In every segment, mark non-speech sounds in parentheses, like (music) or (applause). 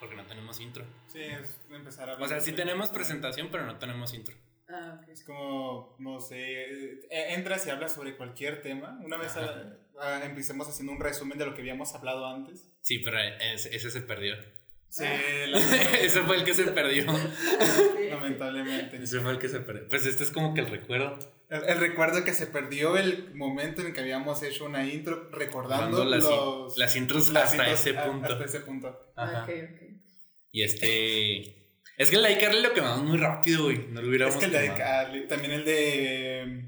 porque no tenemos intro. Sí, es empezar a O sea, sí tenemos presentación, pero no tenemos intro. Ah, ok. Es como, no sé, eh, entras y hablas sobre cualquier tema. Una vez Ajá. a- a- empecemos haciendo un resumen de lo que habíamos hablado antes. Sí, pero ese, ese se perdió. (laughs) Sí, Ah. lamentablemente. ese fue el que se perdió. (laughs) Ah, ok. lamentablemente. Ese fue el que se perdió. Pues este es como que el recuerdo. El, el recuerdo que se perdió el momento en que habíamos hecho una intro recordando Dando las, los, las intros las hasta intros ese a- punto. Hasta ese punto. Ajá. Ok, ok. Y este. Es que el de iCarly lo quemamos muy rápido, güey. No lo hubiéramos Es que el ah, de, quemado. Cali- también el de eh,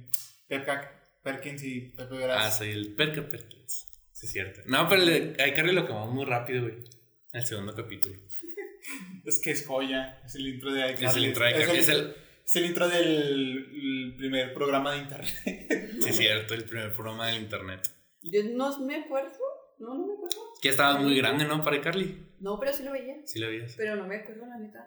Pep Cac- Perkins y Pepe Ah, Veras. sí, el Perca Perkins. Sí, es cierto. No, pero el de iCarly lo quemamos muy rápido, güey. El segundo capítulo. Es que es joya. Es el intro de Es el iCarly. intro de iCarly. Es el. Es el intro del el primer programa de internet. Sí, es cierto, el primer programa del internet. Yo no me acuerdo. No, no me acuerdo. Que estabas muy grande, ¿no? Para iCarly. No, pero sí lo veía. Sí, lo veías. Pero no me acuerdo, la neta.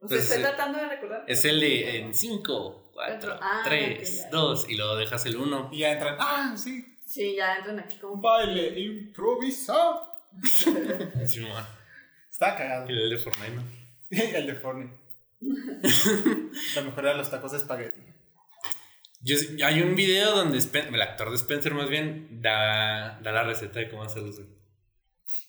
O sea, Pues, estoy eh, tratando de recordar. Es el de en 5, 4, Ah, 3, ok, ya. 2 y luego dejas el 1. Y ya entran. Ah, sí. Sí, ya entran aquí Un como. baile improvisado. Simón. Está cagado. (laughs) Y el de Fortnite, ¿no? el de Fortnite. (laughs) Lo mejor eran los tacos de espagueti. Yo sé- hay un video donde Spen- el actor de Spencer más bien da, da la receta de cómo hacerlos. güey.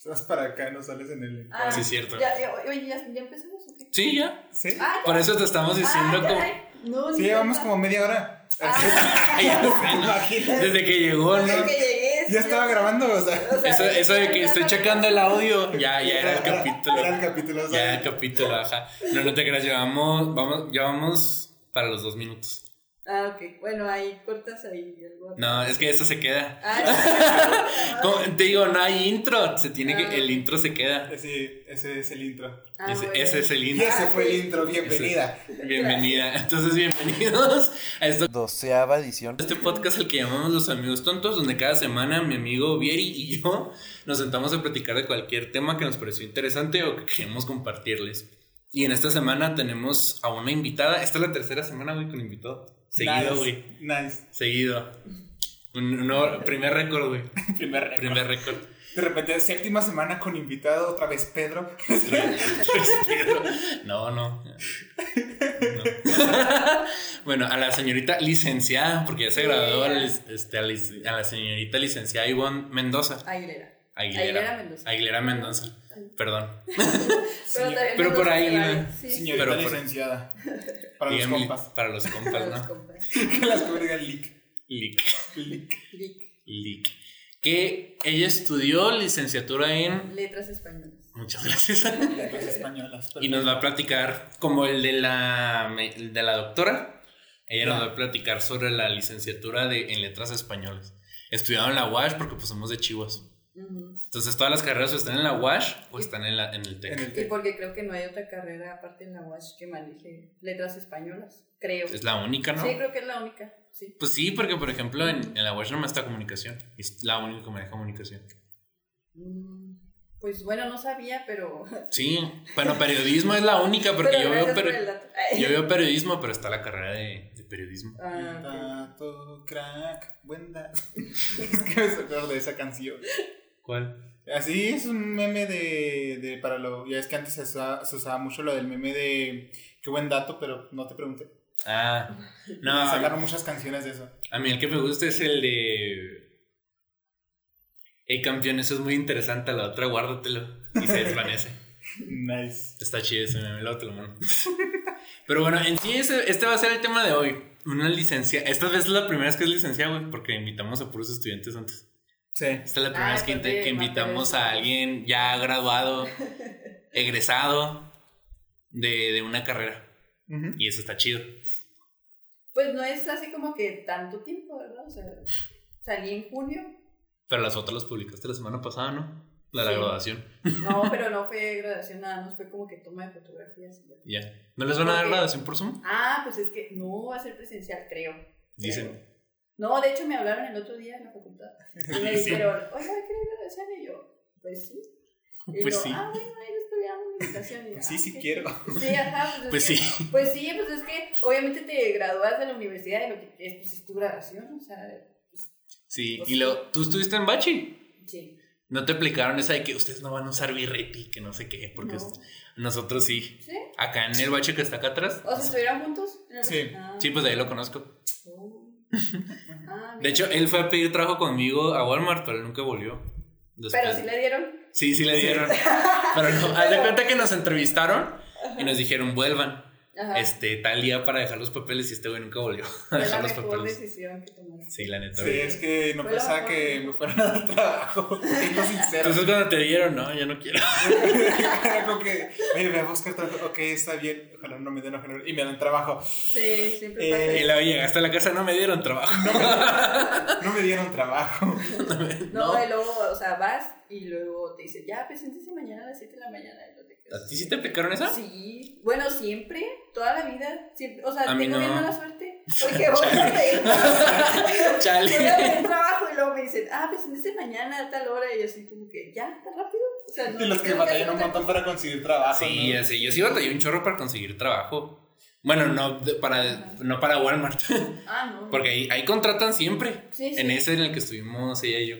Vas para acá, no sales en el. Ah, Sí, es cierto. Ya, ya, oye, ya, ya empezamos. ok. Sí, ya. Sí. Ah, Por eso te estamos diciendo ah, como... caray. No, Sí, ni llevamos cuenta. como media hora. (laughs) (laughs) Ah, Ay, ya sé, ¿no? Imagínate. Desde que llegó, ¿no? desde que llegué. sí, Ya estaba grabando, o sea. o sea, Eso, ya eso de que estoy estaba- checando el audio. Ya, ya era el Ah, Era capítulo. el capítulo, o Ya era sea. el capítulo, ajá. No, no te creas, llevamos, vamos, ya vamos para los dos minutos. Ah, ok. Bueno, ahí cortas ahí algo. No, es que eso se queda. (laughs) Ah, Como te digo, no hay intro. Se tiene Ah. que, el intro se queda. Ese, ese es el intro. Ah, ese, bueno. ese es (laughs) el Y intro. ese fue el intro, bienvenida. Bienvenida. Entonces, bienvenidos a esto- doceava edición. este podcast al que llamamos Los Amigos Tontos, donde cada semana mi amigo Vieri y yo nos sentamos a platicar de cualquier tema que nos pareció interesante o que queremos compartirles. Y en esta semana tenemos a una invitada. Esta es la tercera semana, güey, con invitado. Seguido, Nice, güey. Nice. Seguido. Un, un nuevo- primer récord, güey. Primer récord. Primer récord. De repente, séptima semana con invitado, otra vez Pedro. No, no. No. bueno, a la señorita licenciada, porque ya se graduó a la, lic- este, a la lic- a la señorita licenciada Ivonne Mendoza. Aguilera. Aguilera, Aguilera Mendoza. Aguilera Mendoza, perdón. Pero, también Pero por Mendoza ahí, se vale. ¿no? Sí, sí. Señorita Pero por- licenciada. Para los Dígame, compas. (laughs) Para los compas, Para los ¿no? compas. Que las compas digan leak. Lic, Leak. Clic. lic. Que ella estudió licenciatura en... Letras españolas. Muchas gracias. Las españolas. Y nos va a platicar, como el de la, me- el de la doctora, ella nos va a platicar sobre la licenciatura de, en letras españolas. Estudiado en la UASH porque pues somos de Chihuas. Ujú. Entonces todas las carreras o están en la UASH o están en, la, en el En TEC. el Y té. porque creo que no hay otra carrera aparte en la UASH que maneje letras españolas. Creo. Es la única, ¿no? Sí, creo que es la única. Sí. Pues sí, porque por ejemplo en, en la UASH no me está comunicación. Es la única que maneja comunicación. Mm, Pues bueno, no sabía, pero. (laughs) Sí, bueno, periodismo es la única porque pero yo, gracias veo por peri- el dato. (laughs) Ay. yo veo periodismo, pero está la carrera de, de periodismo. Ah, ok. Tato, crack, buena. (laughs) es que me acuerdo de esa canción. ¿Cuál? Así es un meme de, de para lo. Ya es que antes se usaba, se usaba mucho lo del meme de qué buen dato, pero no te pregunté. Ah, (laughs) no, a mí- Sacaron muchas canciones de eso. A mí el que me gusta es el de. Hey campeón, eso es muy interesante. La otra, guárdatelo. Y se desvanece. Nice. (laughs) Está chido ese meme, luego te lo mando. (laughs) Pero bueno, en sí, ese- este va a ser el tema de hoy. Una licencia. Esta vez es la primera vez que es licencia, güey, porque invitamos a puros estudiantes antes. Sí. Esta es la primera Ah, vez que, inte- porque que invitamos a materias. alguien ya graduado, egresado de, de una carrera. Ujú. Y eso está chido. Pues no es así como que tanto tiempo, ¿verdad? O sea, salí en junio. Pero las otras las publicaste la semana pasada, ¿no? La de Sí. la graduación. (laughs) No, pero no fue graduación nada más, fue como que toma de fotografías. y ya. Ya. ¿No les van a dar Ok. graduación por Zoom? Ah, pues es que no va a ser presencial, creo. Dicen. Eh, No, de hecho me hablaron el otro día en la facultad. Y (laughs) me Dicen. dijeron, oiga, ¿quieres graduación? Y yo, pues sí. Y Pues yo, sí. ah, bueno, ahí les peleamos mi invitación. Y yo, Pues sí, "Ah, sí ok". quiero. Sí, ajá, pues, es Pues que- sí. Pues sí, pues es que obviamente te gradúas de la universidad y lo que es, pues es tu graduación, o sea, Sí. Pues Y luego, ¿tú estuviste en Bachi? sí. No te aplicaron esa de que ustedes no van a usar birrete, que no sé qué, porque No. nosotros sí. ¿Sí? Acá en el bache que está acá atrás. ¿O se estuvieron juntos? en el Sí. bache? Ah. Sí, pues de ahí lo conozco. (laughs) Oh. Ah, De mira. hecho, él fue a pedir trabajo conmigo a Walmart, pero él nunca volvió. Después- Pero sí le dieron. Sí, sí le dieron. (laughs) Pero no, haz de cuenta que nos entrevistaron y nos dijeron, vuelvan. Ajá. Este, tal día para dejar los papeles y este güey nunca volvió a Fue la dejar los mejor papeles. decisión que tomaste. Sí, la neta. Sí, güey. es que no Fue la pensaba mejor. que me fueran a dar trabajo. (laughs) Siendo sincero. Entonces cuando te dieron, no, yo no quiero. Era como que, oye, voy a buscar trabajo. Ok, está bien. Ojalá no me den, ojalá. no- Y me dan trabajo. Sí, siempre Eh, Y luego llegaste a la casa, no me dieron trabajo. No me (laughs) dieron trabajo. pasa. No, y luego, o sea, vas y luego te dice, ya, preséntese mañana a las 7 de la mañana. Y no te quedas. ¿A ti sí te aplicaron esa? Sí, bueno, siempre, toda la vida, siempre, o sea, A mí tengo no. bien (laughs) mala suerte, porque voy a pedir trabajo, voy (laughs) a Chale. pedir trabajo y luego me dicen, ah, pues en ese mañana a tal hora, y yo así como que, ya, tan rápido, o sea, no, De los que nunca batallan un nunca- montón para conseguir trabajo. Ah, Sí, ¿no? ya sé. Yo sí batallé un chorro para conseguir trabajo. Bueno, no de- para, no para Walmart. (laughs) Ah, no, Porque ahí, ahí contratan siempre. sí, sí, En ese en el que estuvimos ella y yo.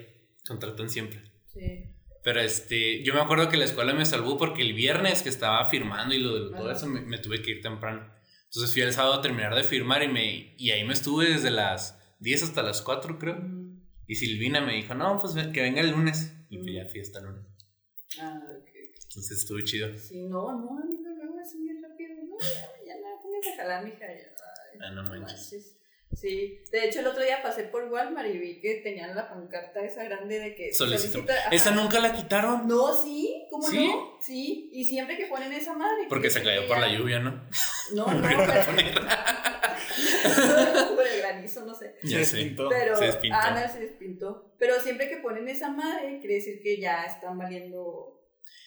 Contratan siempre. sí, Pero este, yo me acuerdo que la escuela me salvó porque el viernes que estaba firmando y lo de todo Ajá. eso me, me tuve que ir temprano. Entonces fui el sábado a terminar de firmar y, me, y ahí me estuve desde las 10 hasta las 4 creo. Mm, Y Silvina me dijo, no, pues ve- que venga el lunes. Y pues ya fui hasta el lunes. ah, ok, Entonces estuvo chido. sí, no, no, a mí no me va así bien rápido, no, ya, mañana, póngase a jalar, mija, ya, ay, Ah, no manches. Sí, de hecho el otro día pasé por Walmart y vi que tenían la pancarta esa grande de que Solicito. solicita- ajá. Esa nunca la quitaron. No, sí, ¿cómo ¿Sí? no? Sí, y siempre que ponen esa madre. Porque que- se cayó que por ya- la lluvia, ¿no? (laughs) No, no, Volvieron a pero- poner. por el granizo, no sé. Ya Se sé. despintó. Pero, Se despintó. ah, no, se despintó. Pero siempre que ponen esa madre, quiere decir que ya están valiendo.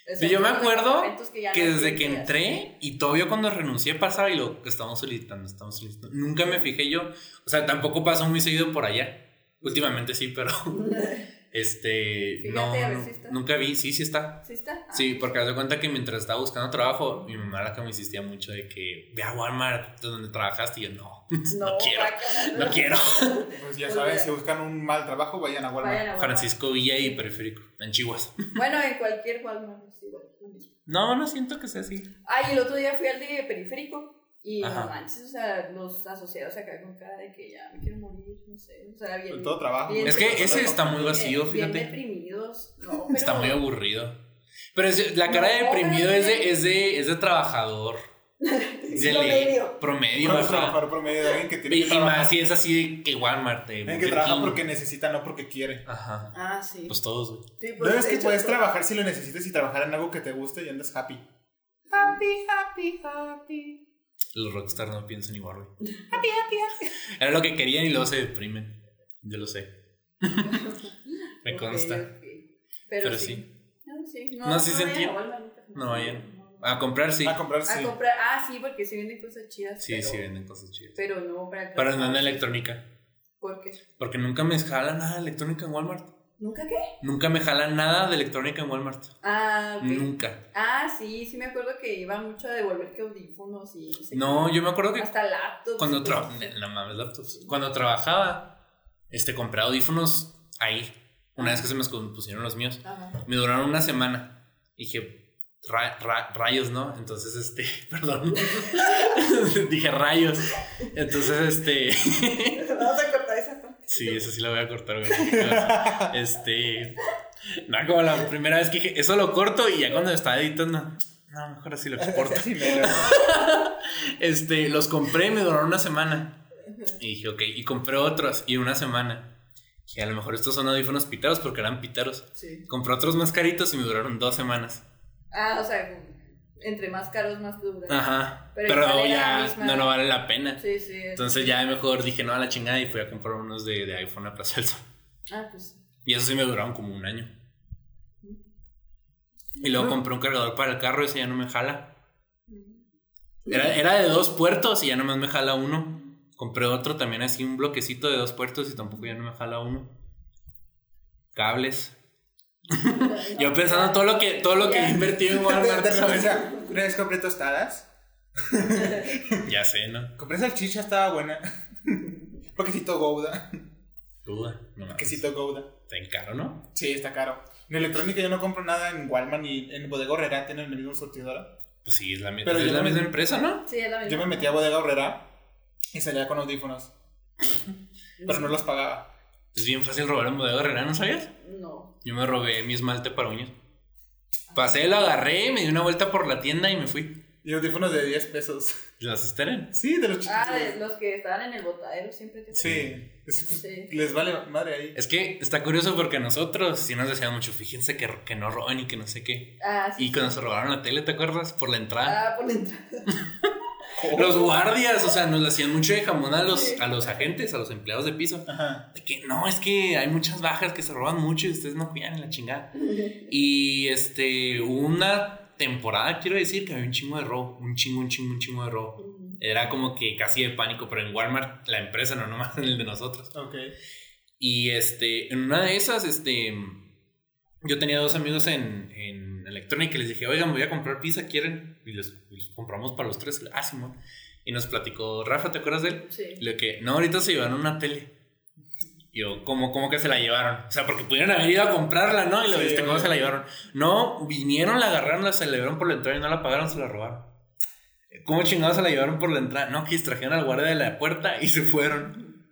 o sea, Yo me son acuerdo departamentos ya Que no desde que tienen entré y todavía cuando renuncié pasaba y lo que estamos solicitando, estamos solicitando. Nunca me fijé yo. O sea, tampoco pasó muy seguido por allá. Últimamente sí, pero (laughs) hacer. este. Fíjate, no, a ver no, si está. nunca vi. Sí, sí está. (laughs) ¿Sí está? Ah, Sí, porque haz de cuenta que mientras estaba buscando trabajo, mi mamá era que me insistía mucho de que ve a Walmart donde trabajaste y yo no, no, quiero, guácala. (laughs) no quiero. Ah, Pues ya saben, si buscan un mal trabajo, vayan a Walmart. Vayan a Walmart. Francisco Villa y Periférico, en Chihuahua. (laughs) Bueno, en cualquier Walmart es igual, lo mismo. No, no siento que sea así. Ay, el otro día fui al de periférico y Ajá. no manches, o sea, los asociados acá con cara de que ya me quiero morir, no sé, o sea, bien. Todo trabajo. bien- Es que ese está muy bien- vacío, bien fíjate. deprimidos. No, pero, (laughs) Está muy aburrido. Pero es- la cara de No, deprimido pero- es de, es de, es de trabajador. Es de promedio. promedio, No es ajá. trabajar promedio de alguien que tiene Y, que y trabajar. más si es así de que Walmart. de Alguien que Burger trabaja King. porque necesita, no porque quiere. Ajá. Ah, sí. Pues todos, güey. Sí, No pues, es de que hecho, puedes pues, trabajar si lo necesitas y trabajar en algo que te guste y andas happy. Happy, happy, happy. Los rockstar no piensan igual, güey. Era lo que querían y luego se deprimen. Yo lo sé. (laughs) Me Ok, consta. ok. Pero, Pero sí. sí. No, sí. No, sí se vayan a entiende. Walmart, nunca. No vayan. A comprar, sí. A comprar, A sí. comprar. Ah, sí, porque sí venden cosas chidas. Sí, pero, sí, venden cosas chidas. Pero no para. el Para no en trabajo. electrónica. Porque. Porque nunca me jala nada de electrónica en Walmart. ¿Nunca qué? Nunca me jala nada de electrónica en Walmart. Ah, ok. Nunca. Ah, sí, sí me acuerdo que iba mucho a devolver que audífonos y sé No, yo me acuerdo qué. que hasta laptops. cuando y cosas tra- así. no mames, laptops. Cuando trabajaba, este compré audífonos ahí. Una vez que se me pusieron los míos, Ajá. (laughs) me duraron una semana. Dije, "Ra- ra- rayos, ¿no? Entonces, este, (laughs) perdón. Dije rayos. Entonces, este, (laughs) Vamos a cortar esa parte. sí, eso sí la voy a cortar. güey. Este, no, como la primera vez que dije, eso lo corto y ya cuando estaba editando, no, mejor así lo corto. Sí, pero- Este, los compré, me duraron una semana. Y dije, ok, y compré otros, y una semana. Dije, a lo mejor estos son audífonos pitaros porque eran pitaros. Sí. Compré otros más caritos y me duraron dos semanas. Ah, o sea, entre más caros, más dura. Ajá. Pero Pero, igual luego era la ya misma. no, no vale la pena. Sí, sí. es- Entonces ya mejor dije, no, a la chingada y fui a comprar unos de, de iPhone a Plaza del Sol. Ah, pues. Y eso sí me duraron como un año. Y luego compré un cargador para el carro, ese ya no me jala. (laughs) Era, era de dos puertos y ya nomás me jala uno. Compré otro también así, un bloquecito de dos puertos y tampoco ya no me jala uno. Cables. Yo pensando todo lo que todo lo que he invertido en (laughs) De- Walmart, de repente, o ¿sabes? sea, Una vez compré tostadas. Ya sé, ¿no? Compré salchicha, estaba buena. (laughs) Quesito Gouda. Duda. No mames. Quesito Gouda. Está en caro, ¿no? Sí, está caro. En electrónica yo no compro nada en Walmart ni en Bodega Horrera, tienen el mismo sortidora. Pues sí, es la, mi- Pero es yo la me- misma empresa, ¿no? Sí, es la misma. Yo me metí a Bodega Horrera y salía con audífonos, pero no los pagaba. Es bien fácil robar en bodega Herrera, ¿no sabías? No. Yo me robé mi esmalte para uñas. Pasé, lo agarré, me di una vuelta por la tienda y me fui. Y audífonos de 10 pesos. (laughs) Las esteren. Sí, de los chiquitos. Ah, de los que estaban en el botadero siempre te Sí. Es- Sí. Les vale madre ahí. Es que está curioso porque a nosotros sí nos decían mucho, fíjense que, que no roben y que no sé qué. Ah, sí. Y cuando se robaron la tele, ¿te acuerdas? Por la entrada. Ah, por la entrada. (laughs) Los guardias, o sea, nos la hacían mucho de jamón a los, Sí. a los agentes, a los empleados de piso. Ajá. De que no, es que hay muchas bajas que se roban mucho y ustedes no cuidan en la chingada. Y este, hubo una temporada, quiero decir, que había un chingo de robo. Un chingo, un chingo, un chingo de robo. Era como que casi de pánico, pero en Walmart, la empresa, no nomás en el de nosotros. Ok. Y este, en una de esas, este, yo tenía dos amigos en, en electrónica y les dije, oigan, voy a comprar pizza, ¿quieren? Y los, los compramos para los tres, ah, Simón. Y nos platicó, Rafa, ¿te acuerdas de él? Sí. Y Le que, no, ahorita se llevaron una tele. Y Yo, ¿cómo, ¿cómo que se la llevaron? O sea, porque pudieron haber ido a comprarla, ¿no? Y lo Sí, viste, ¿cómo obvio. se la llevaron? No, vinieron, la agarraron, la celebraron por la entrada y no la pagaron, se la robaron. ¿Cómo chingados se la llevaron por la entrada? No, que distrajeron al guardia de la puerta y se fueron.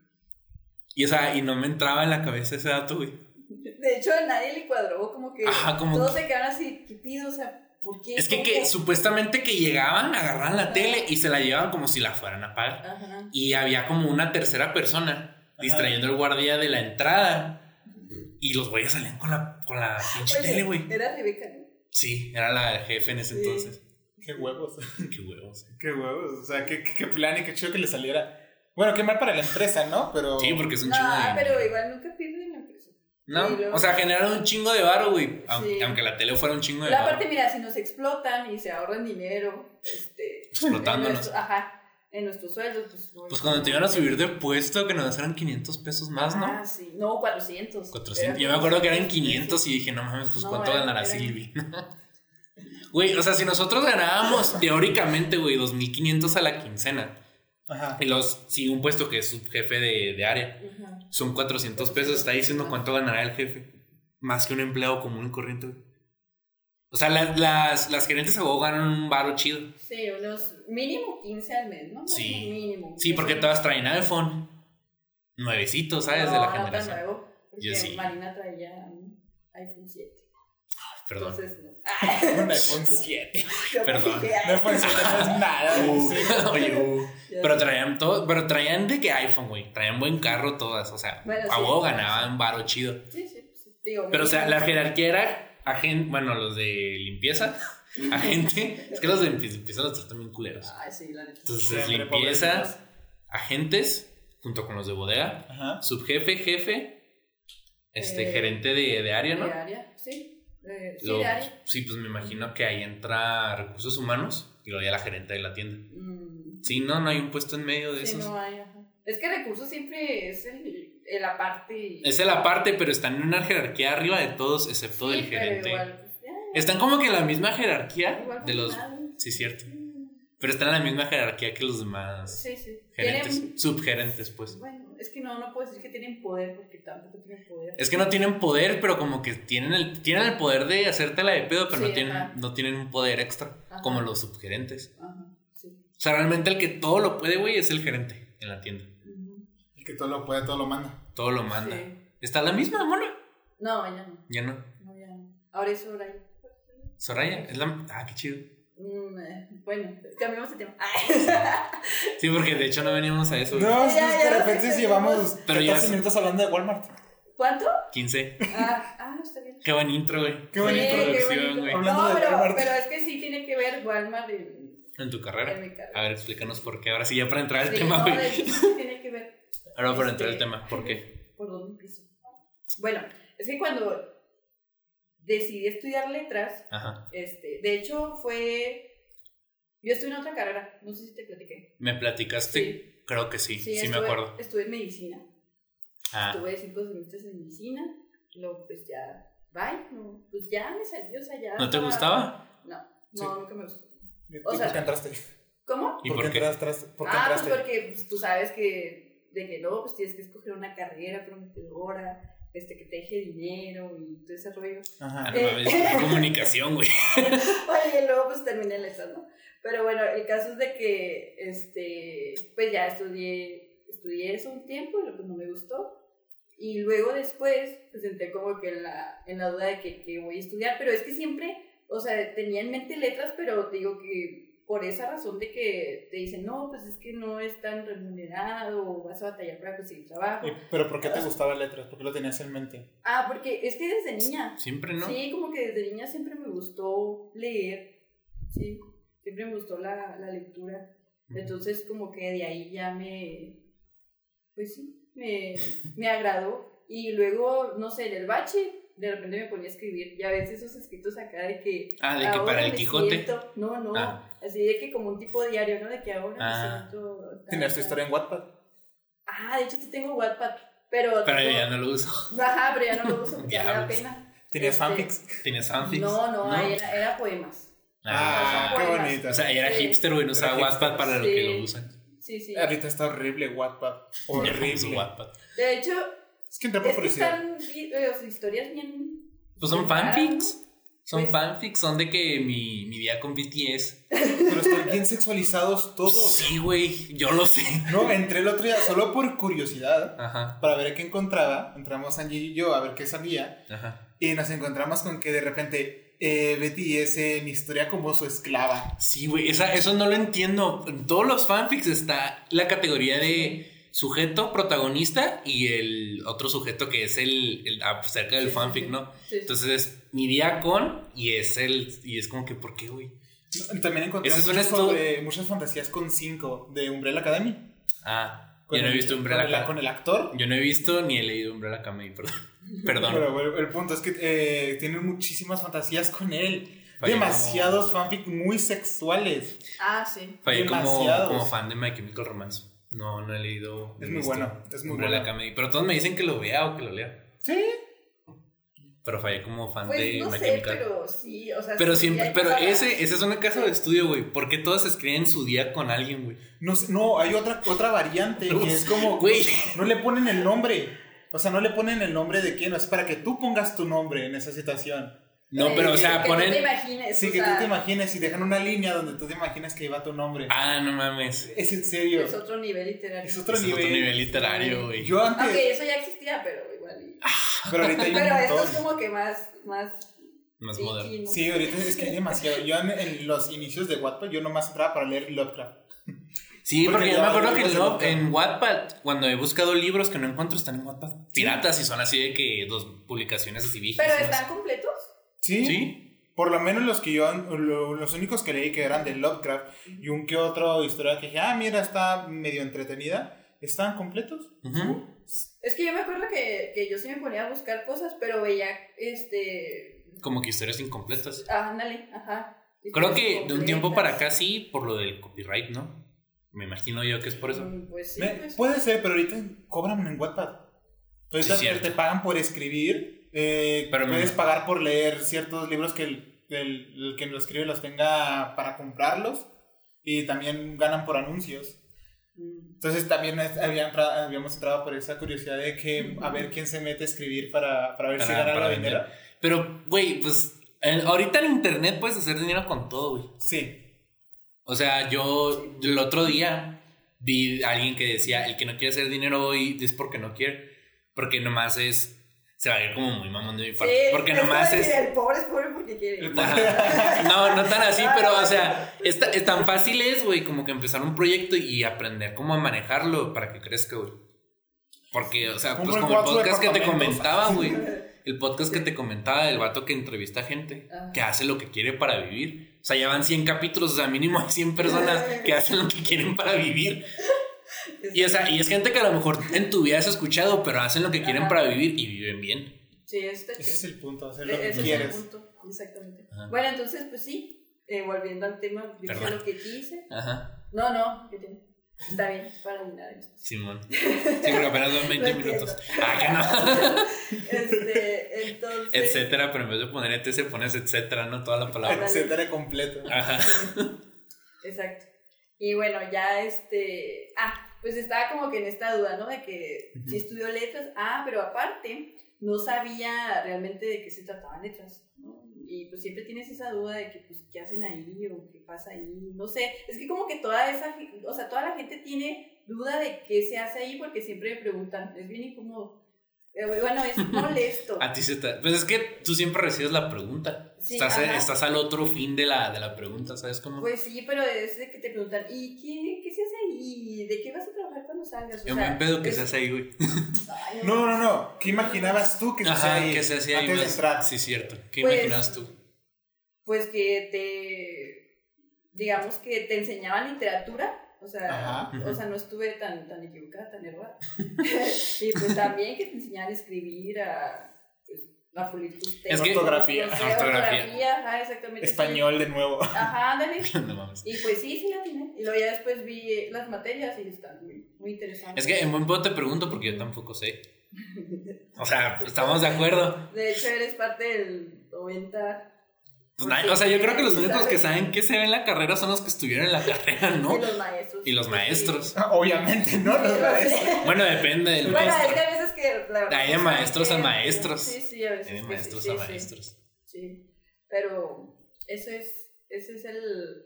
Y, o sea, y no me entraba en la cabeza ese dato, güey. (laughs) De hecho, a nadie le cuadró, como que Ajá, como todos se quedaron así, ¿qué pido? O sea, ¿por qué? Es que, ¿Cómo? que supuestamente que llegaban, agarraban la tele y se la llevaban como si la fueran a pagar. Ajá. y había como una tercera persona distrayendo al guardia de la entrada. Y los güeyes salían con la, con la pinche Ah, Oye, tele, güey. Pues, Era Rebeca, ¿no? Sí, era la jefe en ese Sí. (laughs) entonces. Qué huevos. (laughs) Qué huevos. Qué huevos. O sea, qué, qué, qué plan y qué chido que le saliera. Bueno, qué mal para la empresa, ¿no? Pero. Sí, porque es un chingo Ah, de. pero igual nunca pierden la empresa. no, y luego- o sea, generaron un chingo de varo, güey. Aunque, Sí. aunque la tele fuera un chingo de La parte, varo. mira, si nos explotan y se ahorran dinero, este. En Explotándonos. nuestro- ajá, en nuestros sueldos. Pues, bueno. Pues cuando te iban a subir de puesto, que nos eran 500 pesos más, ¿no? Ah, sí. No, 400. 400. Era Yo me acuerdo que eran 400. 500 y dije, no mames, pues No, cuánto era- ganará era- Silvi. (laughs) Güey, o sea, si nosotros ganábamos teóricamente, güey, 2500 a la quincena. Ajá. Y los, sí, un puesto que es subjefe de, de área. Ajá. Son 400 pesos. Está diciendo cuánto ganará el jefe. Más que un empleado común y corriente. güey. O sea, las, las, las gerentes a huevo ganan un varo chido. Sí, unos mínimo 15 al mes, ¿no? Sí. Mínimo. Sí, porque todas traen iPhone. Nuevecito, ¿sabes? de No, la no tan generación. nuevo, porque Yo sí. Marina traía un iPhone 7. Perdón. Entonces, (laughs) no. Ah, Un iPhone 7. yo Perdón. dije, Un ah, iPhone 7 no es nada. Uh, sí. oye, uh. ya Pero sé. traían todo, pero traían de qué iPhone, güey. Traían buen carro todas. O sea, Bueno, a sí, huevo claro. ganaban varo chido. Sí, sí, sí, digo, Pero, o sea, mínimo. la jerarquía era agente, bueno, los de limpieza, (laughs) agente. Es que los de limpieza los tratan bien culeros. Ay, sí, la neta. Entonces, es Siempre, limpieza, agentes, junto con los de bodega, Ajá. subjefe, jefe, este, Eh, gerente de, de área, ¿no? De área, sí. Eh, sí, Luego, de área. sí, pues me imagino que ahí entra recursos humanos y luego ya la gerente de la tienda. Mm, Sí, no, no hay un puesto en medio de sí, esos. no hay, ajá. Es que recursos siempre es el, el aparte. y- Es el aparte, pero están en una jerarquía arriba de todos, excepto Sí, del pero gerente. igual, pues, ya, Están como que en la misma jerarquía igual de los. funcionario. Sí, cierto. Pero están en la misma jerarquía que los demás Sí, sí. gerentes, Tienen- subgerentes, pues. Bueno, es que no, no puedo decir que tienen poder porque tampoco tienen poder. Es que no tienen poder, pero como que tienen el, tienen el poder de hacerte la de pedo, pero Sí, no, tienen, ajá. no tienen un poder extra, Ajá. como los subgerentes. Ajá, sí. O sea, realmente el que todo lo puede, güey, es el gerente en la tienda. Ujú, El que todo lo puede, todo lo manda. Todo lo manda. sí. ¿Está la misma, mona? No, ya no. Ya no. no ya no. Ahora es Soraya. Soraya, es la... Ah, qué chido. Mm, eh, bueno, cambiamos de tema. (laughs) Ay. Sí, porque de hecho no veníamos a eso. güey. No, sí, Ya, ya, de ya. repente sí llevamos Pero ya 14 es- minutos hablando de Walmart. ¿Cuánto? 15. Ah, ah, está bien. Qué buen intro, güey. Qué buena Sí, qué introducción, bonito. güey. Hablando No, de pero, Walmart. pero es que sí tiene que ver Walmart en, En tu en carrera. mi carrera. A ver, explícanos por qué. Ahora sí, ya para entrar al Sí, tema, no, güey. de hecho, sí tiene que ver. Ahora para entrar al Este- tema, ¿por qué? por dónde empiezo. Bueno, es que cuando decidí estudiar letras, Ajá. este, de hecho fue, yo estuve en otra carrera, no sé si te platiqué. ¿Me platicaste? Creo que sí, sí, me estuve- acuerdo. Estuve en medicina, Ah, estuve cinco semestres en medicina, luego pues ya, bye, no, pues ya me salí, o sea, ya. ¿no te estaba- gustaba? Sí. No, nunca me gustó. ¿Y O sea- por qué entraste? ¿Cómo? ¿Y por qué? entraste? ¿Por qué ah, entraste? pues porque pues, tú sabes que de que no, pues tienes que escoger una carrera prometedora, este, que te deje dinero y todo ese rollo. Ah, Ajá. no mames, qué Eh, (laughs) comunicación, güey. Oye, y luego pues terminé letras, ¿no? Pero bueno, el caso es de que, este, pues ya estudié, estudié eso un tiempo, pero pues no me gustó. Y luego después, pues senté como que en la, en la duda de que, que voy a estudiar, pero es que siempre, o sea, tenía en mente letras, pero digo que por esa razón de que te dicen, no, pues es que no es tan remunerado, o vas a batallar para conseguir trabajo. Y- Eh, Pero ¿por qué te gustaba letras? ¿Por qué lo tenías en mente? Ah, porque es que desde niña, Siempre, ¿no? Sí, como que desde niña siempre me gustó leer, sí, siempre me gustó la, la lectura. Entonces como que de ahí ya me, pues sí, me, me agradó. Y luego, no sé, en el bache, de repente me ponía a escribir. Ya ves esos escritos acá de que... Ah, de que ahora para el me Quijote. siento- no, no, Ah. así de que como un tipo diario, ¿no? De que ahora Ah. me siento... Tenías tu historia en Wattpad. Ah, de hecho sí tengo Wattpad, pero... Pero tengo- ya no lo uso. (laughs) Ajá, pero ya no lo uso porque ya me da Diablos. pena. Tenías Este, fanfics. Tienes fanfics. No, no, ¿No? Era, era poemas. Ah, Ah, qué Poemas. bonito. o sea, era Sí. hipster, güey. No usaba Era Wattpad para lo que Sí. lo usan. Sí, sí. Eh, Ahorita está horrible Wattpad. (laughs) Ya pues, no uso Horrible. Wattpad. De hecho, Es que entré por es que curiosidad. están bi- eh, o sea, historias bien. Pues son bien raras, fanfics. Son Pues- fanfics, son de que mi, mi día con BTS. Pero están bien sexualizados todos. Sí, güey, yo lo sé. (laughs) No, entré el otro día solo por curiosidad. Ajá, Para ver qué encontraba. Entramos Angie y yo a ver qué salía. ajá. Y nos encontramos con que de repente eh, Betty es eh, mi historia como su esclava. Sí, güey, esa- eso no lo entiendo. En todos los fanfics está la categoría de sujeto, protagonista y el otro sujeto que es el, el acerca del Sí, sí, fanfic, sí. ¿no? ¿no? Sí, sí. Entonces es mi día con y es el. Y es como que, ¿por qué, güey? También encontré Ese es un muchas, estudio. sobre- muchas fantasías con 5 de Umbrella Academy. Ah, Con yo no he el- visto con el- Umbrella Con Academy. el actor. Yo no he visto ni he leído Umbrella Academy, perdón. (laughs) Perdón. Pero bueno, el punto es que eh, tienen muchísimas fantasías con él. Fallé como- Demasiados fanfic muy sexuales. Ah, sí. Fallé como, demasiados. como fan de My Chemical Romance. No, no he leído. Es muy este, bueno, es muy Umbrella bueno. Academy. Pero todos me dicen que lo vea o que lo lea. Sí. Pero fallé como fan de Pues no My sé, Chemical. Pero, pero sí, o sea. sí, siempre, hay pero cosas ese, raras. ese es una casa de estudio, güey. ¿Por qué todos escriben su día con alguien, güey? No, sé- no, hay otra, otra variante que es como, Güey. no le ponen el nombre. O sea, no le ponen el nombre de quién, es para que tú pongas tu nombre en esa situación. No, Eh, pero, o que- sea, que No te ponen. imagines. Sí, o que tú sea, te imagines y dejan una línea donde tú te imaginas que iba tu nombre. Ah, no mames. Es en serio. Es otro nivel literario. Es Otro otro es nivel. otro nivel literario, güey. Yo antes, Aunque eso ya existía, pero igual. y- pero ahorita hay un (laughs) Pero esto es montón. como que más. más Más picky, moderno. ¿no? Sí, ahorita es que hay demasiado. Yo en, en los inicios de Wattpad, yo nomás entraba para leer Lovecraft. Sí, Porque porque, yo ya me acuerdo ahorita que se no, nota. en Wattpad, cuando he buscado libros que no encuentro, están en Wattpad. Piratas y son así de que dos publicaciones así viejas. Pero están completos. Sí, Por lo menos los que yo, lo- los únicos que leí que eran de Lovecraft y un que otro historia que dije, ah, mira, está medio entretenida, estaban completos. Ujú. Es que yo me acuerdo que, que yo sí me ponía a buscar cosas, pero veía este como que historias incompletas. Ah, Ándale, ajá. Creo Historias que de un tiempo para completas. acá sí, por lo del copyright, ¿no? Me imagino yo que es por eso. Mm, Pues sí, Me- pues. Puede ser, pero ahorita cobran en Wattpad. Ahorita Sí, cierto. te pagan por escribir, eh, Pero me- puedes pagar por leer ciertos libros que el, el- el que lo escribe los tenga para comprarlos y también ganan por anuncios. Mm. Entonces también es- había entra- habíamos entrado por esa curiosidad de que a ver quién se mete a escribir para, para ver si Para- gana para algo de dinero. Pero, güey, pues en- ahorita en internet puedes hacer dinero con todo, güey. Sí, O sea, yo el otro día vi a alguien que decía, el que no quiere hacer dinero hoy es porque no quiere, porque nomás es, se va a ir como muy mamón de mi parte, Sí, porque pero nomás eso de es... que El pobre es pobre porque quiere. El Ajá. No, no tan así, pero o sea, es, ta- es tan fácil es, güey, como que empezar un proyecto y aprender cómo a manejarlo para que crezca, güey. Porque, o sea, Como pues el como el cuatro podcast que te departamentos. comentaba, güey. El podcast que te comentaba del vato que entrevista a gente, Ajá. que hace lo que quiere para vivir. O sea, ya van 100 capítulos, o sea, mínimo hay 100 personas (laughs) que hacen lo que quieren para vivir. Y, o sea, y es gente que a lo mejor en tu vida has escuchado, pero hacen lo que quieren Ajá. para vivir y viven bien. Sí, está ese es chido. el punto, hacer lo Ese que es el quieres. punto, Exactamente. Ajá. Bueno, entonces, pues sí, eh, volviendo al tema, yo hice Perdón. lo que quise. Ajá, No, no, que tiene. Está bien, para mí nada. Simón. Sí, porque apenas van 20 (laughs) Lo minutos. Ah, que no. (laughs) (laughs) Este, entonces. Etcétera, pero en vez de poner ET se pones etcétera, ¿no? Toda la palabra. Etcétera completo. Ajá. Exacto. Y bueno, ya este. Ah, pues estaba como que en esta duda, ¿no? De que si estudió letras. Ah, pero aparte, no sabía realmente de qué se trataban letras, ¿no? Y pues siempre tienes esa duda de que, pues, ¿qué hacen ahí o qué pasa ahí? No sé, es que como que toda esa, ge- o sea, toda la gente tiene duda de qué se hace ahí porque siempre me preguntan, es bien incómodo. Eh, Bueno, es molesto. A ti se te... Pues es que tú siempre recibes la pregunta. Sí, estás, ajá. estás al otro fin de la, de la pregunta, ¿sabes cómo? Pues sí, pero es de que te preguntan, ¿y qué, qué se hace ahí? ¿De qué vas a trabajar cuando salgas? O Yo me sea, empedo que es- se hace ahí, güey. Ay, No, no, no. ¿Qué imaginabas tú que se hacía Ajá, ahí? que se hacía ahí. Antes de más. entrar. Sí, cierto. ¿Qué Pues- imaginas tú? Pues que te, digamos que te enseñaban literatura, o sea, Ajá. o sea no estuve tan, tan equivocada, tan errada. (laughs) y pues también que te enseñaban a escribir, a, pues, a pulir tus textos, Ortografía. no sé, Ortografía. ortografía, ajá, exactamente. sí. Español de nuevo. Ajá, ándale. (laughs) No mames. Y pues sí, sí la tiene. Y luego ya después vi eh, las materias y están muy, muy interesantes. Es que en buen pedo te pregunto porque yo tampoco sé. O sea, estamos de acuerdo. (laughs) De hecho, eres parte del 90 Pues nadie- o sea, yo creo que los Sí, únicos que sabes. saben qué se ve en la carrera son los que estuvieron en la carrera, y ¿no? los maestros. Y los maestros. Obviamente, (laughs) ¿no? Los maestros. Bueno, depende del Bueno, maestro. es que a veces que la verdad Hay de no sabe maestros a qué- maestros. Sí, sí, a veces. Hay de que maestros sí, a sí, maestros. Sí, sí. Pero eso es, ese es el,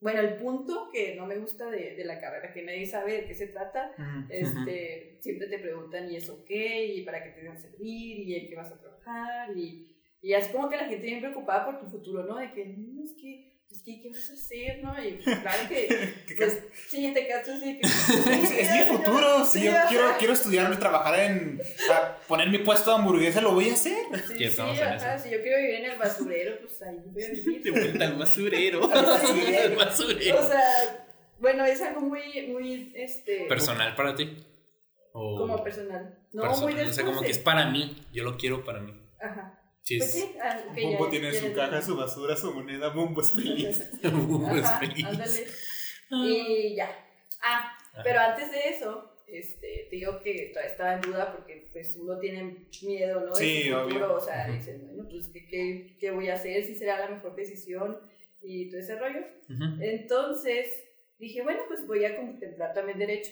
bueno, el punto que no me gusta de, de la carrera, que nadie sabe de qué se trata. Ujú. Este, siempre te preguntan y eso qué, y para qué te van a servir, y en qué vas a trabajar, y, y así como que la gente bien preocupada por tu futuro, ¿no? De que, no, es que, es que, ¿qué vas a hacer, no? Y pues, claro (laughs) que, ¿Qué- qué- pues, sí, te cacho así que... Es, (laughs) es mi futuro. Si yo quiero, quiero estudiar y trabajar en. a poner mi puesto de hamburguesa, lo voy a hacer. Sí, Ya estamos sí, en ajá, Si yo quiero vivir en el basurero, pues ahí voy a De vivir. vuelta al basurero. basurero. Al (laughs) o basurero. sea, bueno, es algo muy, muy, este, ¿Personal para ti? O como personal. No, personal, muy del o sea, como curso. que es para mí. Yo lo quiero para mí. Ajá. Sí, Pues es. sí, ah, ok, ya- Bumbo tiene ya su entendí. caja, su basura, su moneda. Bumbo es feliz. (laughs) Uy, es Ajá, feliz. ándale. Y ya. Ah, Ajá. Pero antes de eso, este, te digo que todavía estaba en duda porque pues uno tiene miedo, ¿no? De Sí, su futuro, obvio. o sea, Ujú. dices, bueno, pues ¿qué, qué, qué voy a hacer? ¿Si será la mejor decisión? Y todo ese rollo. Ujú. Entonces dije, bueno, pues voy a contemplar también derecho.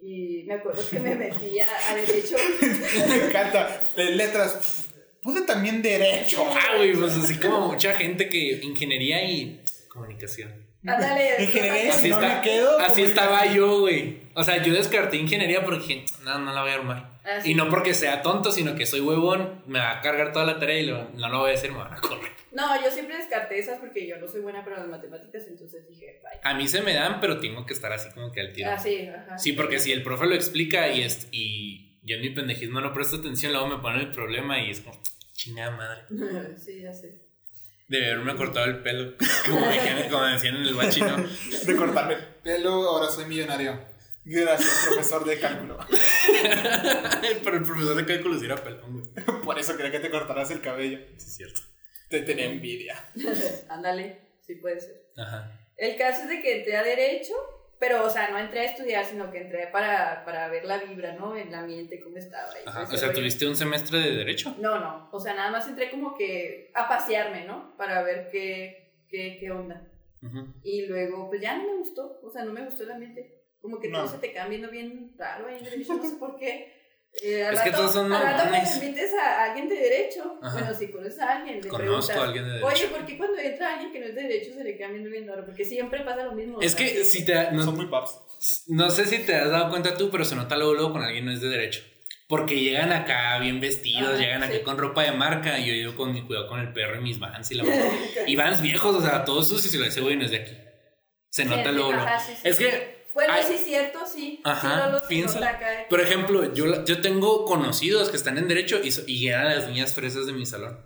Y me acuerdo que me metí a, (laughs) a derecho. (laughs) Me encanta. Eh, Letras. Pude también derecho. Ah, güey, pues así como mucha gente que ingeniería y comunicación. Ándale. Ingeniería, Así si no está- me Así quedo. comunicación. estaba yo, güey. O sea, yo descarté ingeniería porque dije, no, no la voy a armar. Así. Y no porque sea tonto, sino que soy huevón, me va a cargar toda la tarea y lo- no lo voy a hacer, me van a correr. No, yo siempre descarté esas porque yo no soy buena para las matemáticas, entonces dije, bye. A mí se me dan, pero tengo que estar así como que al tiro. Así, ajá. Sí, porque si el profe lo explica y, es, y yo en mi pendejismo no presto atención, luego me pone el problema y es como, chingada madre. (laughs) Sí, ya sé. Debe haberme cortado el pelo, (laughs) como, decían, como decían en el bachino. De cortarme el pelo, ahora soy millonario. Gracias, profesor de cálculo. (laughs) (laughs) Pero el profesor de cálculo sí era pelón, güey. Por eso quería que te cortaras el cabello. Sí, es cierto. Te tenía envidia. (laughs) Ándale, sí puede ser. Ajá. El caso es de que entré a Derecho, pero, o sea, no entré a estudiar, sino que entré para, para ver la vibra, ¿no? El ambiente, cómo estaba. y Ajá. ese O sea, rollo. tuviste un semestre de derecho. No, no. O sea, nada más entré como que a pasearme, ¿no? Para ver qué, qué, qué onda. Ujú. Y luego, pues ya no me gustó. O sea, no me gustó el ambiente. Como que todo No. se te cambia viendo bien raro ahí en derecho, no sé por qué. Eh, al Es que rato- todos son al rato me mamones. invites a alguien de derecho. Ajá. Bueno, si conoces a alguien, le Conozco preguntas, a alguien de Oye, derecho. ¿por qué cuando entra alguien que no es de derecho se le queda viendo bien raro? Porque siempre pasa lo mismo. o Es sea, que siempre. si te. No, Son muy paps. no sé si te has dado cuenta tú, pero se nota luego, luego con alguien no es de derecho. Porque llegan acá bien vestidos, Ajá, llegan acá sí. con ropa de marca. Y yo llego con mi cuidado con el perro y mis vans y la (laughs) mamá. Y vans viejos, o sea, todos sucios y lo ese güey no es de aquí. Se Sí, nota sí, luego, luego. ajá, sí, sí, Es sí. que, Bueno, ay. sí, cierto, sí. Ajá, Sí, no lo- piénsalo. no, acá de- por ejemplo, yo, la- yo tengo conocidos que están en derecho y, so- y eran las niñas fresas de mi salón.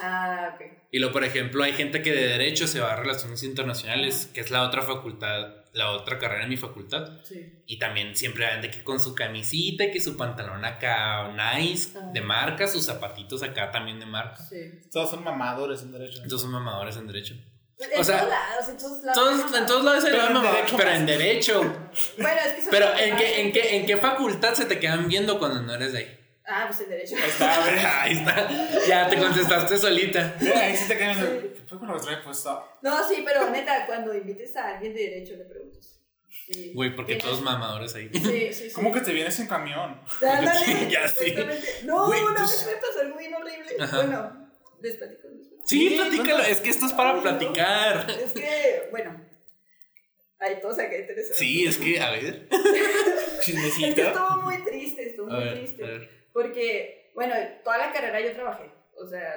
Ah, ok. Y luego, por ejemplo, hay gente que de derecho se va a relaciones internacionales, que es la otra facultad, la otra carrera en mi facultad. Sí. Y también siempre van de que con su camisita y que su pantalón acá nice, Ajá. de marca, sus zapatitos acá también de marca. Sí. Todos son mamadores en derecho. Entonces son mamadores en derecho. En O sea, todos lados, en todos lados. Todos, en todos lados se Pero llaman en mamador, derecho pero más. en derecho. Bueno, es que son Pero todos ¿en lados. qué, en, qué, ¿en qué facultad se te quedan viendo cuando no eres de ahí? Ah, pues en derecho. Ahí está, a ver. Ahí está. Ya te contestaste solita. Mira, ahí sí te quedan. ¿Qué fue con lo que trae puesto? No, sí, pero neta, cuando invites a alguien de derecho le preguntas. Sí. Güey, porque Tienes- todos mamadores ahí. Sí, (laughs) sí, sí. ¿Cómo que te vienes en camión? Ándale, Ya sé. exactamente. No, Güey, una pues- vez me pasó algo bien horrible. Ajá. Bueno, les platico. les platico. Sí, Sí, platícalo. cuenta. Es que esto es para platicar. Es que, bueno, hay cosas que interesan. Sí, es que, a ver. (laughs) Es que Chismecito. estuvo muy triste, estuvo A muy ver, triste. a ver. Porque, bueno, toda la carrera yo trabajé. O sea,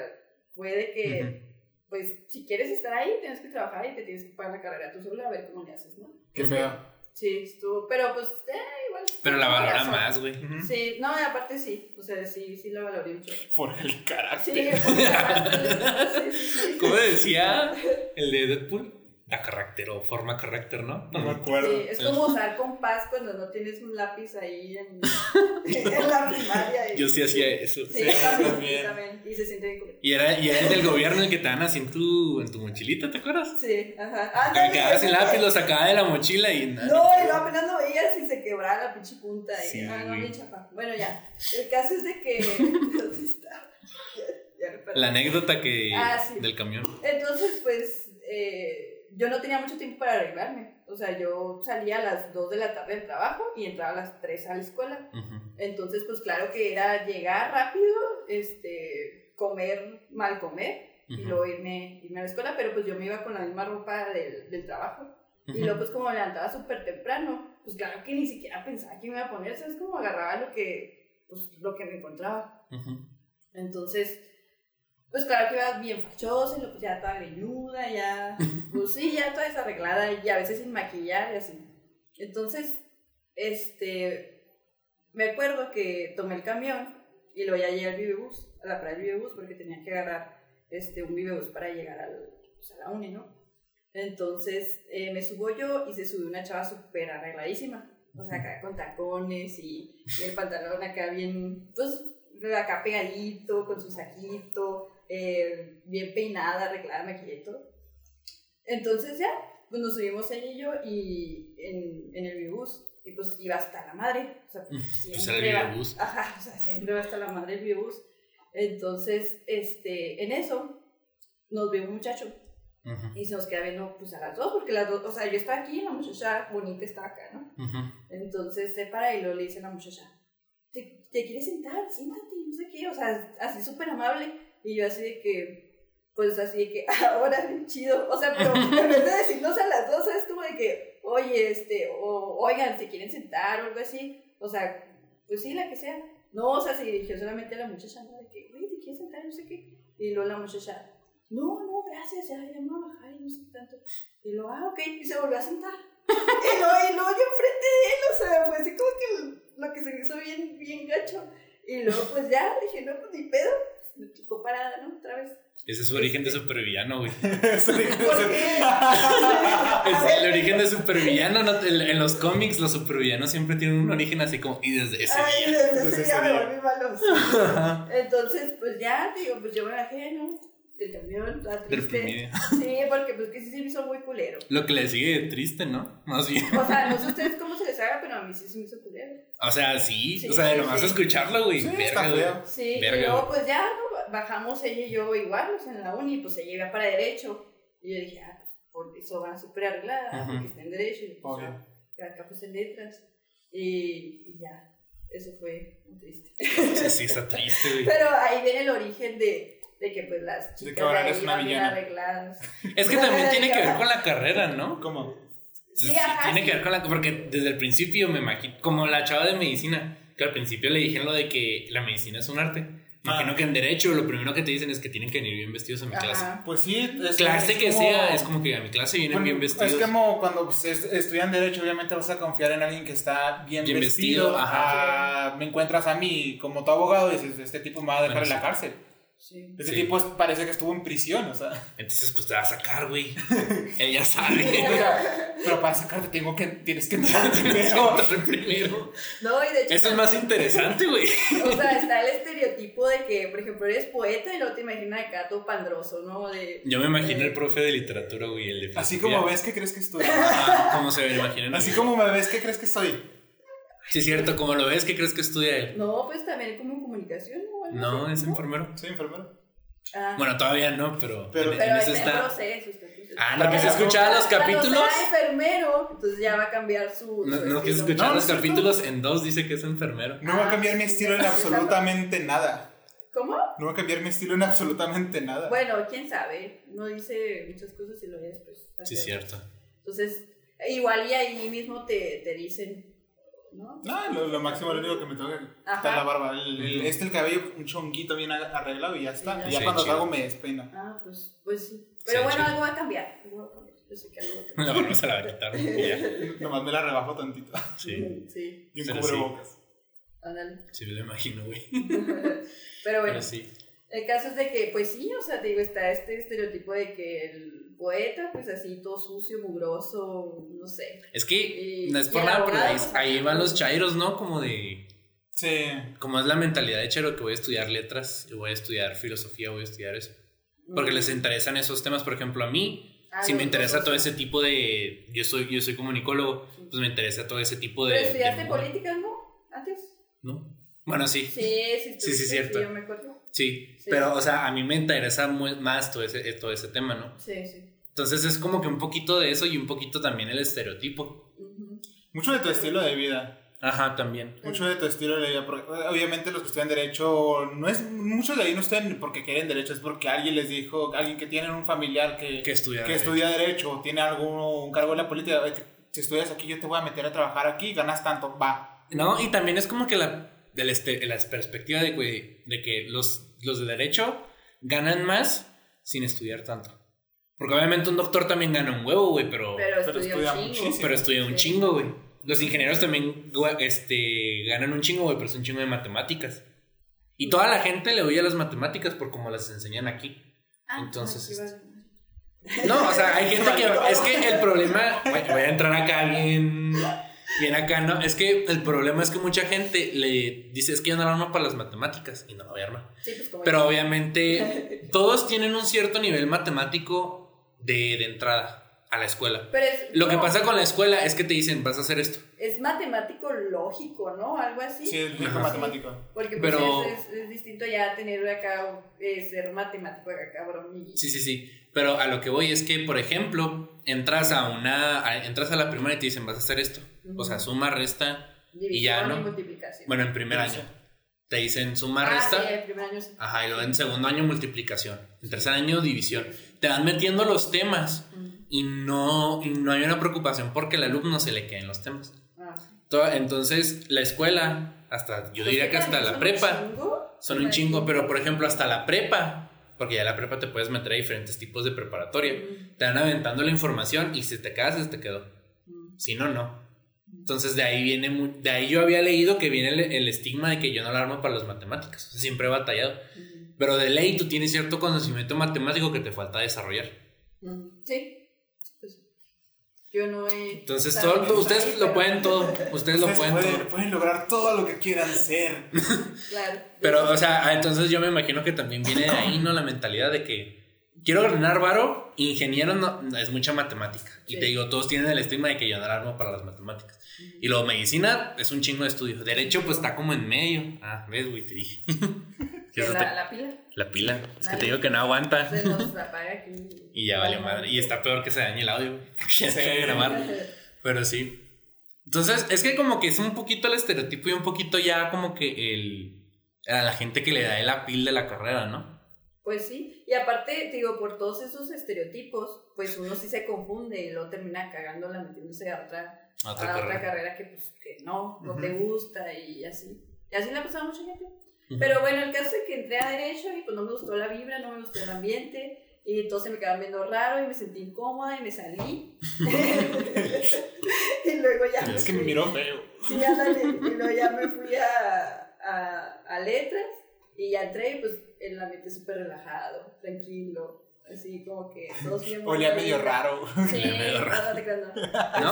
fue de que, pues, si quieres estar ahí, tienes que trabajar y te tienes que pagar la carrera tú solo a ver cómo le haces, ¿no? Qué feo. Sí, estuvo. Pero, pues, eh, igual. Pero la valora Corazón. más, güey. Sí, no, y aparte sí. O sea, sí, sí la valoré mucho. Por el Sí, carácter. (laughs) porque aparte- sí, sí, sí. Ah, Como decía el de Deadpool, la carácter o forma carácter, ¿no? No me Sí, (laughs) acuerdo. es como usar compás cuando no tienes un lápiz ahí en, (laughs) en la primaria. y- Yo sí hacía eso. Sí, Sí, también, también. también, Y se siente bien cool. Y era, y era el del gobierno el que te dan así en tu, en tu mochilita, ¿te acuerdas? Sí, ajá. Ah, Que Ándale, me quedabas el ándale. lápiz, lo sacaba de la mochila y nada. No, y lo apenas lo veías y se quebraba la pinche punta. Y, Sí, ah, no, güey. bien chafa. Bueno, (laughs) ya. El caso es de que. (laughs) ¿Dónde está? Ya, ya, perdón. La anécdota que Ah, sí. del camión. Entonces, pues, eh, yo no tenía mucho tiempo para arreglarme. O sea, yo salía a las 2 de la tarde del trabajo y entraba a las 3 a la escuela. Ujú. Entonces, pues, claro que era llegar rápido, este, comer, mal comer y Ujú. luego irme, irme a la escuela. Pero, pues, yo me iba con la misma ropa del, del trabajo. Ujú. Y luego, pues, como me levantaba súper temprano, pues, claro que ni siquiera pensaba que me iba a poner, ¿sabes? Como agarraba lo que, pues, lo que me encontraba. Ujú. Entonces, pues, claro que iba bien fachosa, y luego, pues, ya toda greñuda, ya, pues, sí, ya toda desarreglada, y a veces sin maquillar y así. Entonces, este, me acuerdo que tomé el camión y luego ya llegué al Vivebus, a la parada del Vivebus, porque tenía que agarrar, este, un Vivebus para llegar al, pues, a la uni, ¿no? Entonces eh, me subo yo y se subió una chava súper arregladísima. O sea, acá con tacones y, y el pantalón acá bien, pues, acá pegadito, con su saquito, eh, bien peinada, arreglada, maquillada y todo. Entonces ya, pues nos subimos ella y yo y en, en el bibús. Y pues iba hasta la madre. O sea, Mm, pues, era el siempre va- bibús. Ajá, o sea, siempre va hasta la madre el bibús. Entonces, este, en eso nos ve un muchacho Ujú. y se nos queda viendo pues a las dos, porque las dos, o sea, yo estaba aquí y la muchacha bonita estaba acá, ¿no? Ujú. Entonces se para y luego le dice a la muchacha, ¿te, te quieres sentar? Siéntate, no sé qué, o sea, así súper amable. Y yo así de que, pues así de que, (laughs) ahora bien chido. O sea, pero en vez de decirnos a las dos, es como de que, oye, este, o oigan, ¿se quieren sentar o algo así? O sea, pues sí, la que sea. No, o sea, se dirigió solamente a la muchacha, ¿no? De que, oye, ¿te quieres sentar? No sé qué. Y luego la muchacha, no, no, gracias, ya, ya me voy a bajar y no sé qué tanto. Y luego, ah, ok, y se volvió a sentar. (laughs) y luego, y luego yo enfrente de él, (laughs) o sea, fue así como que lo- lo que se me hizo bien, bien gacho. Y luego, pues ya, dije, no, pues ni pedo. Me tocó parada, ¿no? Otra (laughs) vez. Ese es su origen de supervillano, (laughs) güey. Eso dije de ¿Por ser- qué? (laughs) Es el origen de supervillano. ¿no? En en los cómics, los supervillanos siempre tienen un origen así como. Y desde ese Ay, día. desde Desde ese ese día me día. volví (laughs) malo. Entonces, pues ya, digo, pues yo me bajé, ¿no? Del camión, toda triste. Deprimida. Sí, porque pues que sí se me hizo muy culero. Lo que le sigue de triste, ¿no? Más bien. O sea, no sé ustedes cómo se les haga, pero a mí sí se me hizo culero. O sea, sí. Sí, o sea, sí, nomás sí. escucharlo, güey. Sí, verga, está güey. feo. Sí, Verga, y luego güey. pues ya ¿no? bajamos ella y yo igual, o sea, en la uni, pues ella iba para derecho. Y yo dije, ah, pues por eso van súper arreglada, Ujú. porque está en derecho. Y pues, Obvio. ah, acá pues en letras. Y, y ya, eso fue muy triste. Sí, sí, está triste, (laughs) güey. Pero ahí viene el origen de, de que pues las que chicas ahora ahí eres una van bien villana. arregladas. Es que también tiene que ver con la carrera, ¿no? ¿Cómo? Sí, ajá, tiene sí. que ver con la. Porque desde el principio me imagino. Como la chava de medicina, que al principio le dijeron lo de que la medicina es un arte. Imagino Ah. que en derecho lo primero que te dicen es que tienen que venir bien vestidos a mi clase. Ajá. Pues sí. es- Clase es que como- sea, es como que a mi clase vienen Bueno, bien vestidos. Es como cuando pues, es- estudian Derecho, obviamente vas a confiar en alguien que está bien, Bien vestido. vestido, Ah, me encuentras a mí como tu abogado y dices, este tipo me va a dejar Bueno, en la sí. cárcel. (laughs) Sí. Este Sí. tipo es- parece que estuvo en prisión, o sea. (laughs) Entonces, pues te va a sacar, güey. Él ya sabe. (laughs) Pero para sacarte tengo que, tienes que entrar Tienes que (laughs) primero. entrar primero. No, y de hecho, Eso es más interesante, güey. o sea, está el estereotipo de que, por ejemplo, eres poeta y luego te imaginas acá todo pandroso, ¿no? De, Yo me imagino el profe de literatura, güey, el de Así filosofía. como ves que crees que estoy. Ah, como se ve, imagínate. Así como me ves que crees que estoy. Sí, es cierto, como lo ves, ¿qué crees que estudia él? No, pues también como comunicación, ¿no? Algo No, así, es enfermero. Soy enfermero. Ah. Bueno, todavía no, pero, Pero- en, en Pero este eso está el está. proceso, está el proceso. Ah, no, que se Pero escuchaban los cuando capítulos. sea enfermero, entonces ya va a cambiar su. No, su no quise estilo. escuchar No, los es cierto. capítulos en dos, dice que es enfermero. No Ah, va a cambiar mi estilo en absolutamente nada. ¿Cómo? No va a cambiar mi estilo en absolutamente nada. Bueno, quién sabe. No dice muchas cosas y lo ve después. Está Sí, feo. cierto. (laughs) Entonces, igual y ahí mismo te, te dicen. ¿No? No, lo, lo máximo, lo único que me toca Ajá. está la barba. El, el- este, el cabello, un chonguito bien a- arreglado y ya está. Sí, ya. Y ya Sí, cuando chido. salgo me despeino. Ah, pues, pues sí. Pero Sí, bueno, sí. algo va a cambiar. Algo va a cambiar. Yo sé que algo (laughs) va a La cambiar. barba se la va a quitar. y ya. Nomás me la rebajo tantito. (laughs) Sí, Sí, Y un Pero cubrebocas. ándale. (laughs) sí me lo imagino, güey. Pero bueno, Pero sí. el caso es de que, pues sí, o sea, te digo, está este estereotipo de que el poeta, pues así, todo sucio, mugroso, no sé. Es que Y- no es y por el nada, pero abogado, ahí, pues, ahí van los chairos, ¿no? Como de. Sí. Como es la mentalidad de chairo que voy a estudiar letras, y voy a estudiar filosofía, voy a estudiar eso. Porque les interesan esos temas. Por ejemplo, a mí, Ah, si me los interesa otros, todo ¿no? ese tipo de. Yo soy, yo soy comunicólogo, pues me interesa todo ese tipo de. Pero estudiaste de- políticas, ¿no? Antes. ¿no? Bueno, sí, Sí, sí, Sí, sí, estuviste, cierto. yo me acuerdo. sí, Sí. Pero, o sea, a mí me interesa mu- más todo ese, eh, todo ese tema, ¿no? Sí, sí. Entonces es como que un poquito de eso y un poquito también el estereotipo. Ujú. Mucho de tu estilo de vida. Ajá, también. Mucho de tu estilo de vida, porque, eh, obviamente los que estudian derecho, no es, muchos de ahí no estudian porque quieren derecho, es porque alguien les dijo, alguien que tiene un familiar que, Que estudiar. que estudia derecho, o tiene alguno, un cargo en la política, "Eh, si estudias aquí yo te voy a meter a trabajar aquí, ganas tanto, va. No, y también es como que la, del este- la perspectiva de que, de que los, los de derecho ganan más sin estudiar tanto. Porque obviamente un doctor también gana un huevo, güey, pero, pero, Pero, Oh, pero estudia estudia un chingo. muchísimo. estudia un Sí. chingo, güey. Los ingenieros también gua- este, ganan un chingo, güey, pero es un chingo de matemáticas. Y toda la gente le oye a las matemáticas por cómo las enseñan aquí. Ah, Entonces, este, aquí va. No, o sea, hay gente que. Es que el problema. Voy voy a entrar acá bien. Bien acá, ¿no? Es que el problema es que mucha gente le dice: Es que yo no la armo para las matemáticas. Y no la voy a armar. Sí, pues como Pero yo. obviamente, todos tienen un cierto nivel matemático de, de entrada a la escuela. Pero es, Lo que no, pasa con la escuela es que te dicen: Vas a hacer esto. es matemático lógico, ¿no? Algo así. Sí, el Ajá. hijo matemático. Porque pues, Pero- es, es- es distinto ya tener acá, eh, ser matemático acá, cabrón. Y, Sí, sí, sí. Pero a lo que voy es que, por ejemplo, entras a una. a- entras a la primaria y te dicen: Vas a hacer esto. O sea, suma, resta. división y ya, ¿no? multiplicación. Bueno, en primer Sí, año. sí. Te dicen: Suma, ah, resta. sí, el primer año sí. Ajá, y luego en segundo año multiplicación, en tercer año división. Te van metiendo los temas Mm, y no, y no hay una preocupación porque al alumno se le queden los temas. ah, sí. To- Entonces, la escuela, hasta yo Pues diría que hasta también son la un prepa, chingo. son un chingo, pero por ejemplo, hasta la prepa, porque ya la prepa te puedes meter a diferentes tipos de preparatoria, Mm, te van aventando la información y si te quedas, se te quedó. mm, Si no, no. Entonces de ahí viene, mu- de ahí yo había leído que viene el, el estigma de que yo no la armo para las matemáticas. O sea, siempre he batallado. mm, Pero de ley tú tienes cierto conocimiento matemático que te falta desarrollar. mm. Sí. sí, pues, yo no he... Entonces, sabido todo- ustedes ahí, lo pero- pueden todo. Ustedes lo Ustedes pueden pueden, todo. pueden lograr todo lo que quieran ser. (laughs) Claro. Pero, o sea, ah, entonces yo me imagino que también viene de ahí, ¿no? La mentalidad de que quiero ganar varo, ingeniero no, no, es mucha matemática. Y Sí. te digo, todos tienen el estigma de que yo no la armo para las matemáticas. Y luego medicina es un chingo de estudio. Derecho, pues está como en medio. Ah, ves, güey, te dije. (laughs) Que Que eso te- la, la, la pila pila. Es que Vale. te digo que no aguanta. se (laughs) nos apaga aquí. Y ya valió madre. Y (laughs) está peor que se dañe el audio. (laughs) porque Ya se deja de grabar. Pero sí. Entonces, es que como que es un poquito el estereotipo y un poquito ya como que el. A la gente que le da el apil de la carrera, ¿no? Pues sí, y aparte, te digo, por todos esos estereotipos, pues uno sí se confunde y luego termina cagándola metiéndose a otra, A a otra carrera. otra carrera que pues que no, no te Ujú. gusta y así. Y así le ha pasado a mucha gente. Ujú. Pero bueno, el caso es que entré a Derecho y pues no me gustó la vibra, no me gustó el ambiente, y entonces me quedaban viendo raro y me sentí incómoda y me salí. (laughs) y luego ya. me Es que me fui. miró feo. Sí, ándale. Y luego ya me fui a, a, a letras y ya entré y pues el ambiente súper relajado, tranquilo. Así como que todos bien Olía buena medio vibra. raro. Sí, Olía medio no, raro. no te creas, ¿No? no.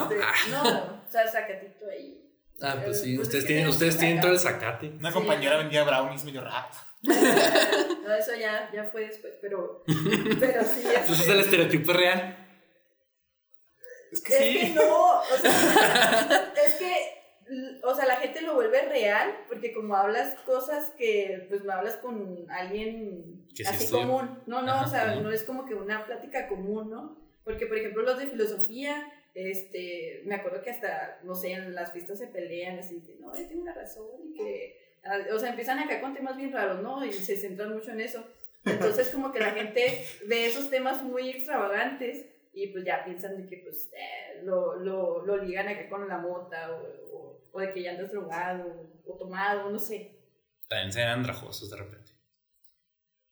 Este, Ah, no, o sea, sacatito ahí. ah, pues sí. Pues es Ustedes tienen, que tenemos ustedes un tienen todo el sacate. sacate. Una Sí. compañera vendía brownies medio raros. No, eso ya, ya fue después, pero, pero sí. este, Entonces, el estereotipo es real. Es que Es que sí. no, o sea, es que, l- o sea, la gente lo vuelve real porque como hablas cosas que, pues, no hablas con alguien Que sí así estudia. común. No, no, Ajá, o sea, común. no es como que una plática común, ¿no? Porque, por ejemplo, los de filosofía, este, me acuerdo que hasta, no sé, en las pistas se pelean, así que, no, él tiene una razón, y que, ah, o sea, empiezan acá con temas bien raros, ¿no? Y se centran mucho en eso. Entonces, como (laughs) que la gente ve esos temas muy extravagantes y pues ya piensan de que, pues, eh, lo, lo, lo ligan acá con la mota o, o- o de que ya andas drogado o tomado, no sé. También se dan andrajosos de repente.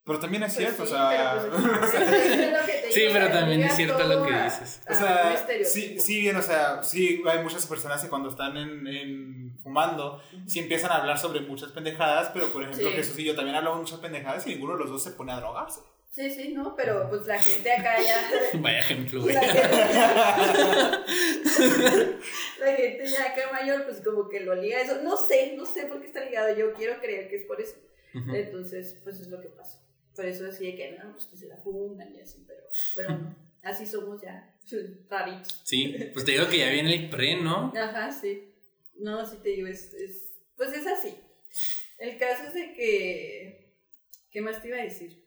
Pero también es Pues cierto, sí, o sea. pero (laughs) pues (laughs) es- es lo que te Sí, llega, pero también llega es cierto todo lo que a- dices. a O un sea, sí, ah, estereotipo. sí, bien, o sea, sí, hay muchas personas que cuando están en, en fumando, sí empiezan a hablar sobre muchas pendejadas, pero por ejemplo, Sí. Jesús y yo también hablamos muchas pendejadas y ninguno de los dos se pone a drogarse. Sí, sí, no, pero pues la gente acá ya. (laughs) (laughs) Vaya ejemplo, güey. La gente, (laughs) la gente ya acá mayor, pues como que lo liga a eso. No sé, no sé por qué está ligado. Yo quiero creer que es por eso. Ujú. Entonces, pues es lo que pasa. Por eso decía que no, pues que se la fuman y así, pero bueno, no. así somos ya. (laughs) Raritos. Sí, pues te digo que ya viene el pre, ¿no? Ajá, sí. No, sí te digo, es, es. Pues es así. El caso es de que. ¿Qué más te iba a decir?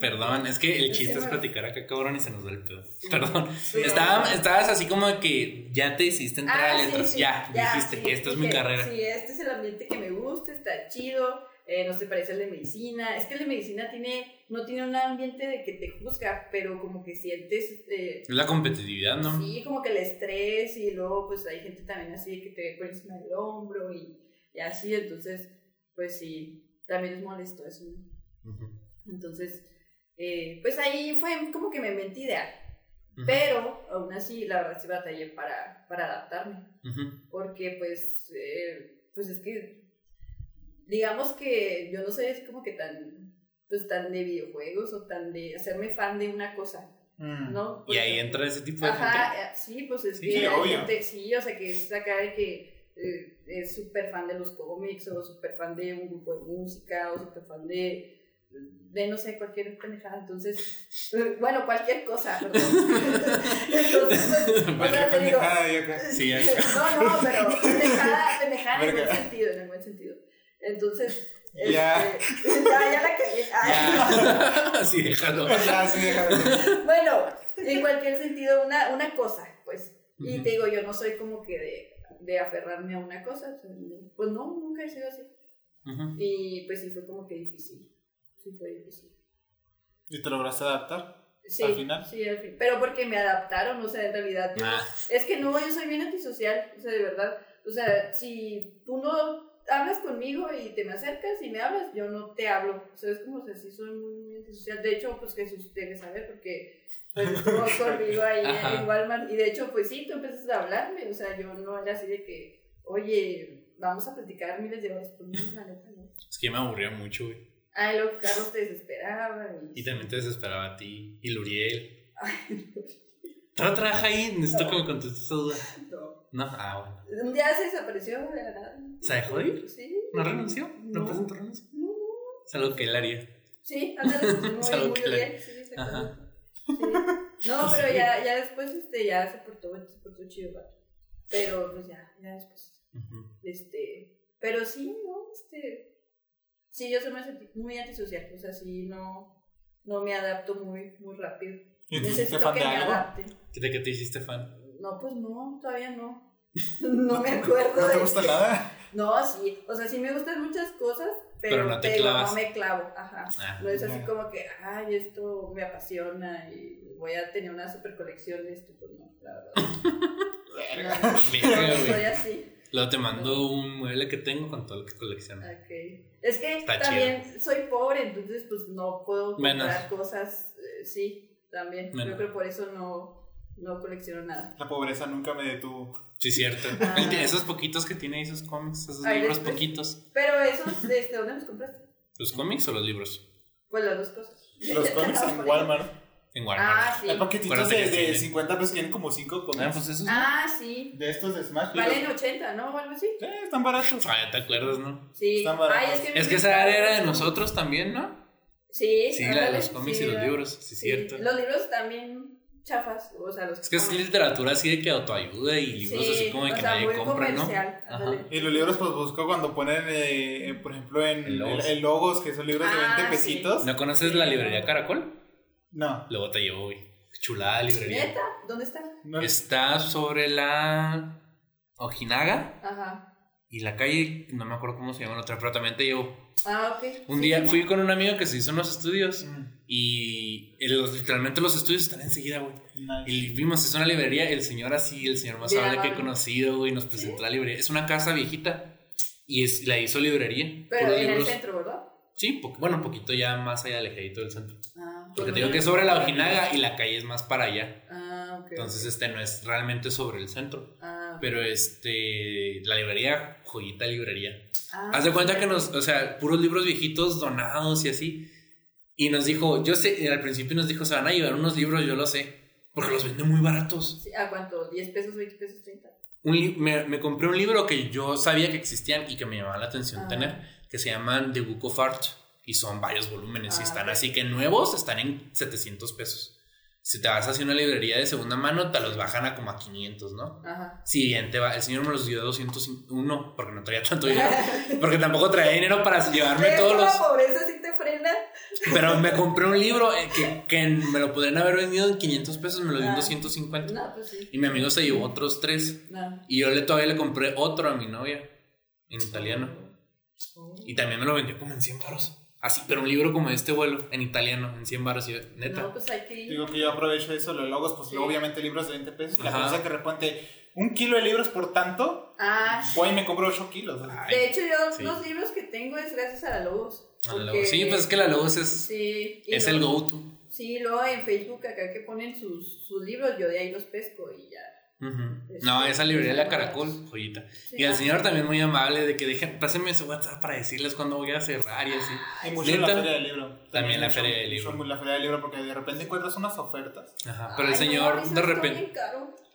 Perdón, es que el Sí, chiste es bueno. platicar acá, cabrón, y se nos da el pedo. Perdón. Sí. Estaba- estabas así como que ya te hiciste entrar Ah, a letras. ya, dijiste, sí, esta es mi dije, carrera. Sí, este es el ambiente que me gusta, está chido, eh, no se parece al de medicina. Es que el de medicina tiene, no tiene un ambiente de que te juzga, pero como que sientes, eh, Es la competitividad, ¿no? sí, como que el estrés y luego pues hay gente también así que te ve por encima del hombro y, y así, entonces pues sí, también es molesto eso. ¿no? Ujú, Entonces, eh, pues ahí fue como que me mentí ideal, ujú, pero aún así la verdad sí batallé para, para adaptarme ujú. porque pues, eh, pues es que, digamos que yo no soy así como que tan, pues tan de videojuegos o tan de hacerme fan de una cosa, ¿no? Y Por ahí ejemplo. entra ese tipo de gente. Ajá, eh, sí, pues es Sí, que sí, hay obvio. gente, sí, o sea que es acá de que eh, es súper fan de los cómics o súper fan de un grupo de música o súper fan de de no sé, cualquier pendejada, entonces, (laughs) eh, bueno, cualquier cosa, perdón. (laughs) entonces, pues, o (laughs) (laughs) sea, te digo, Pendejada, yo creo. Sí, es- (laughs) no, no, pero (laughs) pendejada, pendejada en el buen Verga. sentido, en el buen sentido. Entonces, Ya. este, ya, ya la (laughs) cagué. Ay. Ya. sí, (laughs) déjalo. Ya, sí, déjalo. Bueno, en cualquier sentido, una, una cosa, pues. Y Ujú. te digo, yo no soy como que de, de aferrarme a una cosa. o sea, no, Pues no, nunca he sido así. Ujú. Y pues sí fue como que difícil. Sí fue difícil. ¿Y te lograste adaptar? Sí, ¿Al final? sí, al fin. Pero porque me adaptaron, o sea, en realidad yo Ah, Es que no, yo soy bien antisocial, o sea, de verdad. O sea, si tú no hablas conmigo y te me acercas y me hablas, yo no te hablo. O sea, es como, o sea, sí soy muy, muy antisocial. De hecho, pues Jesús debe saber porque pues, estuvo (laughs) conmigo ahí Ajá. en Walmart. Y de hecho, pues sí, tú empezaste a hablarme. O sea, yo no era así de que, oye, vamos a platicar miles de horas. Pues no, la neta, no. es que me aburría mucho, güey. Ay, lo que Carlos te desesperaba. Y también te desesperaba a ti y Luriel. ¿Tra trabaja ahí? Necesito que me contestes esa duda. no. No, ah, bueno. Un día se desapareció de la nada. ¿Se dejó de ir? Sí. ¿No renunció? ¿No No. presentó renuncia? No, no. Es algo que él haría. Sí, ándale, pues, muy, (laughs) Salud, muy claro. bien. Sí, se Ajá. acuerda. Sí. No, (laughs) pero ya, ya después este, ya se portó, se portó chido el vato. Pero pues ya, ya después. Ujú. Este, pero sí, no, este. Sí, yo soy muy anti- muy antisocial, o sea, sí, no, no me adapto muy, muy rápido. ¿Y te hiciste Necesito fan que de me algo? adapte. ¿De qué te hiciste fan? No, pues no, todavía no. (laughs) No me acuerdo. ¿No te de- gusta nada? No, sí, o sea, sí me gustan muchas cosas, pero, Pero no te digo, clavas. no me clavo, ajá. Ah, (laughs) No es así Ya. como que, ay, esto me apasiona y voy a tener una super colección de esto, pues no, (laughs) la verdad. verga, No soy güey. así. Luego te mando un mueble que tengo con todo lo que colecciono. ok. Es que Está también soy pobre, entonces pues no puedo Menos. comprar cosas, eh, sí, también. Menos. Yo creo que por eso no, no colecciono nada. La pobreza nunca me detuvo. Sí, cierto. Ah. Él tiene Esos poquitos que tiene ahí, esos cómics, esos Ay, libros después- poquitos. Pero esos, (laughs) este, ¿dónde los compraste? ¿Los cómics o los libros? Pues las dos cosas. Los cómics en Walmart. En Walmart. Ah, sí. Hay paquetitos Acuérdate de, que de sí. 50 pesos que tienen como 5 Ah, cómics. pues esos. Ah, sí. De estos de Smash. y Valen los- 80, ¿no? O algo así. Sí, están baratos. Ah, ya te acuerdas, ¿no? Sí. Están baratos. Ay, es que, Es que esa área era de nosotros también, ¿no? Sí. Sí, la de ándale, los cómics sí, y los ¿verdad? libros, sí, Sí, cierto. Los libros también chafas, o sea, los Es que es literatura así de que autoayuda y libros Sí, así como de o que sea, nadie muy compra, ¿no? comercial, ándale. Y los libros, pues busco cuando ponen, eh, eh, por ejemplo, en El el Logos. el- el logos, que son libros de Ah, 20 sí. pesitos. ¿No conoces la librería Caracol? No. Luego te llevo, güey. Chulada de librería. ¿Neta? ¿Dónde está? No, Está sobre la Ojinaga Ajá. y la calle, no me acuerdo cómo se llama la otra, pero también te llevo. Ah, ok. Un Sí, día sí. fui con un amigo que se hizo unos estudios Mm, y los- literalmente los estudios están enseguida, güey. nice. Y vimos, es una librería, el señor así, el señor más Bien amable que he amable. conocido, güey, nos presentó la librería. Es una casa viejita y es, la hizo librería. Pero puros en el libros. centro, ¿verdad? Sí, po- bueno, poquito ya más allá alejadito del centro. Ah, Porque te digo que es sobre la Ojinaga y la calle es más para allá. Ah, ok. Entonces, este no es realmente sobre el centro. Ah, ok. Pero este, la librería, joyita librería. Ah, Haz de cuenta sí. que nos, o sea, puros libros viejitos donados y así. Y nos dijo, yo sé, al principio nos dijo, se van a llevar unos libros, yo lo sé, porque los venden muy baratos. Sí, ¿A cuánto? ¿10 pesos, 20 pesos, 30? Un li- me, me compré un libro que yo sabía que existían y que me llamaba la atención Ah. tener, que se llaman The Book of Art. Y son varios volúmenes y Ah, están ok. así que nuevos, están en 700 pesos. Si te vas hacia una librería de segunda mano, te los bajan a como a 500, ¿no? Ajá. Si bien te va, el señor me los dio 201 porque no traía tanto dinero. (laughs) Porque tampoco traía dinero para llevarme ¿Ves todos cómo los... La pobreza sí te frena. Pero me compré un libro eh, que, que me lo podrían haber vendido en 500 pesos, me lo dio en Ah. 250. No, pues sí. Y mi amigo se llevó otros tres. No. Y yo le todavía le compré otro a mi novia, en italiano. Oh. Y también me lo vendió como en 100 baros. Así, pero un libro como este vuelo, en italiano, en 100 baros. Y yo, neta. No, pues hay que ir. Digo que yo aprovecho eso, los logos, pues Sí. obviamente libros de 20 pesos. La Ajá. cosa que de repente, un kilo de libros por tanto, Ah, hoy me compro 8 kilos. Ay, de hecho, yo sí. los libros que tengo es gracias a la Lobos. a la porque- Lobos. Sí, pues es que la Lobos es, Sí. y es luego- el go-to. Sí, luego en Facebook acá que ponen sus, sus libros, yo de ahí los pesco y ya. Ujú. No, esa librería de la Caracol, joyita. Y el señor también muy amable de que dejen, pásenme su WhatsApp para decirles cuándo voy a cerrar y así. Y mucho en la ¿Neta? feria del libro. También la mucho- feria del libro. mucho en la feria del libro porque de repente encuentras unas ofertas. Ajá. Pero el señor de repente...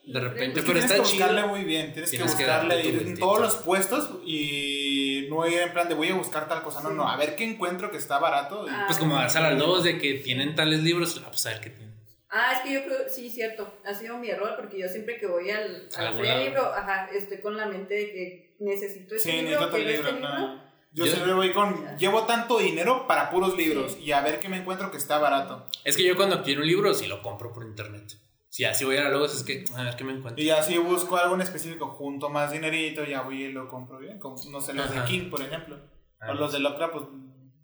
de repente- Es que pero tienes está que buscarle chido. muy bien, tienes, Tienes que que buscarle darle tu ir en vueltita. todos los puestos y no ir en plan de voy a buscar tal cosa, no, Sí. no, a ver qué encuentro que está barato. y- Ah. Pues como darse a las lobos de que tienen tales libros, ah, pues a ver qué tienen. Ah, es que yo creo, sí, cierto, ha sido mi error porque yo siempre que voy al, a la Algún feria del lado. libro, ajá, estoy con la mente de que necesito este Sí, libro, necesito tal quiero libro, este libro. no. Yo Yo- siempre voy con, llevo tanto dinero para puros libros Sí. y a ver qué me encuentro que está barato. Es que yo cuando quiero un libro, sí lo compro por internet. Si así voy a la lobos, es que a ver qué me encuentro. Y así busco algo en específico, junto más dinerito, ya voy y lo compro bien. Como, no sé, los de Ajá. King, por ejemplo. Ah, o los de Lovecraft, pues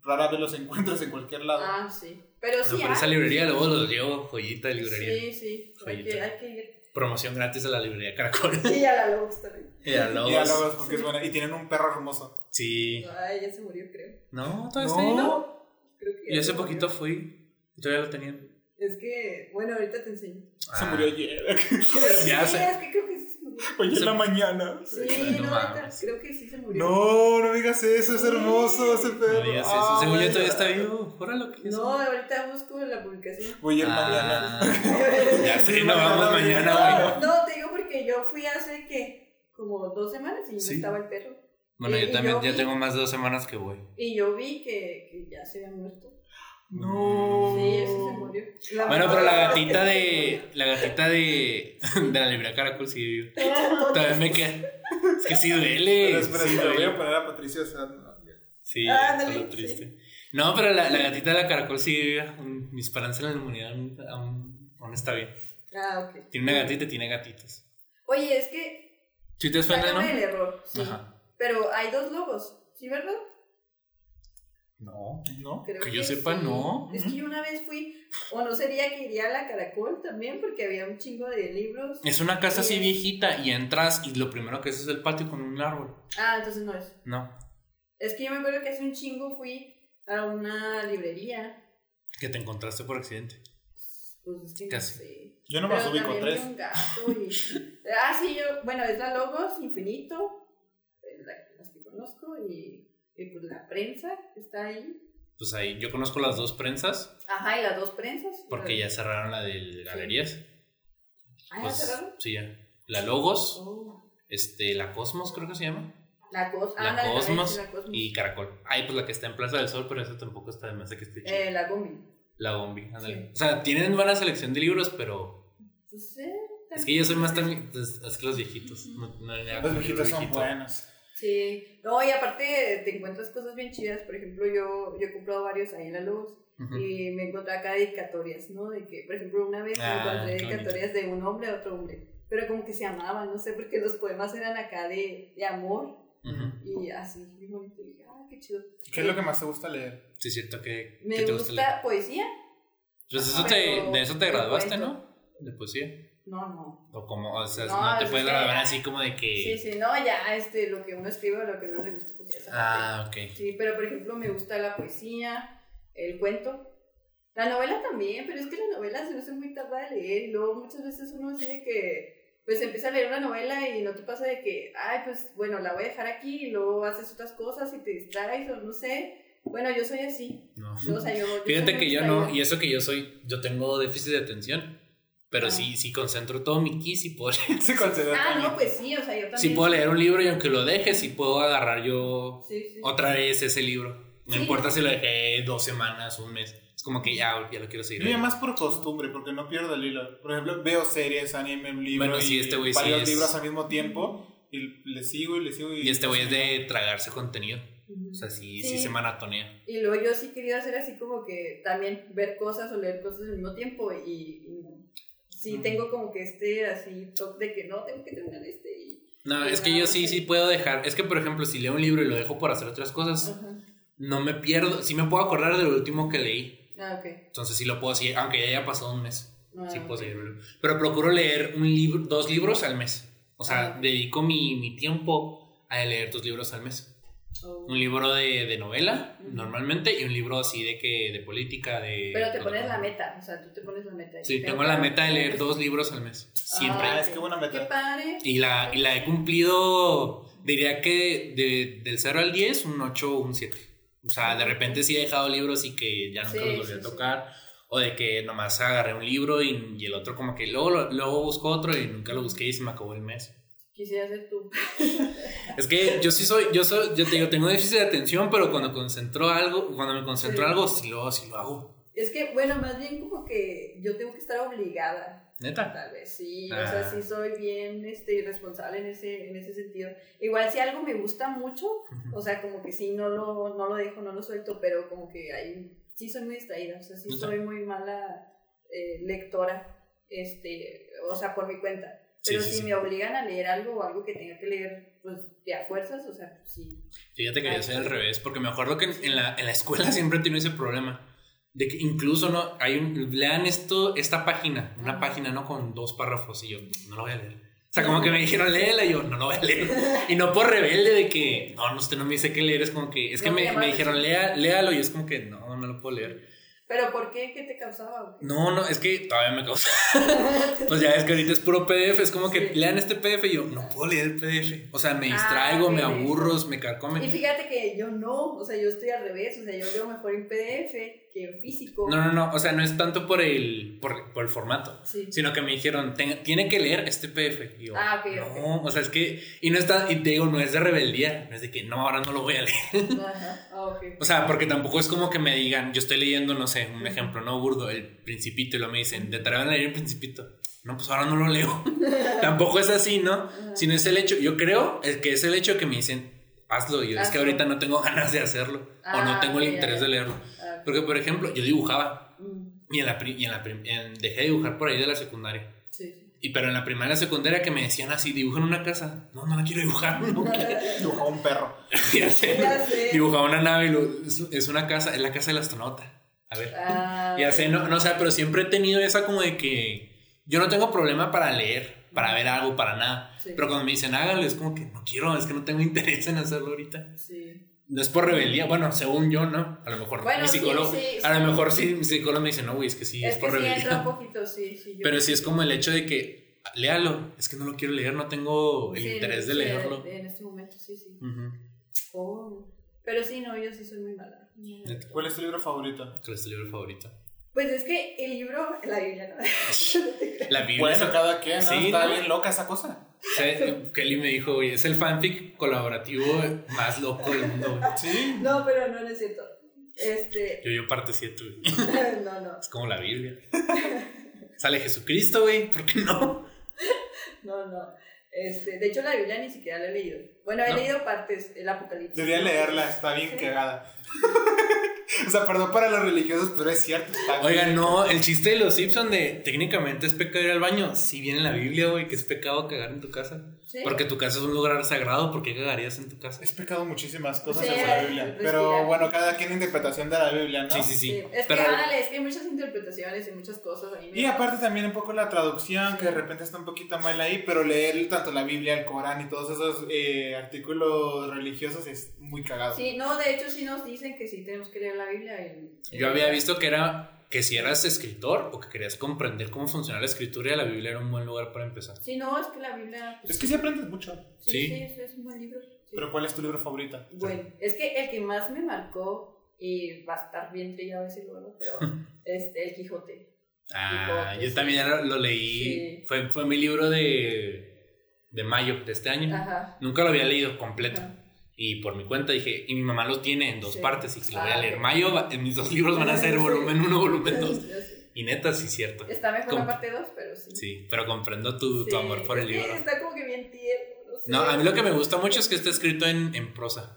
rara vez los encuentras en cualquier lado. Ah, sí. Pero no, sí, pero hay. esa librería luego los llevo, joyita de librería. Sí, sí, hay que, Joyita. hay que ir. Promoción gratis a la librería Caracol. (laughs) Sí, a la Lobos también. y a lobos. Y a Lobos, porque Sí. es buena. Y tienen un perro hermoso. Sí. Ay, ya se murió, creo. No, todavía está ahí, ¿no? creo que ya Yo hace se murió. poquito fui y todavía lo tenían. Es que, bueno, ahorita te enseño. Se Ah. murió ayer. (laughs) (laughs) Ya sí, sé. es que creo que sí se murió. Hoy en Se- la mañana. Sí, No no, ahorita mames. creo que sí se murió. No, no digas eso, es hermoso ese perro. No digas Ah, eso. Según yo voy a todavía está llorar. vivo. Júralo que es. No, ahorita busco la publicación. Voy a ir mañana. (laughs) Ah, ya sé, nos vamos No, mañana, güey. bueno. No, no, te digo porque yo fui hace que como dos semanas y no Sí. estaba el perro. Bueno, Y- yo y también yo ya vi- tengo más de dos semanas que voy. Y yo vi que, que ya se había muerto. No. Sí, ese Oh. se murió. La Bueno, mamá pero (laughs) la de- gatita (laughs) de. La gatita de. (laughs) De la librería Caracol sigue viva. Todavía me queda. Es que sí duele. Pero espera, sí, se lo voy duele. a poner a Patricia. o sea, no, ya. Sí, Ah, es ándale, lo triste. No, pero la, la gatita de la Caracol sigue viva. Mm, Mi esperanza en la humanidad aún, aún- aún está bien. Ah, ok. Tiene una gatita y tiene gatitos. Oye, es que ¿Sí te suena el sácame el nombre? error. Sí. Ajá. Pero hay dos lobos, ¿sí, verdad? No. ¿No? Creo Que yo sepa, no. Es que yo una vez fui, o no sería que iría a la Caracol también, porque había un chingo de libros. Es una casa así viejita y entras y lo primero que haces es el patio con un árbol. Ah, entonces no es. No. Es que yo me acuerdo que hace un chingo fui a una librería. Que te encontraste por accidente. Pues es que no Casi. sé. Yo nomás Pero ubico también tres. vi un gato y- (laughs) Ah, sí, yo. Bueno, es la Logos, Infinito, eh, la- las que conozco, y, y pues la prensa está ahí. Pues ahí, yo conozco las dos prensas Ajá, y las dos prensas. porque ya cerraron la de galerías. Ah, ya Pues, cerraron. Sí, ya. La Logos, Oh, este, la Cosmos creo que se llama, La, cos La ah, ándale, también, Cosmos sí, la Cosmos. y Caracol. Ay, pues la que está en Plaza del Sol, pero esa tampoco está de más de que esté chida. Eh, la Gombi. La Bombi, ándale. sí. O sea, tienen buena selección de libros, pero Pues, eh, es que yo soy más tan... Es, es que los viejitos, no, no hay nada Los como el libro viejitos son viejito. buenos. Sí, no, y aparte te encuentras cosas bien chidas. Por ejemplo, yo, yo he comprado varios ahí en la luz. Ujú. y me encontré acá dedicatorias, ¿no? De que, por ejemplo, una vez Ah, me qué encontré dedicatorias de un hombre a otro hombre, pero como que se amaban, no sé, porque los poemas eran acá de, de amor Ujú. y así, muy bonito. Y dije, ah, qué chido. ¿Qué es lo que más te gusta (laughs) leer? Sí, es cierto que, Me que te gusta gusta leer. poesía. Pues eso Ajá. te, Pero- de eso te pero graduaste, cuento. ¿no? De poesía. No, no. O como, o sea, no, No, te es puedes que- graduar así como de que. Sí, sí, no, ya, este, lo que uno escribe, lo que no le gusta, pues ya esa parte. Ah, ok. Sí, pero por ejemplo me gusta la poesía, el cuento. La novela también, pero es que la novela se me hace muy tarda de leer y luego muchas veces uno así de que, pues empieza a leer una novela y no te pasa de que, ay, pues bueno, la voy a dejar aquí y luego haces otras cosas y te distraes o no sé. Bueno, yo soy así. No. ¿no? O sea, yo- yo soy Fíjate muy que yo no, distraída. y eso que yo soy, yo tengo déficit de atención. Pero Ah. sí, sí concentro todo mi ki, sí puedo leer. Se considera Ah, también. no, pues sí, o sea, yo también. Sí puedo leer un libro y aunque lo deje, sí puedo agarrar yo Sí, sí. otra vez ese libro. No Sí. importa si lo dejé dos semanas, un mes. Es como que ya, ya lo quiero seguir. Yo ya leyendo. más por costumbre, porque no pierdo el hilo. Por ejemplo, veo series, anime, un libro Bueno, sí, y este güey sí varios es- libros al mismo tiempo y le sigo y le sigo y... Y este güey es de tragarse contenido. Ujú. O sea, sí, sí Sí. se maratonea. Y luego yo sí quería hacer así como que también ver cosas o leer cosas al mismo tiempo y, y no. sí Ujú. tengo como que este así toque de que no, tengo que terminar este y... No, Y es que nada yo más sí, el- sí puedo dejar. Es que, por ejemplo, si leo un libro y lo dejo por hacer otras cosas, no me pierdo. Sí me puedo acordar del último que leí. Ah, ok. Entonces sí lo puedo seguir, aunque ya haya pasado un mes. Ah, Sí pues, puedo ok. seguirlo. Pero procuro leer un libro, dos libros al mes. O sea, Ah. dedico mi, mi tiempo a leer dos libros al mes. Oh. Un libro de, de novela, Ujú. normalmente, y un libro así de que de política, de... Pero te pones la meta, o sea, tú te pones la meta. Sí, tengo la meta de leer dos libros al mes. Siempre. Ah, es que buena Qué meta. padre. Y la, y la he cumplido, diría que de- del 0 al 10, un 8 o un 7. O sea, de repente sí he dejado libros y que ya nunca Sí, los volví a sí, sí. tocar. O de que nomás agarré un libro y, y el otro como que luego, lo- luego busco otro y nunca lo busqué y se me acabó el mes. Quisiera ser tú. Es que yo sí soy, yo soy, yo te digo, tengo déficit de atención, pero cuando concentro algo, cuando me concentro Sí. algo, sí lo, sí lo hago. Es que, bueno, más bien como que yo tengo que estar obligada. Neta. Tal vez sí, Ah. o sea, sí soy bien este, irresponsable en ese, en ese sentido. Igual si algo me gusta mucho, Ujú. o sea, como que sí, no lo, no lo dejo, no lo suelto, pero como que ahí sí soy muy distraída, o sea, sí Ujú. soy muy mala eh, lectora, este, o sea, por mi cuenta. Sí, Pero sí, si sí. me obligan a leer algo o algo que tenga que leer, pues de a fuerzas, o sea, pues, sí. Fíjate que Ay, yo soy al sí. revés, porque me acuerdo que en, en la, en la escuela (laughs) siempre tiene ese problema. De que incluso no, hay un, lean esto, esta página, una Ajá. página no con dos párrafos y yo no lo voy a leer. O sea, como que me dijeron léela y yo no lo voy a leer. Y no por rebelde de que, no, no, usted no me dice que leer, es como que, es que No te me, llama me la dijeron Lea, léalo y es como que no, no lo puedo leer. Pero ¿por qué? ¿Qué te (laughs) causaba? o qué? No, no, es que todavía me causa. (laughs) pues ya es que ahorita es puro PDF, es como que Sí. lean este PDF y yo no puedo leer el PDF. O sea, me Ah, distraigo, me PDF. aburro, me carcome. Y fíjate que yo no, o sea, yo estoy al revés, o sea, yo leo mejor en PDF que en físico. No, no, no, o sea, no es tanto por el, por, por el formato, Sí. sino que me dijeron, "Ten- tiene que leer este PDF. Y yo, Ah, ok, no, ok. o sea, es que, y no está, y te digo, no es de rebeldía, no es de que, no, ahora no lo voy a leer. (laughs) Ajá, ah, ok. O sea, porque tampoco es como que me digan, yo estoy leyendo, no sé, un ejemplo, no burdo, el principito, y lo me dicen, te van a leer el principito. No, pues ahora no lo leo. (laughs) tampoco es así, ¿no? Ajá. Sino es el hecho, yo creo el que es el hecho que me dicen, hazlo, y yo, es que Hazlo. ahorita no tengo (laughs) ganas de hacerlo, o no Ah, tengo el ok, ya, interés ya. de leerlo. Ah, Porque, por ejemplo, yo dibujaba. mm, Y en la, pri- y en la prim- en- dejé de dibujar por ahí de la secundaria. (laughs) sí, sí. Y pero en la primaria y la secundaria que me decían así, dibujan una casa. No, no la quiero dibujar. (laughs) No, Dibujaba un perro. ya sé. Ya sé. Dibujaba una nave y lo- es, es una casa, es la casa del astronauta. A ver. Ah, Ya sé, no, no, o sea, pero siempre he tenido esa como de que yo no tengo problema para leer, para ver algo, para nada. sí, Pero cuando me dicen hágalo, es como que no quiero, es que no tengo (laughs) interés en hacerlo ahorita. sí. No es por rebeldía, bueno, según yo, ¿no? A lo mejor Bueno, mi sí, psicólogo, sí, a sí. lo mejor sí, mi psicólogo me dice, no, güey, es que sí, es, es que por sí rebeldía. entra un poquito, sí, sí. yo- Pero si es como el hecho de que, léalo, es que no lo quiero leer, no tengo el Sí, interés de sí, leerlo. En este momento, sí, sí. Ujú. Oh. Pero sí, no, yo sí soy muy mala. Muy mala. ¿Cuál es tu libro favorito? ¿Cuál es tu libro favorito? Pues es que el libro, la Biblia, ¿no? (laughs) La Biblia. Bueno, cada quien, ¿no? Sí, Está ¿no? bien loca esa cosa. Sí, Kelly me dijo, "Oye, es el fanfic colaborativo más loco del mundo. güey". Sí. No, pero no, no es cierto. Este, (laughs) Yo, yo parte 7, güey. no, no, Es como la (laughs) Biblia. Sale Jesucristo, güey, ¿por qué no? no, no. Este, de hecho, la Biblia ni siquiera la he leído. Bueno, he No. leído partes, el Apocalipsis. Debería ¿no? leerla, está bien Sí. cagada. (laughs) O sea, perdón para los religiosos, pero es cierto. está bien. Oiga, no, el chiste de los Simpson de técnicamente es pecado ir al baño. Si viene en la Biblia, güey, que es pecado cagar en tu casa. Sí. Porque tu casa es un lugar sagrado, ¿por qué cagarías en tu casa? Es pecado muchísimas cosas Sí, en la Biblia. respirar. Pero bueno, cada quien interpretación de la Biblia, ¿no? Sí, sí, sí. Sí, Es Pero- que vale, es que hay muchas interpretaciones y muchas cosas ahí. Y aparte también un poco la traducción, que de repente está un poquito mal ahí, pero leer tanto la Biblia, el Corán y todos esos eh, artículos religiosos es muy cagado. Sí, no, de hecho sí nos dicen que sí tenemos que leer la Biblia. y- Yo había visto que era que si eras escritor o que querías comprender cómo funciona la escritura, la Biblia era un buen lugar para empezar. Sí, no, es que la Biblia... pues, Es que sí aprendes mucho. sí, sí. sí, es, es un buen libro. sí. Pero ¿cuál es tu libro favorito? (laughs) Bueno, es que el que más me marcó, y va a estar bien trillado ese luego, pero (laughs) este, el Quijote. Ah, Quijote, yo sí. también lo, lo leí. Sí. Fue, fue mi libro de, de mayo de este año. Ajá. Nunca lo había leído completo. Ah. Ajá. Y por mi cuenta dije, y mi mamá lo tiene en dos Sí. partes y que lo voy a Ah, leer. ok. Mayo, va- en mis dos libros van a (laughs) ser volumen 1, volumen 2. Yo sé. Y neta, sí, cierto. Está mejor Como- la parte 2, pero sí. Sí, pero comprendo tu, tu Sí, amor por el es que libro. (laughs) Está como que bien tierno. No, sé. No, a mí lo que me gusta mucho es que está escrito en, en prosa.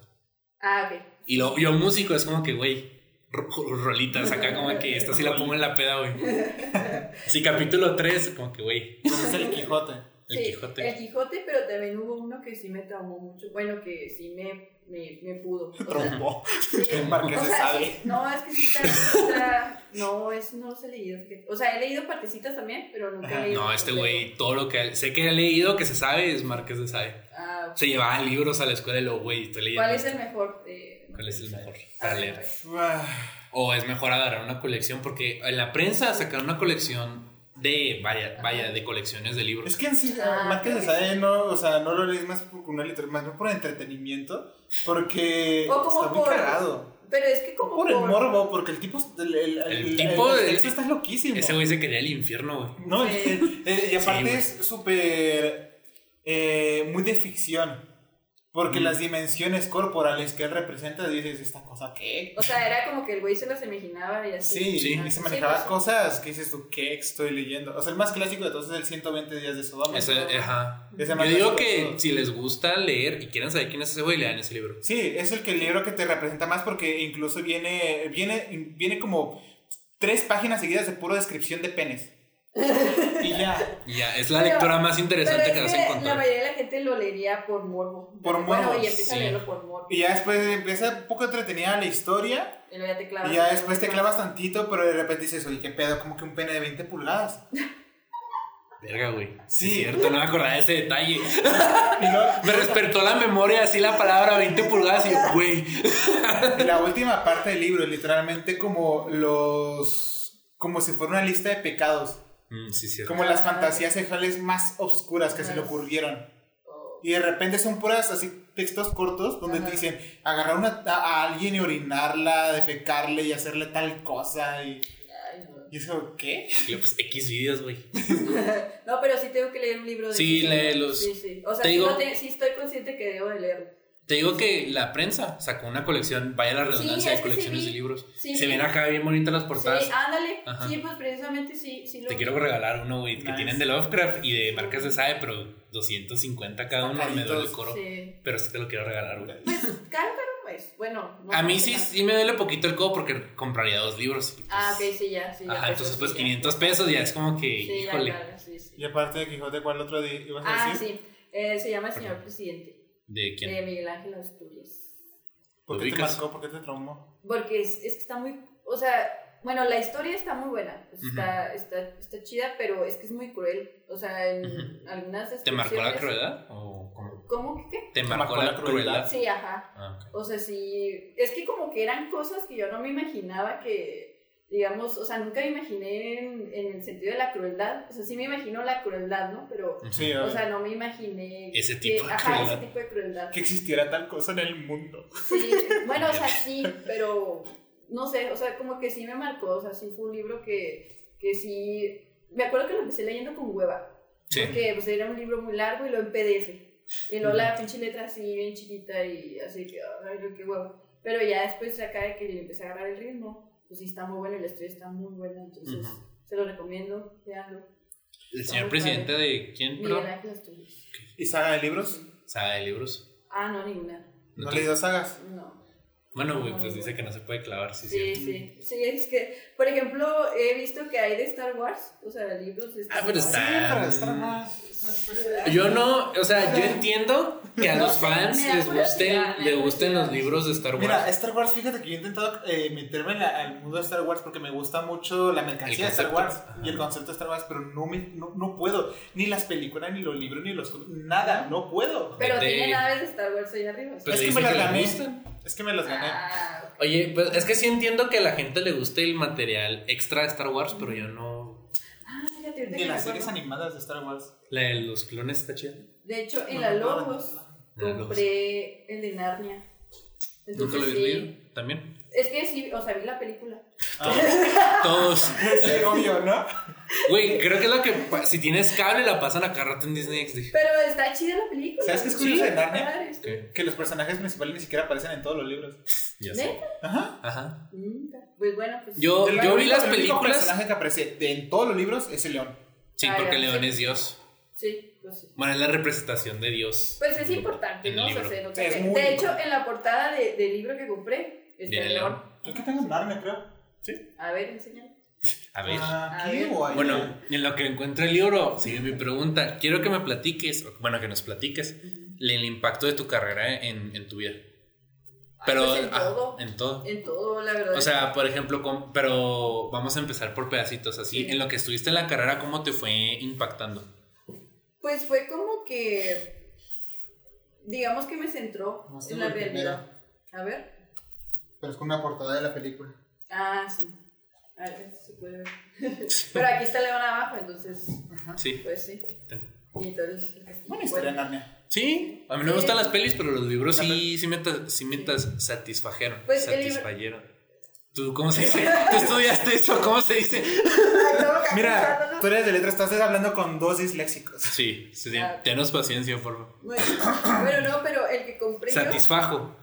Ah, ok. Y lo, yo, músico, es como que, güey, ro- rolitas acá, como que esta sí la pongo en la peda, güey. Sí, capítulo 3, como que, güey, Entonces Pues el Quijote. el Sí, Quijote. El Quijote, pero también hubo uno que sí me traumó mucho. Bueno, que sí me, me, me (laughs) pudo. O sea, (laughs) Trombo. sí. Marqués O de sea, Sade. sí, no, es que sí está, está- No, es, no los he leído. fíjate. O sea, he leído partecitas también, pero nunca Ajá. he leído. No, este completo. güey, todo lo que sé que ha leído, que se sabe, es Márquez de Sade. Ah, ok. Se llevaba libros a la escuela y lo, güey, estoy leyendo. ¿Cuál es esto. el mejor? eh, ¿Cuál es el mejor A para ver, leer? Ah, O es mejor agarrar una colección, porque en la prensa sacaron una colección de, vaya, vaya, de colecciones de libros. Es que en sí, Ah, Márquez de claro que Sade no, o sea, no lo lees más por una literatura, más no por entretenimiento, porque O como está muy por- cagado. Pero es que como Por el morbo, porque el tipo, el, el, El tipo de- texto está loquísimo. Ese güey se quería el infierno, güey. No, Sí. eh, eh, y aparte Sí, güey. es súper. eh, muy de ficción. Porque Mm. las dimensiones corporales que él representa, dices, ¿esta cosa qué? O sea, era como que el güey se las imaginaba y así. Sí, Sí. y se Sí, manejaba pues. cosas que dices tú, ¿qué estoy leyendo? O sea, el más clásico de todos es el 120 días de Sodoma. Ese, ajá. Ese Yo más digo clásico de que todos. si les gusta leer y quieren saber quién es ese güey, lean ese libro. Sí, es el que el libro que te representa más porque incluso viene, viene, viene como tres páginas seguidas de pura descripción de penes. y ya, Y ya, es la Pero- lectura más Pero interesante es que vas a que la encontrar. mayoría de la gente lo leería por morbo. Por Bueno, morbo, y sí. empieza a leerlo por morbo. y ya después empieza un poco entretenida la historia. Y luego ya te clavas. Y ya después te clavas tantito, pero de repente dices, oye, qué pedo, como que un pene de 20 pulgadas. Verga, güey. Sí. Sí. Es cierto, no me acordaba de ese detalle. Y, lo- Me despertó la memoria así la palabra 20 pulgadas y güey. y la última parte del libro, literalmente como los. como si fuera una lista de pecados. Mm, sí, cierto. Como las fantasías sexuales más obscuras que se le ocurrieron. Oh, Y de repente son puras así textos cortos donde Ajá. te dicen agarrar una, a, a alguien y orinarla, defecarle y hacerle tal cosa. Y, ay, no. y es como, ¿qué? Y yo, pues X videos, güey. No, pero sí tengo que leer un libro de Sí, ese léelos. tipo. Sí, sí. O sea, Te sí, digo- lo te- sí estoy consciente que debo de leerlo. Te digo que la prensa sacó una colección, vaya la Sí, redundancia es de que sí colecciones vi. de libros. Sí. Se ven acá bien bonitas las portadas. Sí, ándale. Ajá. Sí, pues precisamente sí, sí lo Te quiero regalar uno, güey, que Nice. tienen de Lovecraft y de Marcas de Sade, pero 250 cada uno, me duele el Caritos. coro. Sí. Pero sí te lo quiero regalar, güey. Cántalo, pues. Bueno. no A mí sé sí, más. sí me duele poquito el codo porque compraría dos libros. y pues- Ah, ok, sí, ya. Sí, ya, Ajá, entonces sí, pues ya. 500 pesos ya es como que, Sí, ya, híjole, claro, sí, sí. Y aparte de Quijote, ¿cuál otro di- ibas a Ah, decir? sí. Eh, se llama El Señor Presidente, ¿de quién? de Miguel Ángel Asturias. ¿Por qué te ubicas? marcó? ¿Por qué te traumó? Porque es, es que está muy, o sea, bueno, la historia está muy buena, pues, está, está, está chida, pero es que es muy cruel. O sea, en Ujú. algunas ¿Te marcó la descripciones- crueldad? ¿O cómo? ¿Cómo que qué? ¿Te marcó la crueldad? Sí, ajá. Ah, ok. O sea, sí, es que como que eran cosas que yo no me imaginaba que, digamos, o sea, nunca me imaginé en, en el sentido de la crueldad. O sea, sí me imagino la crueldad, ¿no? Pero, Ujú. Sí, o obvio. sea, no me imaginé... Ese que- tipo de ajá, crueldad. ese tipo de crueldad. que existiera tal cosa en el mundo. Sí, bueno, (laughs) o sea, sí, pero no sé, o sea, como que sí me marcó, o sea, sí fue un libro que, que sí, me acuerdo que lo empecé leyendo con hueva, Sí. porque pues era un libro muy largo y lo en PDF, y luego la pinche letra así bien chiquita y así que, ay, no, qué hueva, pero ya después acá de que le empecé a agarrar el ritmo, pues sí está muy bueno, la historia está muy buena, entonces Ujú. se lo recomiendo, veanlo, ¿El señor presidente de quién? Miguel perdón? Ángel Asturias. ¿Y saga de libros? Saga de libros. Ah, no, ninguna, No te- leí dos sagas. no, Bueno, güey, pues dice que no se puede clavar, sí, sí. Sí, sí. Sí, es que, por ejemplo, he visto que hay de Star Wars, o sea, libros de Star Ah, pero Wars. está- para estar más. más- Yo no, o sea, yo entiendo que a No los sé, fans me da les gusten, curiosidad, me da les gusten los curiosidad. libros de Star Mira, Wars. Star Wars, fíjate que yo he intentado eh, meterme en la- al mundo de Star Wars porque me gusta mucho la mercancía El de Star concepto. Wars Ajá. y el concepto de Star Wars, pero no, me, no, no puedo. Ni las películas, ni los libros, ni los... cómics, Nada, no puedo. Pero Vete. tiene naves de Star Wars ahí arriba. o sea. Pues es le que me dicen la que les gané. gustan. Es que me las gané. Ah, Oye, pues es que sí entiendo que a la gente le guste el material extra de Star Wars, pero yo no. ah, fíjate, ahorita Ni que me las acuerdo. series animadas de Star Wars. La de los clones está chida. De hecho, en No, la no, no, Lobos no. La Lobos. compré el de Narnia. ¿Nunca Entonces, lo habías sí. leído? También. Es que sí, o sea, vi la película. Ah, (laughs) Todos. sí, obvio, ¿no? Güey, creo que es la que. pa- Si tienes cable, la pasan acá rato en Disney XD. Pero está chida la película. ¿Sabes qué es Sí, curioso de está Narnia? padre, está- ¿Qué? Que los personajes principales ni siquiera aparecen en todos los libros. Ya ¿Neta? Ajá. Ajá. Nunca. Pues bueno, pues. Yo- El yo- vi único- las El único películas. personaje que aparece de- en todos los libros es el león. Sí, Ah, porque ya, León sí. es Dios. Sí, pues sí. Bueno, es la representación de Dios. Pues es importante, En el ¿no? O sea, libro. se nota Es que- muy de hecho, importante. en la portada de- del libro que compré, está Viene el León. león. Yo que tengo Narnia, creo. A ver, enséñame. A ver. Ah, A ¿qué? ver. O ahí. Bueno, en lo que encuentra el libro, sigue mi pregunta. Quiero que me platiques, o- bueno, que nos platiques el impacto de tu carrera en, en tu vida. Pero Ay, pues en ah, todo. en todo. En todo, la verdad. O sea, por ejemplo, con- pero vamos a empezar por pedacitos, así, Sí. en lo que estuviste en la carrera, ¿cómo te fue impactando? Pues fue como que. Digamos que me centró No, en estuvo la el realidad. A ver. Pero es con una portada de la película. Ah, sí. A ver, se puede ver. (laughs) Pero aquí está León abajo, entonces. Sí. Pues sí. Y entonces. Buena historia, Narnia. Sí, a mí no me Sí. gustan las pelis, pero los libros sí, Ajá. sí me, ta- sí me tas- satisfajeron. Pues el libro- satisfayeron. ¿Tú cómo se dice? ¿Tú estudiaste eso? ¿Cómo se dice? Mira, pues, tú eres de letras, estás hablando con dos disléxicos. Sí, sí, sí, Ah. tenos paciencia, por favor. Bueno, bueno, no, pero el que compré. yo- Satisfajo.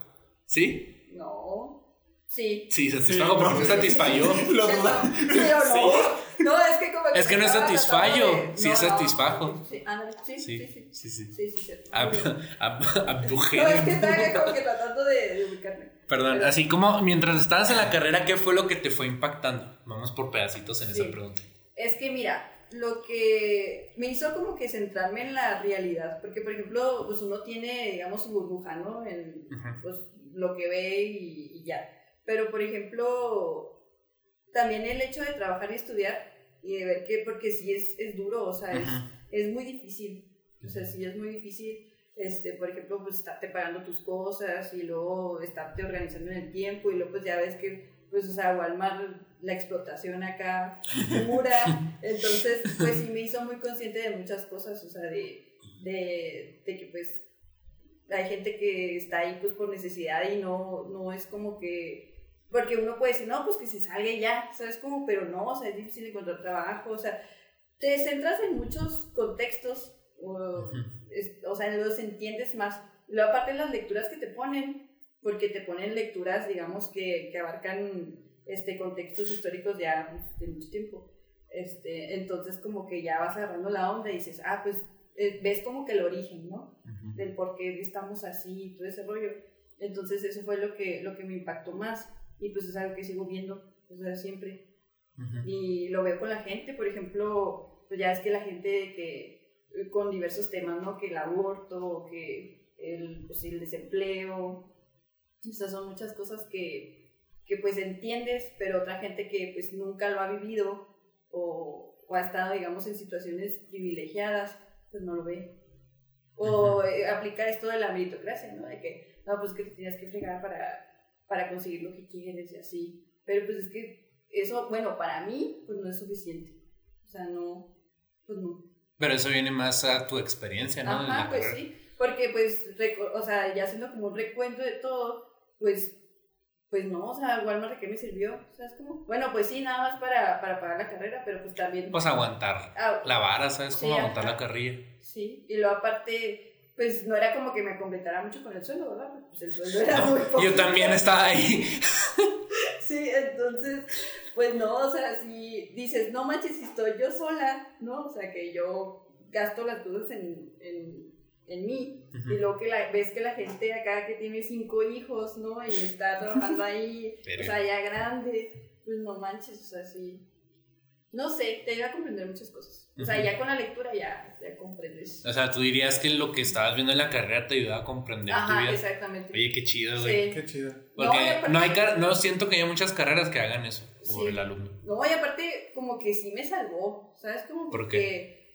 ¿Sí? No. Sí. Sí, satisfajo Sí, porque no. me satisfayó. Lo duda. (laughs) Sí o no. No, es que como. Es que no es estaba satisfallo, tratando de- sí es No, no. satisfajo. Sí, ándale, sí, sí, Sí, Ah, sí. sí, sí. Sí, sí, cierto. (laughs) Ab- ab- No, es que abdujé. estaba como que tratando de, de ubicarme. Perdón, así como mientras estabas en la carrera, ¿qué fue lo que te fue impactando? Vamos por pedacitos en esa Sí. pregunta. Es que mira, lo que me hizo como que centrarme en la realidad, porque por ejemplo, pues uno tiene, digamos, su burbuja, ¿no? En Ujú. pues, lo que ve y, y ya. Pero por ejemplo, también el hecho de trabajar y estudiar y de ver que, porque sí es, es duro, o sea, es, Ujú. es muy difícil. O sea, sí es muy difícil, este, por ejemplo, pues estarte pagando tus cosas y luego estarte organizando en el tiempo y luego pues ya ves que, pues, o sea, Walmart, la explotación acá pura. Entonces, pues sí me hizo muy consciente de muchas cosas, o sea, de, de, de que pues hay gente que está ahí pues por necesidad y no, no es como que... Porque uno puede decir, no, pues que se salga y ya, ¿sabes cómo? Pero no, o sea, es difícil encontrar trabajo, o sea, te centras en muchos contextos, o, Ujú. es- o sea, los entiendes más. Luego, aparte, las lecturas que te ponen, porque te ponen lecturas, digamos, que, que abarcan este, contextos históricos ya pues, de mucho tiempo. Este, entonces, como que ya vas agarrando la onda y dices, ah, pues eh, ves como que el origen, ¿no? Ujú. del por qué estamos así y todo ese rollo. Entonces eso fue lo que, lo que me impactó más y pues es algo que sigo viendo, o sea, siempre. Ujú. Y lo veo con la gente, por ejemplo, pues ya es que la gente de que con diversos temas, ¿no? Que el aborto, o que el, pues, el desempleo, o sea, son muchas cosas que, que pues entiendes, pero otra gente que pues nunca lo ha vivido o, o ha estado, digamos, en situaciones privilegiadas, pues no lo ve. O eh, aplica esto de la meritocracia, ¿no? De que, no, pues que te tienes que fregar para, para conseguir lo que quieres y así. Pero pues es que eso, bueno, para mí, pues no es suficiente. O sea, no, pues no. Pero eso viene más a tu experiencia, ¿no? En la Ajá, pues carrera. sí, porque pues, reco- o sea, ya haciendo como un recuento de todo, pues, pues no, o sea, Walmart de qué me sirvió, ¿sabes cómo? Bueno, pues sí, nada más para, para pagar la carrera, pero pues también... Pues aguantar ah, la vara, ¿sabes? Como Sí, aguantar ajá. la carrilla. sí, y luego aparte, pues no era como que me completara mucho con el sueldo, ¿verdad? Porque, Pues el sueldo era muy poco. Yo también estaba ahí. (laughs) Sí, entonces, pues no, o sea, si dices, no manches, si estoy yo sola, ¿no? O sea, que yo gasto las cosas en, en, en mí. Ujú. Y luego que la, ves que la gente acá que tiene cinco hijos, ¿no? Y está trabajando ahí, (laughs) o Verga. sea, ya grande, pues no manches, o sea, sí. No sé, te ayuda a comprender muchas cosas. O sea, Ujú. ya con la lectura ya, ya comprendes. O sea, tú dirías que lo que estabas viendo en la carrera te ayudaba a comprender tu Ajá, vida. exactamente. Oye, qué chido, güey. Sí. Qué chido. Porque No, y aparte- no, hay car- no siento que haya muchas carreras que hagan eso por Sí. el alumno. No, y aparte, como que sí me salvó, ¿sabes? Como ¿Por que.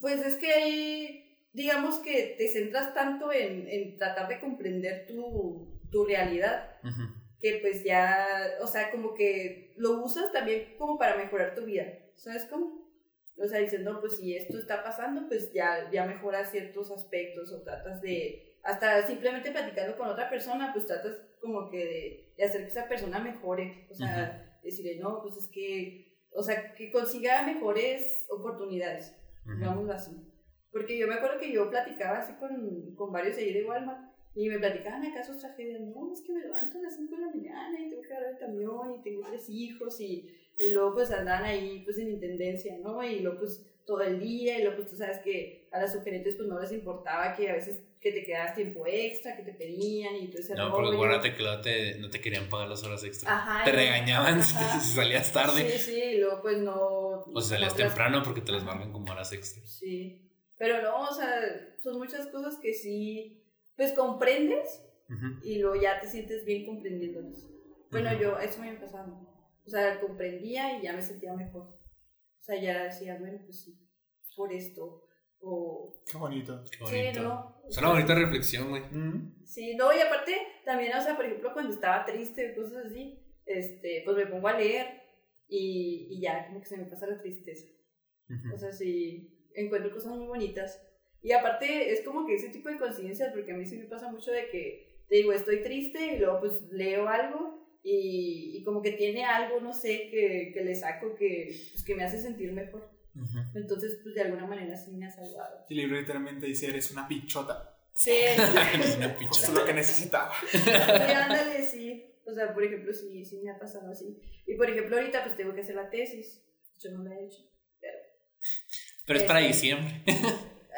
Pues es que ahí, digamos que te centras tanto en, en tratar de comprender tu, tu realidad, Ujú. que pues ya, o sea, como que lo usas también como para mejorar tu vida, ¿sabes? Como. O sea, diciendo, pues si esto está pasando, pues ya, ya mejoras ciertos aspectos o tratas de, hasta simplemente platicando con otra persona, pues tratas como que de, de hacer que esa persona mejore. O sea, Ujú. decirle, no, pues es que, o sea, que consiga mejores oportunidades, Ujú. digámoslo así. Porque yo me acuerdo que yo platicaba así con, con varios ahí de Walmart y me platicaban acaso tragedias, no, es que me levanto a las 5 de la mañana y tengo que agarrar el camión y tengo tres hijos y, y luego pues andan ahí pues en intendencia, ¿no? Y luego pues todo el día y luego pues tú sabes que a las sugerentes pues no les importaba que a veces que te quedabas tiempo extra, que te pedían y todo ese No, rollo. porque acuérdate que luego te, no te querían pagar las horas extra. Ajá, te y- regañaban (laughs) si, ajá. te- si salías tarde. Sí, sí, y luego pues no. O si salías no las- temprano porque te las marcan como horas extra. Sí. Pero no, o sea, son muchas cosas que sí, pues comprendes Ujú. y luego ya te sientes bien comprendiéndolas. Bueno, Ujú. yo, eso me pasaba. O sea, comprendía y ya me sentía mejor. O sea, ya decía, bueno, pues sí, es por esto. O. Qué bonito. Qué bonito. Sí, no. Es una bonita reflexión, güey. Mm. Sí, no, y aparte, también, o sea, por ejemplo, cuando estaba triste, cosas así, este, pues me pongo a leer y, y ya, como que se me pasa la tristeza. O Ujú. sea, sí, encuentro cosas muy bonitas. Y aparte, es como que ese tipo de coincidencias, porque a mí sí me pasa mucho de que, te digo, estoy triste y luego pues leo algo y, y como que tiene algo, no sé, que, que le saco que, pues, que me hace sentir mejor. Ujú. Entonces, pues de alguna manera sí me ha salvado. El libro literalmente dice, eres una pichota. Sí, Es una Eso picha. es lo que necesitaba. Sí, ándale, sí. O sea, por ejemplo, sí, sí me ha pasado así. Y por ejemplo, ahorita pues tengo que hacer la tesis. Yo no la he hecho. Pero es para Este, diciembre,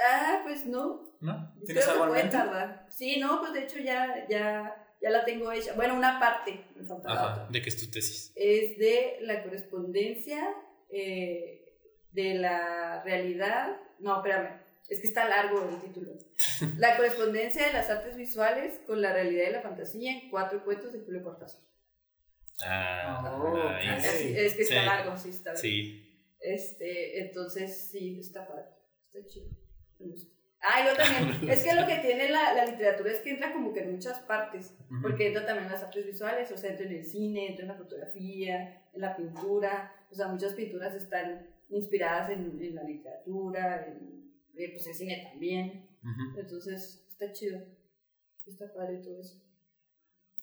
Ah, pues no, ¿no? ¿Tienes Creo algo que en puede mente? tardar. Sí, no, pues de hecho ya, ya, ya la tengo hecha. Bueno, una parte, me falta la Ajá, otra. de que es tu tesis. Es de la correspondencia eh, de la realidad. No, espérame, es que está largo el (laughs) título. La correspondencia de las artes visuales con la realidad y la fantasía en cuatro cuentos de Julio Cortázar. Ah, Oh, nice. ok. Así- Es que está Sí. largo, sí, está largo. Sí. Este, entonces sí, está padre, está chido, me gusta. Ah, y luego (laughs) también, es que lo que tiene la, la literatura es que entra como que en muchas partes, Ujú. porque entra también en las artes visuales, o sea, entra en el cine, entra en la fotografía, en la pintura, o sea, muchas pinturas están inspiradas en, en la literatura, en, eh, pues en cine también, Ujú. entonces está chido, está padre todo eso.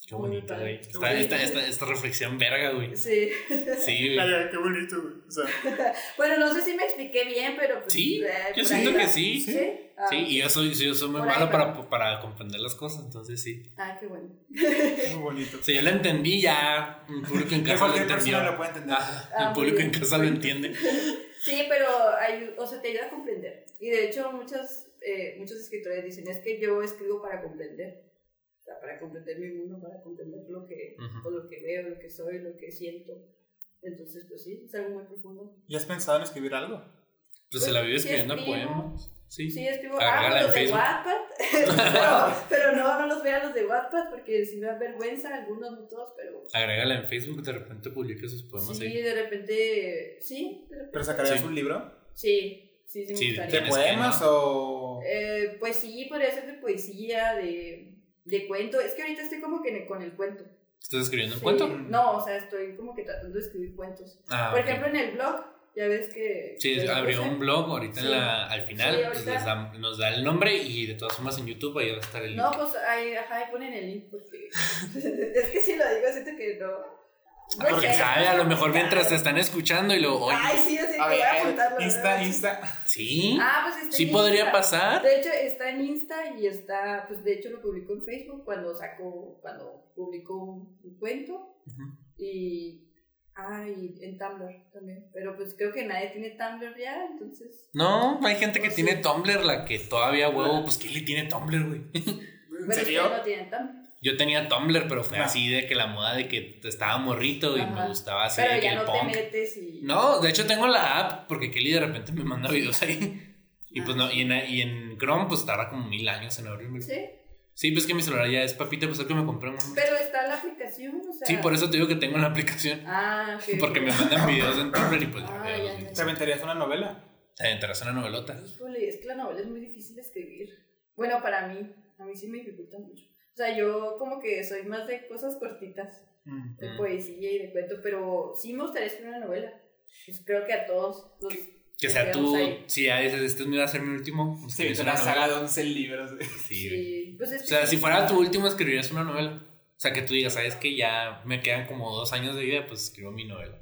Qué bonito, güey. Qué Esta, bonito. esta, esta, esta reflexión verga, güey. Sí, Sí, güey. Ay, qué bonito, güey. O sea, bueno, no sé si me expliqué bien, pero pues... Sí, eh, yo por siento ahí va. que sí. Sí, ¿Sí? Ah, y yo soy, yo soy muy Por ahí malo va. para, para comprender las cosas, entonces sí. ah, qué bueno. muy bonito. Si yo la entendí, ya el público en Que casa lo cualquier persona entendió. lo puede entender. Ah, Ah, el muy público en bien. casa lo entiende. Sí, pero ayu- o sea, te ayuda a comprender. Y de hecho, muchas, eh, muchos escritores dicen, es que yo escribo para comprender. O sea, para comprender mi mundo, para comprender lo que, Ujú. o lo que veo, lo que soy, lo que siento. Entonces, pues sí, es algo muy profundo. ¿Y has pensado en escribir algo? Pues se la vive Sí, escribiendo escribo. poemas. Sí. Sí, escribo Agrégala ah, en los de Facebook. (laughs) Wattpad. (laughs) pero, pero no, no los vean los de Wattpad porque sí me da vergüenza, algunos, no todos, pero... Agrégala en Facebook, de repente publica sus poemas Sí, ahí. de repente, sí, de repente- ¿Pero sacarías Sí. un libro? sí, sí, sí me Sí, ¿De gustaría. Tienes que, poemas ¿no? o...? Eh, pues sí, podría ser de poesía, de, de cuento. Es que ahorita estoy como que en el- con el cuento. ¿Estás escribiendo un Sí, cuento? No, o sea, estoy como que tratando de escribir cuentos. Ah, Por ok. ejemplo, en el blog, ya ves que... Sí, que lo abrió puse. un blog ahorita en Sí. la, al final, Sí, pues ahorita. les da- nos da el nombre y de todas formas en YouTube ahí va a estar el No, link. pues ahí, ajá, ahí ponen el link porque... (laughs) es que si lo digo, siento que no... Ah, porque sé, sabe, a lo mejor ya. mientras te están escuchando y luego, oye, Ay, sí, así que A voy ver, a apuntarlo. Insta, ¿verdad? Insta. sí, Ah, pues está sí en podría Insta. pasar. De hecho, está en Insta y está, pues de hecho lo publicó en Facebook cuando sacó, cuando publicó un, un cuento. Ujú. Y Ah, y en Tumblr también. Pero pues creo que nadie tiene Tumblr ya, entonces. No, hay gente que Pues Sí. tiene Tumblr, la que todavía, huevo, pues ¿quién le tiene Tumblr, güey? ¿En Bueno, serio? ustedes no tienen Tumblr. Yo tenía Tumblr, pero fue Ah. así de que la moda de que estaba morrito y me Ajá. gustaba así de Pero que ya el no te punk. metes y. No, de hecho tengo la app porque Kelly de repente me manda videos ahí. Y pues no, y en, y en Chrome pues tarda como mil años en abrirme. Sí, Sí, pues que mi celular ya es papita, pues es que me compré un... pero está la aplicación, o sea. Sí, por eso te digo que tengo la aplicación. Ah, ok. Porque me mandan videos en Tumblr y pues ya Ah, veo los ya, videos. ¿Te aventarías una novela? Te enteras una novelota. Híjole, es que la novela es muy difícil de escribir. Bueno, para mí, a mí sí me dificulta mucho. O sea, yo como que soy más de cosas cortitas, de Mm. poesía y de cuento, pero sí me gustaría escribir una novela. Pues creo que a todos los... Que sea Quedamos tú, ahí. si ya dices, este me va a ser mi último. pues, Sí, escribes una novela. saga de 11 libros. Sí, güey. sí, pues es O que sea, sí. si fuera tu último, escribirías una novela. O sea, que tú digas, sabes que ya me quedan como dos años de vida, pues escribo mi novela.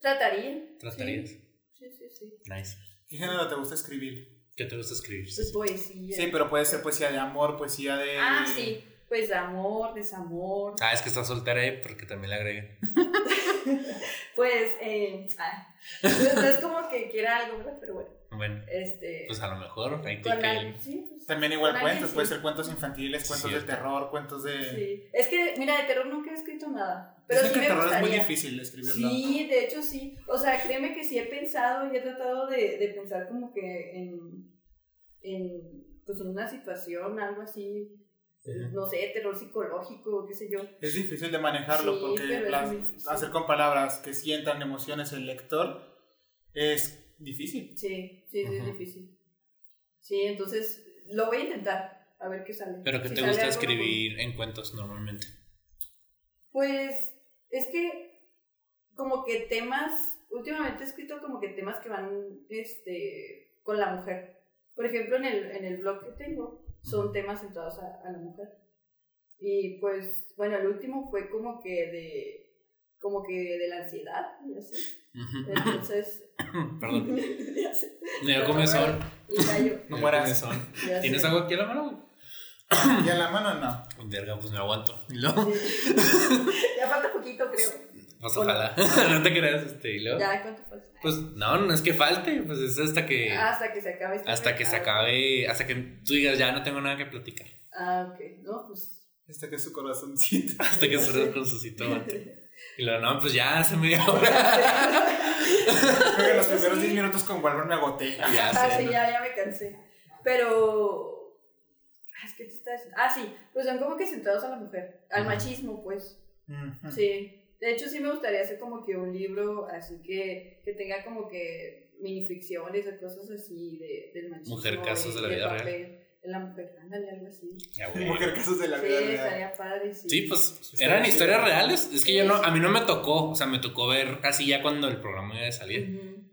Trataría. Tratarías. Sí, sí, sí. Nice. ¿Qué género te gusta escribir? ¿Qué te gusta escribir? Pues poesía. Sí, pero eh, puede ser poesía de amor, poesía de... Ah, sí. Pues amor, desamor. Ah, es que está soltera ahí porque también le agregué. Pues, eh, ah. Pues no es como que quiera algo, ¿verdad? Pero bueno, Bueno, este... pues a lo mejor ahí te con cae al- el- sí, pues, También igual con alguien cuentos, sí. puede ser cuentos infantiles, cuentos Cierto. de terror, cuentos de... Sí. Es que, mira, de terror nunca he escrito nada. Pero sí Dicen que me el terror es muy gustaría. difícil escribirlo. Sí, de hecho sí. O sea, créeme que sí he pensado y he tratado de, de pensar como que en, en, pues, en una situación, algo así, Ajá. no sé, terror psicológico, qué sé yo. Es difícil de manejarlo Sí, porque pero es las- muy difícil. hacer con palabras que sientan emociones el lector es difícil. Sí, sí, sí, es Ajá. difícil. Sí, entonces lo voy a intentar, a ver qué sale. Pero que Si te sale gusta algo, no, escribir en cuentos normalmente. Pues es que como que temas, últimamente he escrito como que temas que van este, con la mujer. Por ejemplo, en el, en el blog que tengo son temas centrados a, a la mujer. Y pues, bueno, el último fue como que de como que de la ansiedad, y así. Ujú. Entonces, (laughs) Perdón. (laughs) ya sé. Me dio comezón. Y ya yo- No Me dio mueras. comezón. ya ¿Tienes sé. algo aquí a la mano? Y a la mano no. güey? Verga, pues me aguanto. Y luego, Sí. (laughs) ya falta poquito, creo. pues Hola. ojalá. (laughs) no te creas, este, y luego. Ya, ¿cuánto pasa? Pues no, no es que falte, pues es hasta que. hasta que se acabe este Hasta que se mercado. acabe, hasta que tú digas, ya no tengo nada que (laughs) platicar. Ah, ok. No, pues Este que es su corazoncito. Hasta que Ah, Sí. se con su cito (laughs) (laughs) Y luego, no, pues ya hace media hora. (laughs) Creo que los Eso primeros Pues sí. 10 minutos con Walmart me (laughs) agoté. Ya ah, sé, sí, ¿no? ya, ya me cansé. Pero. ah, Es que te está diciendo. Ah, sí, pues son como que centrados a la mujer, al Ujú. machismo, pues. Ujú. Sí. De hecho, sí me gustaría hacer como que un libro así que, que tenga como que minificciones o cosas así de, del machismo. Mujer casos y de la vida real. papel De la mujer, ándale, algo así. Sí, Ya, güey. Mujer casos de la vida real. estaría padre, sí. Sí, pues Está eran chido. historias reales. Es que Sí, yo no, sí. a mí no me tocó, o sea, me tocó ver así ya cuando el programa iba a salir. Ujú.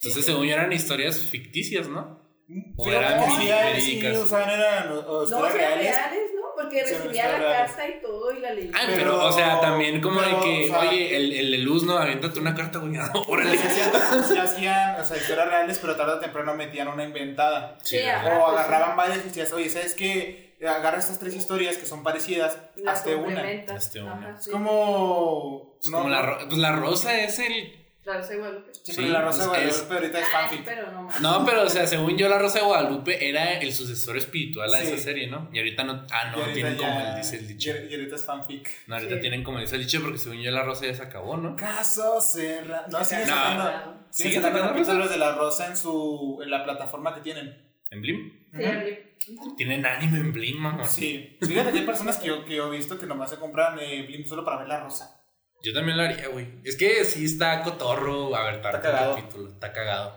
Entonces, según yo, eran historias ficticias, ¿no? O Pero eran como sí, ya, verídicas. sí, o sea, no eran o- o No, historias eran reales, reales. ¿no? Porque Sí, eran recibía la reales. carta y todo y la leía. Ah, pero, Pero- o sea, también como pero, de que, o sea- oye, el, el de luz, ¿no? Aviéntate una carta, güey. (laughs) Ah, Porque Órale. se hacían, se hacían, o sea, historias reales, pero tarde o temprano metían una inventada. Sí, ¿verdad? Ah, O pues agarraban varias y decías, oye, ¿sabes qué? Agarra estas tres historias que son parecidas, La hazte una. complementas. Hazte una. Ajá, Es sí. como. Es no, como la, no, ro- pues, la rosa es el. Claro, es igual. sí, sí, pero la Rosa de pues, es- Guadalupe ahorita es Ah, sí, fanfic. pero no más. No, pero o sea, según yo, la Rosa de Guadalupe era el sucesor espiritual a Sí. esa serie, ¿no? Y ahorita no. Ah, Y no, ahorita tienen como ya- el, dice el dicho. Y y ahorita es fanfic. No, ahorita Sí. tienen como dice el dicho porque según yo, la Rosa ya se acabó, ¿no? Caso cerrado. No, siguen No. sacando. Siguen ¿Siguen sacando sacando capítulos de la Rosa en su. en la plataforma que tienen. ¿En Blim? Sí, Ujú. abrí. Tienen anime en Blim, mamón. Ah, Sí. Fíjate que hay personas que yo, que yo he visto que nomás se compran eh, Blim solo para ver la Rosa. Yo también lo haría, güey. Es que sí está cotorro, a ver, tarde cagado. capítulo, está cagado.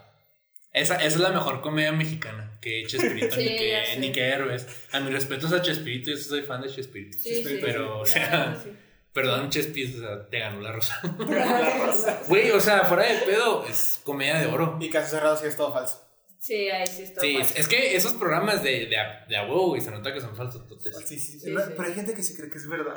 Esa, esa es la mejor comedia mexicana que he (laughs) Chespirito Sí, ni, ya que, sé. ni que Herbes. A mis respetos a Chespirito, yo sí soy fan de Chespirito. Sí, sí, pero, o sí. Sí, sea, (laughs) sí. Perdón, Chespirito, o sea, te ganó la rosa. la Rosa. Güey, o sea, fuera de pedo, es comedia de oro. Y Caso cerrado sí es todo falso. Sí, ahí sí está. Sí, mal. es, es que esos programas de, de, a- de a huevo, güey, se nota que son falsos. entonces. Sí, sí, Sí, sí. Pero hay gente que se cree que es verdad.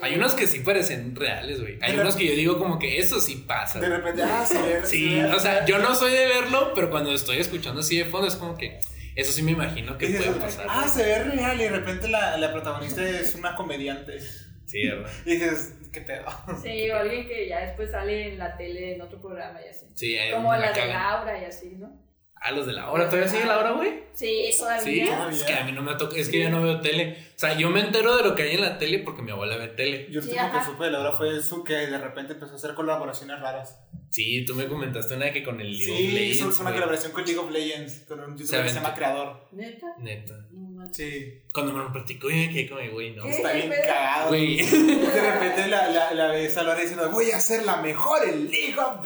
Hay unos que sí parecen reales, güey. Hay De unos que yo digo como que eso sí pasa. De güey. repente, ah, se ve. Sí, se ve- o sea, yo no soy de verlo, pero cuando estoy escuchando así de fondo es como que eso sí me imagino que Y dices, puede pasar. Ah, se ve real y de repente la, la protagonista es una comediante. Sí, ¿verdad? Y dices, qué pedo. Sí, o alguien que ya después sale en la tele en otro programa y así. Sí, ahí Como Eh, la la de cagan. Laura y así, ¿no? Ah, los de la hora. ¿Todavía sigue la hora, güey? Sí, Sí, todavía. es que a mí no me toca, es que yo no veo tele. O sea, yo me entero de lo que hay en la tele porque mi abuela ve tele. Yo el Sí, último que ajá. supe de la hora fue su que de repente empezó a hacer colaboraciones raras. Sí, tú me comentaste una que con el League Sí, of Legends, hizo una güey. colaboración con League of Legends, con un youtuber que se aventó. llama Creador. Neta. Neta. No manches. (laughs) Sí, Cuando me lo platicó, yo me quedé como, güey, no. ¿Qué? está bien Pero- cagado. Güey. De repente la, la, la ves a Laura diciendo, voy a ser la mejor en League of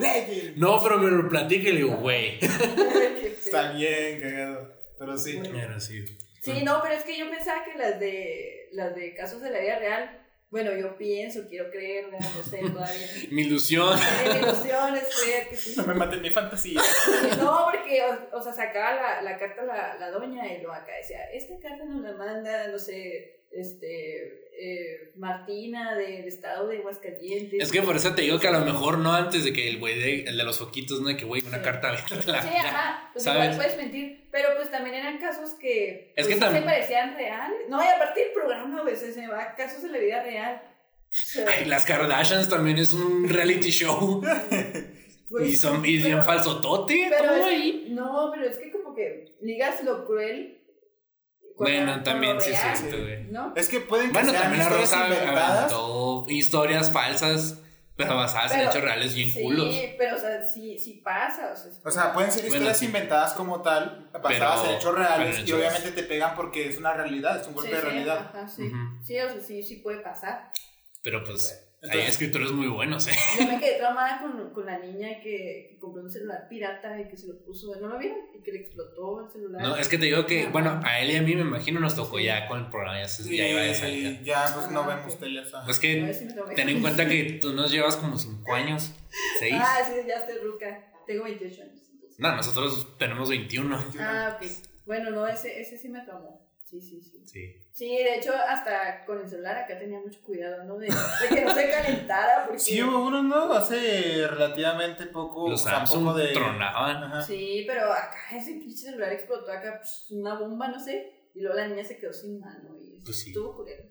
(laughs) Legends. No, pero me lo platica y le digo, güey. Qué Está feo. bien cagado. Pero sí. Bueno. Era así. Ah. Sí, no, pero es que yo pensaba que las de las de casos de la vida real, bueno, yo pienso, quiero creer, ¿verdad? (laughs) no sé todavía. Mi ilusión. Tengo ilusiones, creer que sí. No me maten mi fantasía. No, porque, o, o sea, sacaba la, la carta la, la doña y lo acá decía, esta carta nos la manda, no sé, este, eh, Martina del estado de Aguascalientes. Es que por eso te digo que a lo mejor no antes de que el güey de, el de los foquitos, ¿no? De que, güey, una Sí. carta, vete a la Sí, ajá, pues ¿sabes? igual puedes mentir, pero pues también eran casos que, Es pues, que sí también- se parecían reales. No, y aparte el programa, pues, se va a casos de la vida real. O sea, Ay, (laughs) las Kardashians también es un reality show. pues, y son y bien pero- falsotote. pero todo es- ahí. No, pero es que como que ligas lo cruel. con la- Bueno, con también lo sí es real, cierto, güey. ¿No? Es que pueden que Bueno, sean también la historias Rosa inventadas. aventó historias falsas, pero basadas en Pero- hechos reales y en Sí, culos. pero o sea, sí, sí pasa. O sea, O sea, pueden ser Bueno, historias sí. inventadas como tal, basadas Pero- en hechos pero en reales, y hechos. obviamente te pegan porque es una realidad, es un golpe sí, de sí, realidad. ajá, sí. Ujú. Sí, o sea, sí, sí puede pasar. Pero pues, hay Entonces- escritores muy buenos, ¿eh? Yo me quedé traumada con, con la niña que, que compró un celular pirata y que se lo puso, ¿no lo vieron? Y que le explotó el celular. No, es que te digo que, bueno, a él y a mí me imagino nos tocó ya con el programa, ya, se- Sí, ya iba de salida. ya, pues no Ah, vemos ok. tele, o sea. Pues A ver que si me traumé. ten en cuenta que tú nos llevas como 5 años, 6. Ah, sí, ya estoy ruca. Tengo 28 años. entonces. No, nosotros tenemos 21. Ah, ok. Bueno, no, ese, ese sí me traumó. Sí, sí, sí. Sí. Sí, de hecho, hasta con el celular acá tenía mucho cuidado, ¿no? De, de que no se calentara, porque... Sí, hubo uno, ¿no? Hace relativamente Uh, poco. Los o sea, Samsung poco de. tronaban. Ajá. Sí, pero acá ese pinche celular explotó acá, pues, una bomba, no sé, y luego la niña se quedó sin mano y Pues sí. estuvo culero.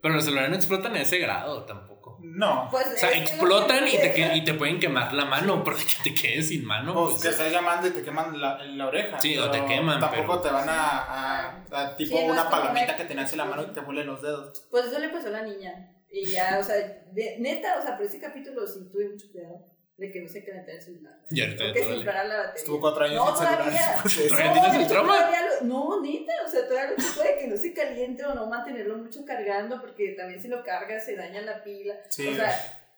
Pero los celulares no explotan a ese grado tampoco. No. Pues, O sea, es que explotan lo y que- te, que- y te pueden quemar la mano, (laughs) pero de que te quedes sin mano. Oh, O pues, te estás llamando y te queman la, la oreja. Sí, o te pero queman, pero- Tampoco te van a. a- a tipo Sí, no es como una palomita una- que tenías en la mano y te huelen los dedos. Pues eso le pasó a la niña. Y ya, o sea, de- neta, o sea, por ese capítulo sí tuve mucho cuidado de que no se calentara el celular. Y ahorita ya Porque te se duele. inflara la batería. Estuvo cuatro años No, sin celular. todavía. (laughs) después de eso. Todavía tienes de el hecho, trauma. todavía lo- no, neta, o sea, todavía lo que puede que no se caliente o no mantenerlo mucho cargando, porque también si lo cargas se daña la pila. Sí. O sea,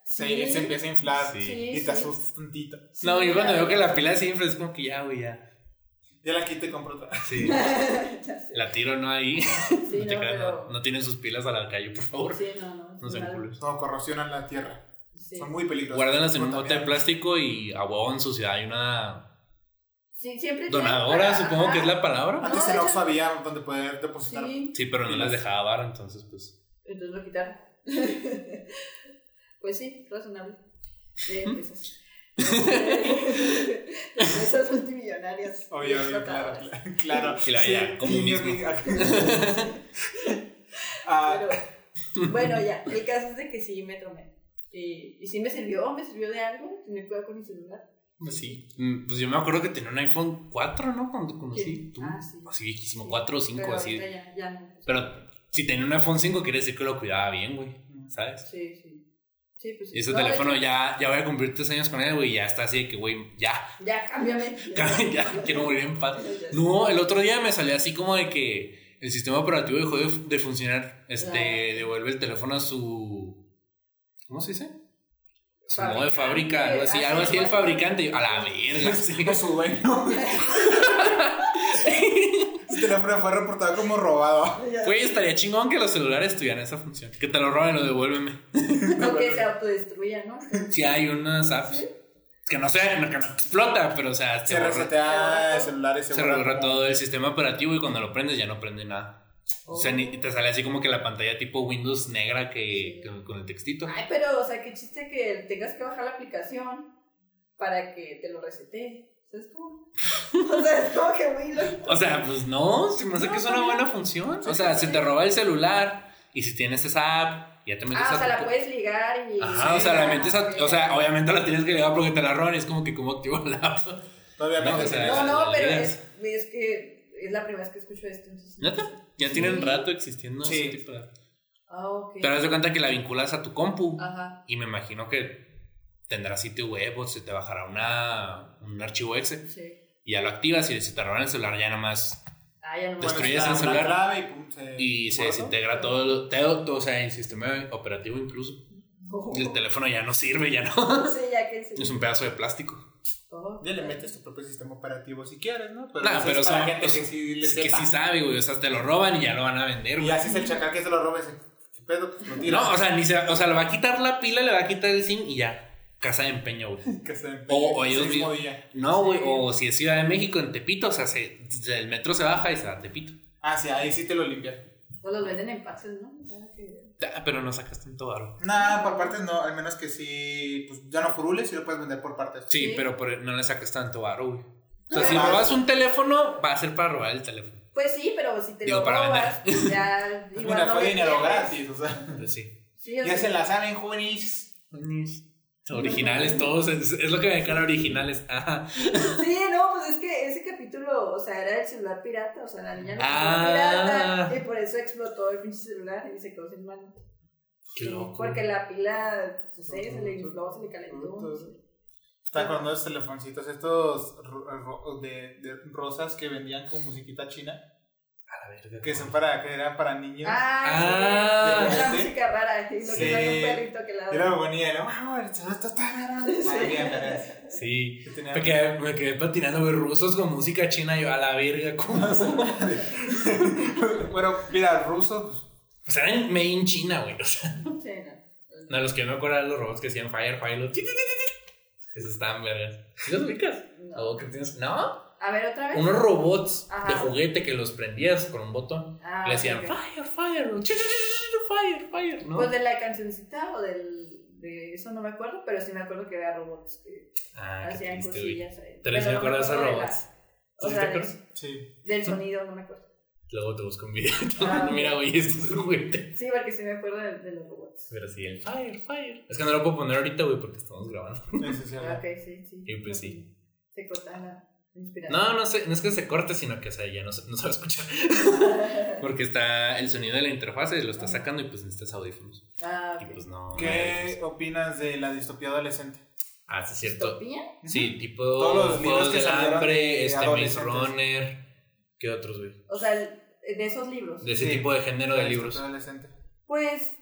se, sí, se empieza a inflar. Sí. Y sí. te asustas tantito. No, Sí, yo cuando ya. veo que la pila siempre es como que ya, güey, ya. Ya la quité y compro otra. (laughs) Sí. (laughs) Ya sé. La tiro no ahí. (laughs) Sí, no, te no, creas, no- pero- no tienen sus pilas a la calle, por favor. Sí, no, no. No sí, sean mal. culos. No, corrosionan la tierra. Sí. Son muy peligrosas. Guárdenlas en un Pero bote de también- plástico y a huevo en su ciudad hay una Sí, siempre tienen donadora, para- supongo que es la ajá. palabra. Antes No, en de Oxxo hecho- había donde poder depositar. Sí, Sí, pero no las dejaba vara, entonces pues. entonces lo quitaron. (laughs) pues sí, razonable. De empresas. De empresas multimillonarias. Obvio, obvio, claro, (laughs) Explotadoras. cl- claro. Y la veía como sí, mismo. mi amiga. (laughs) (laughs) Ah, Pero, bueno, ya, el caso es de que sí me tomé. Y, y sí me sirvió, me sirvió de algo, tener cuidado con mi celular. Pues sí. Mm, Pues yo me acuerdo que tenía un iPhone 4, ¿no? Cuando conocí Sí. tú. Ah, sí. Así viejísimo, Sí. 4 o 5, Pero así. ahorita Ya, ya no. Pero si tenía un iPhone 5, quiere decir que lo cuidaba bien, güey. ¿Sabes? Sí, sí. Sí, pues sí. Y ese Mm. No, de teléfono hecho, ya, ya voy a cumplir tres años con él, güey. y Ya está así de que, güey, ya. (laughs) Ya, cámbiame. ya quiero morir en paz. No, el otro día me salió así como de que el sistema operativo dejó de, de funcionar. Este, Ah. devuelve el teléfono a su. ¿Cómo se dice? Su modo de fábrica, algo así. Ah, Algo sí, así el bueno. fabricante. A la verga, sí. su dueño. (laughs) Este teléfono fue reportado como robado. Güey, estaría chingón que los celulares tuvieran esa función. Que te lo roben, lo devuélveme. O que se autodestruya, ¿no? Si hay unas apps. Que no sé, que no explota, pero o sea, se, Se borra- resetea el celular y se, se borra borra como- todo el sistema operativo y cuando lo prendes ya no prende nada. O sea, ni- te sale así como que la pantalla tipo Windows negra que, que- con el textito. Ay, pero, o sea, qué chiste que tengas que bajar la aplicación para que te lo resete. ¿Sabes cómo? O sea, es como que muy lógico. O sea, pues no, se me hace No, que es una también. buena función. O Sí, sea, sí, se sí. te roba el celular y si tienes esa app, y ya te metes Ah, a o sea, tu- la puedes ligar y. Ajá, o sea, la metes a, ok. o sea, obviamente la tienes que llevar porque te la roban, es como que como activo la app. Obviamente. No, o sea, No, no, pero ligas. es, es que es la primera vez que escucho esto. Entonces, ¿Neta? Ya Sí. tienen rato existiendo Sí. ese tipo de app. Ah, ok. Pero haz de cuenta que la vinculas a tu compu Ajá. y me imagino que tendrás sitio web o se te bajará una, un archivo exe Sí. y ya lo activas y si te roban el celular ya nada más Ah, ya no me Bueno, Destruyes está el una celular clave y, pum, se y se borra. desintegra todo, lo- todo, todo, o sea, el sistema operativo incluso. El teléfono ya no sirve, ya no. (laughs) Sí, ya que sí. Es un pedazo de plástico. Oh, Ya le metes tu propio sistema operativo si quieres, ¿no? Pero, Nah, eso es pero para son- gente son- que sí le Es que sepa. sí sabe, güey, o sea, te lo roban y ya lo van a vender, Y güey. haces el chacal que se lo robes. ¿Qué pedo? Pues lo tiras. No, o sea, ni se, o sea, le va a quitar la pila, le va a quitar el SIM y ya. Casa de empeño, güey. (laughs) (laughs) que se empeñe o- o el ellos mismo mismos. día. No, güey, Sí. o si es Ciudad de México, en Tepito, o sea, se- el metro se baja y se va a Tepito. Ah, sí, ahí sí te lo limpia. o los venden en pases, ¿no? O sea, que- Ah, pero no sacas tanto barro. Nah, por partes no, al menos que sí, pues ya no furules y lo puedes vender por partes. Sí, Sí. pero por- no le sacas tanto barro, güey. O sea, si Claro. robas un teléfono, va a ser para robar el teléfono. Pues sí, pero si te Digo, lo para vender. robas, pues (laughs) ya Es igual Mira, no fue dinero vendes. gratis, o sea. Pues sí. Sí, o Ya sea, se la saben, jóvenes. Originales, todos. Es, es lo que me dejan originales. (laughs) Ah, Ajá. sí, no, pues es que ese capítulo, o sea, era el celular pirata, o sea, la niña no Ah. pirata y por eso explotó el pinche celular y se quedó sin mano. Qué Sí, loco. Porque la pila, no sé, se le infló, se le calentó. no sé. Está con los telefoncitos estos ro- ro- de, de rosas que vendían con musiquita china, A la verga. que son para, que eran para niños. Ah, sí, Ah. era música rara, y lo Sí. que sale un perrito que la Era bonita, era, wow, esto está- está Ay, bien, pero- Sí. que tenía- Me quedé, me quedé patinando, güey, rusos con música china. Yo, a la verga, (laughs) ¿cómo? o Bueno, mira, pues, rusos, sea, eran made in China, güey. O sea, Sí, no. no, los que yo me acuerdo eran los robots que hacían Firefly. Los... ti, ti, ti, ti, ti. Esos estaban vergas. ¿Sí los ubicas? No. ¿O qué tienes? No, A ver, otra vez. unos robots Ajá. de juguete que los prendías con un botón. Ah, Le hacían ok. fire, fire, chu, chu, chu, chu, chu, fire, fire, ¿no? Pues de la cancioncita o del. De eso no me acuerdo, pero sí me acuerdo que había robots que Ah, qué hacían triste, güey. cosillas ahí. Pero sí me no acuerdo de esos la- robots. o ¿Sí te sea, del- acuerdas? sí. del sonido, no me acuerdo. Luego te busco un video. (laughs) Ah, Mira, güey, este es el juguete. Sí, porque sí me acuerdo de, de los robots. Pero sí, el fire, fire. Es que no lo puedo poner ahorita, güey, porque estamos grabando. eso sí, Ah, ok, sí, sí. Y pues sí. Se corta la inspiración. No, no sé, no es que se corte, sino que o sea, ya no, se- no se va a escuchar. (laughs) Porque está el sonido de la interfase, lo está sacando y pues necesitas audífonos. (laughs) Ah, Y ok. pues no. no hay ¿Qué audífonos. opinas de la distopía adolescente? Ah, sí, es cierto. ¿Distopía? Sí, tipo Todos los libros Juegos que del salieron de Hambre, este Maze adolescentes. Runner. ¿Qué otros, güey? O sea, el- de esos libros. De ese Sí, tipo de género de La libros. distopía adolescente. (laughs) Pues.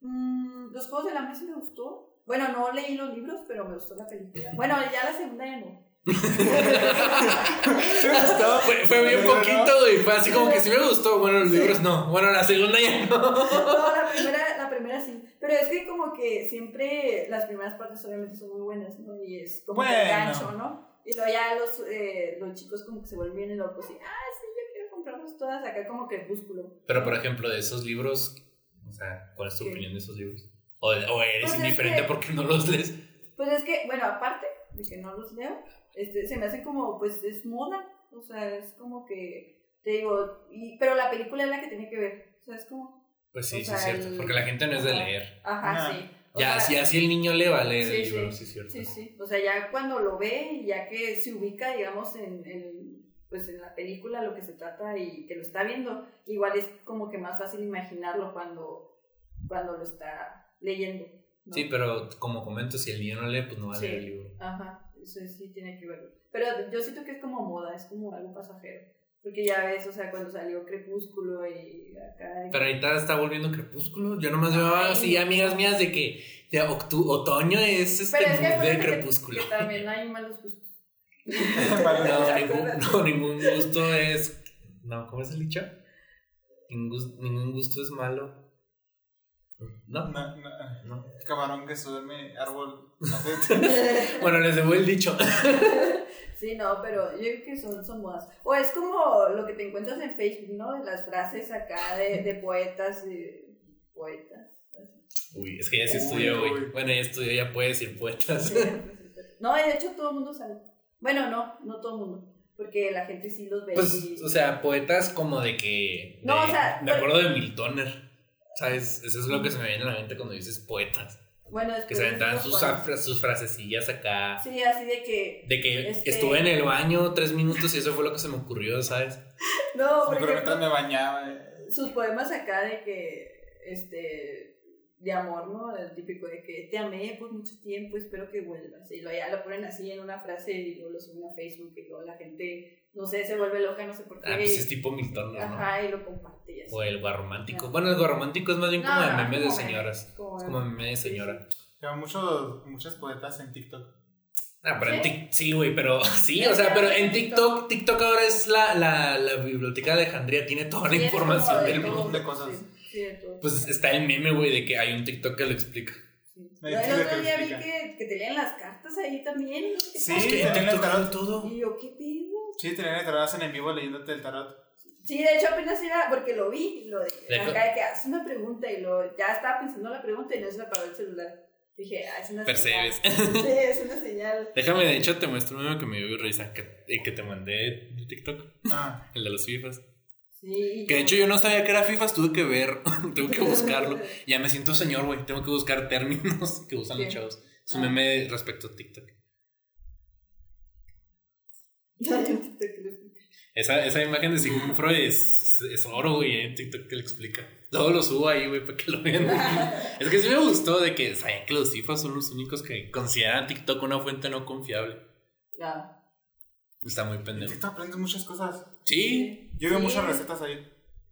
mm, los juegos del hambre sí me gustó. Bueno, no leí los libros, pero me gustó la película. Bueno, ya la segunda ya no. Fue, fue bien Pero no. poquito, güey. Fue así como que sí me gustó. Bueno, los libros no. Bueno, la segunda ya no. (laughs) (laughs) No, la primera, la primera sí. Pero es que como que siempre las primeras partes obviamente son muy buenas, ¿no? Y es como que el Bueno. gancho, ¿no? Y luego ya los, eh, los chicos como que se vuelven bien locos y, ah, sí, yo quiero comprarnos todas acá como crepúsculo. Pero, por ejemplo, de esos libros, o sea, ¿cuál es tu ¿Qué? opinión de esos libros? O, o eres Pues es indiferente que- porque no los lees. Pues es que, bueno, aparte de que no los leo, este, se me hace como, pues es moda, o sea, es como que, te digo, y, pero la película es la que tiene que ver, o sea, es como, Pues sí, sí, O es sea, cierto. el- Porque la gente no es de Ajá. leer. ajá, Ah. sí. O Ya, sea, si así el niño le va a leer Sí, el sí. libro, sí, es cierto. Sí, sí. O sea, ya cuando lo ve, ya que se ubica, digamos, en, en, pues en la película, lo que se trata y que lo está viendo, igual es como que más fácil imaginarlo cuando, cuando lo está leyendo. ¿no? Sí, pero como comento, si el niño no lee, pues no va a Sí. leer el libro. Ajá, eso sí tiene que ver. Pero yo siento que es como moda, es como algo pasajero. Porque ya ves, o sea, cuando salió Crepúsculo y acá. Pero ahorita está volviendo crepúsculo. Yo nomás veo Ay. así, amigas mías, de que de octu- otoño es este Pero es que mood de acuérdate que- crepúsculo. que también hay malos gustos. No, Vale. ningún, (laughs) no, ningún gusto es. No, ¿cómo es el dicho? Ningún, gus- ningún gusto es malo. No, No, no, no. Camarón que se duerme, árbol. no (laughs) sé. Bueno, les debo el dicho. (laughs) Sí, no, pero yo creo que son, son modas. O es como lo que te encuentras en Facebook, ¿no? De las frases acá de, de poetas y poetas. Uy, es que ya sí Uy, estudió, güey. uy. Bueno, ya estudió, ya puede decir poetas. No, de hecho todo el mundo sabe. Bueno, no, no todo el mundo. Porque la gente sí los ve. Pues, y- o sea, poetas como de que. No, de- o sea, Me pero- acuerdo de Miltoner. ¿Sabes? Eso es lo que se me viene a la mente cuando dices poetas. Bueno, Que después se de aventaban esto, sus, Juan. afra- sus frasecillas acá. Sí, así de que. De que Este- estuve en el baño tres minutos y eso fue lo que se me ocurrió, ¿sabes? No, por Pero ejemplo, mientras me bañaba. eh. sus poemas acá de que. Este. De amor, ¿no? El típico de que te amé por mucho tiempo, espero que vuelvas. Y lo, ya lo ponen así en una frase y luego lo suben a Facebook y luego la gente, no sé, se vuelve loca, no sé por qué. Ah, pues es tipo Milton, ¿no? Ajá, y lo comparte y así. O el guarromántico. Bueno, el guarromántico es más bien como de No, memes de como meme, señoras. como Es como meme. meme de señora. Pero muchos, muchas poetas en TikTok. Ah, pero en ¿Sí? Tik- sí, güey, pero (laughs) sí, Es o sea, que pero ahora en en TikTok, TikTok ahora es la, la, la biblioteca de Alejandría, tiene toda la Sí, es como información de del todo, mundo. montón de cosas. Sí, sí, de todo. Pues está el meme, güey, de que hay un TikTok que lo explica. Sí. Me Yo el entiendo otro que día vi explica. que, que tenían las cartas ahí también. no sé qué Sí, Es tal. que en también TikTok el tarot. hay todo. Y yo, ¿qué pedo? Sí, te el tarot, hacen en vivo leyéndote el tarot. Sí, de hecho apenas era, porque lo vi, lo de, De acá de que haz una pregunta y lo, ya estaba pensando la pregunta y no se me apagó el celular. Dije, ah, es una Percebes. señal. Sí, es una señal. Déjame, de hecho, te muestro un meme que me dio risa, que, eh, que te mandé de TikTok, Ah, el de los FIFAs. Sí. Que de hecho yo no sabía que era FIFAs, tuve que ver, (laughs) tuve que (laughs) buscarlo. Ya me siento señor, güey, tengo que buscar términos que usan los Sí. chavos. Es un Ah. meme respecto a TikTok. Esa, esa imagen de Sigmund Freud es, es, es oro, güey, eh, en TikTok que lo explica. Todo lo subo ahí, güey, para que lo vean. (laughs) es que sí me gustó de que sabían que los FIFAs son los únicos que consideran a TikTok una fuente no confiable. Ya. Está muy en pendejo. TikTok aprendes muchas cosas. Sí, Yo veo Sí. muchas recetas ahí.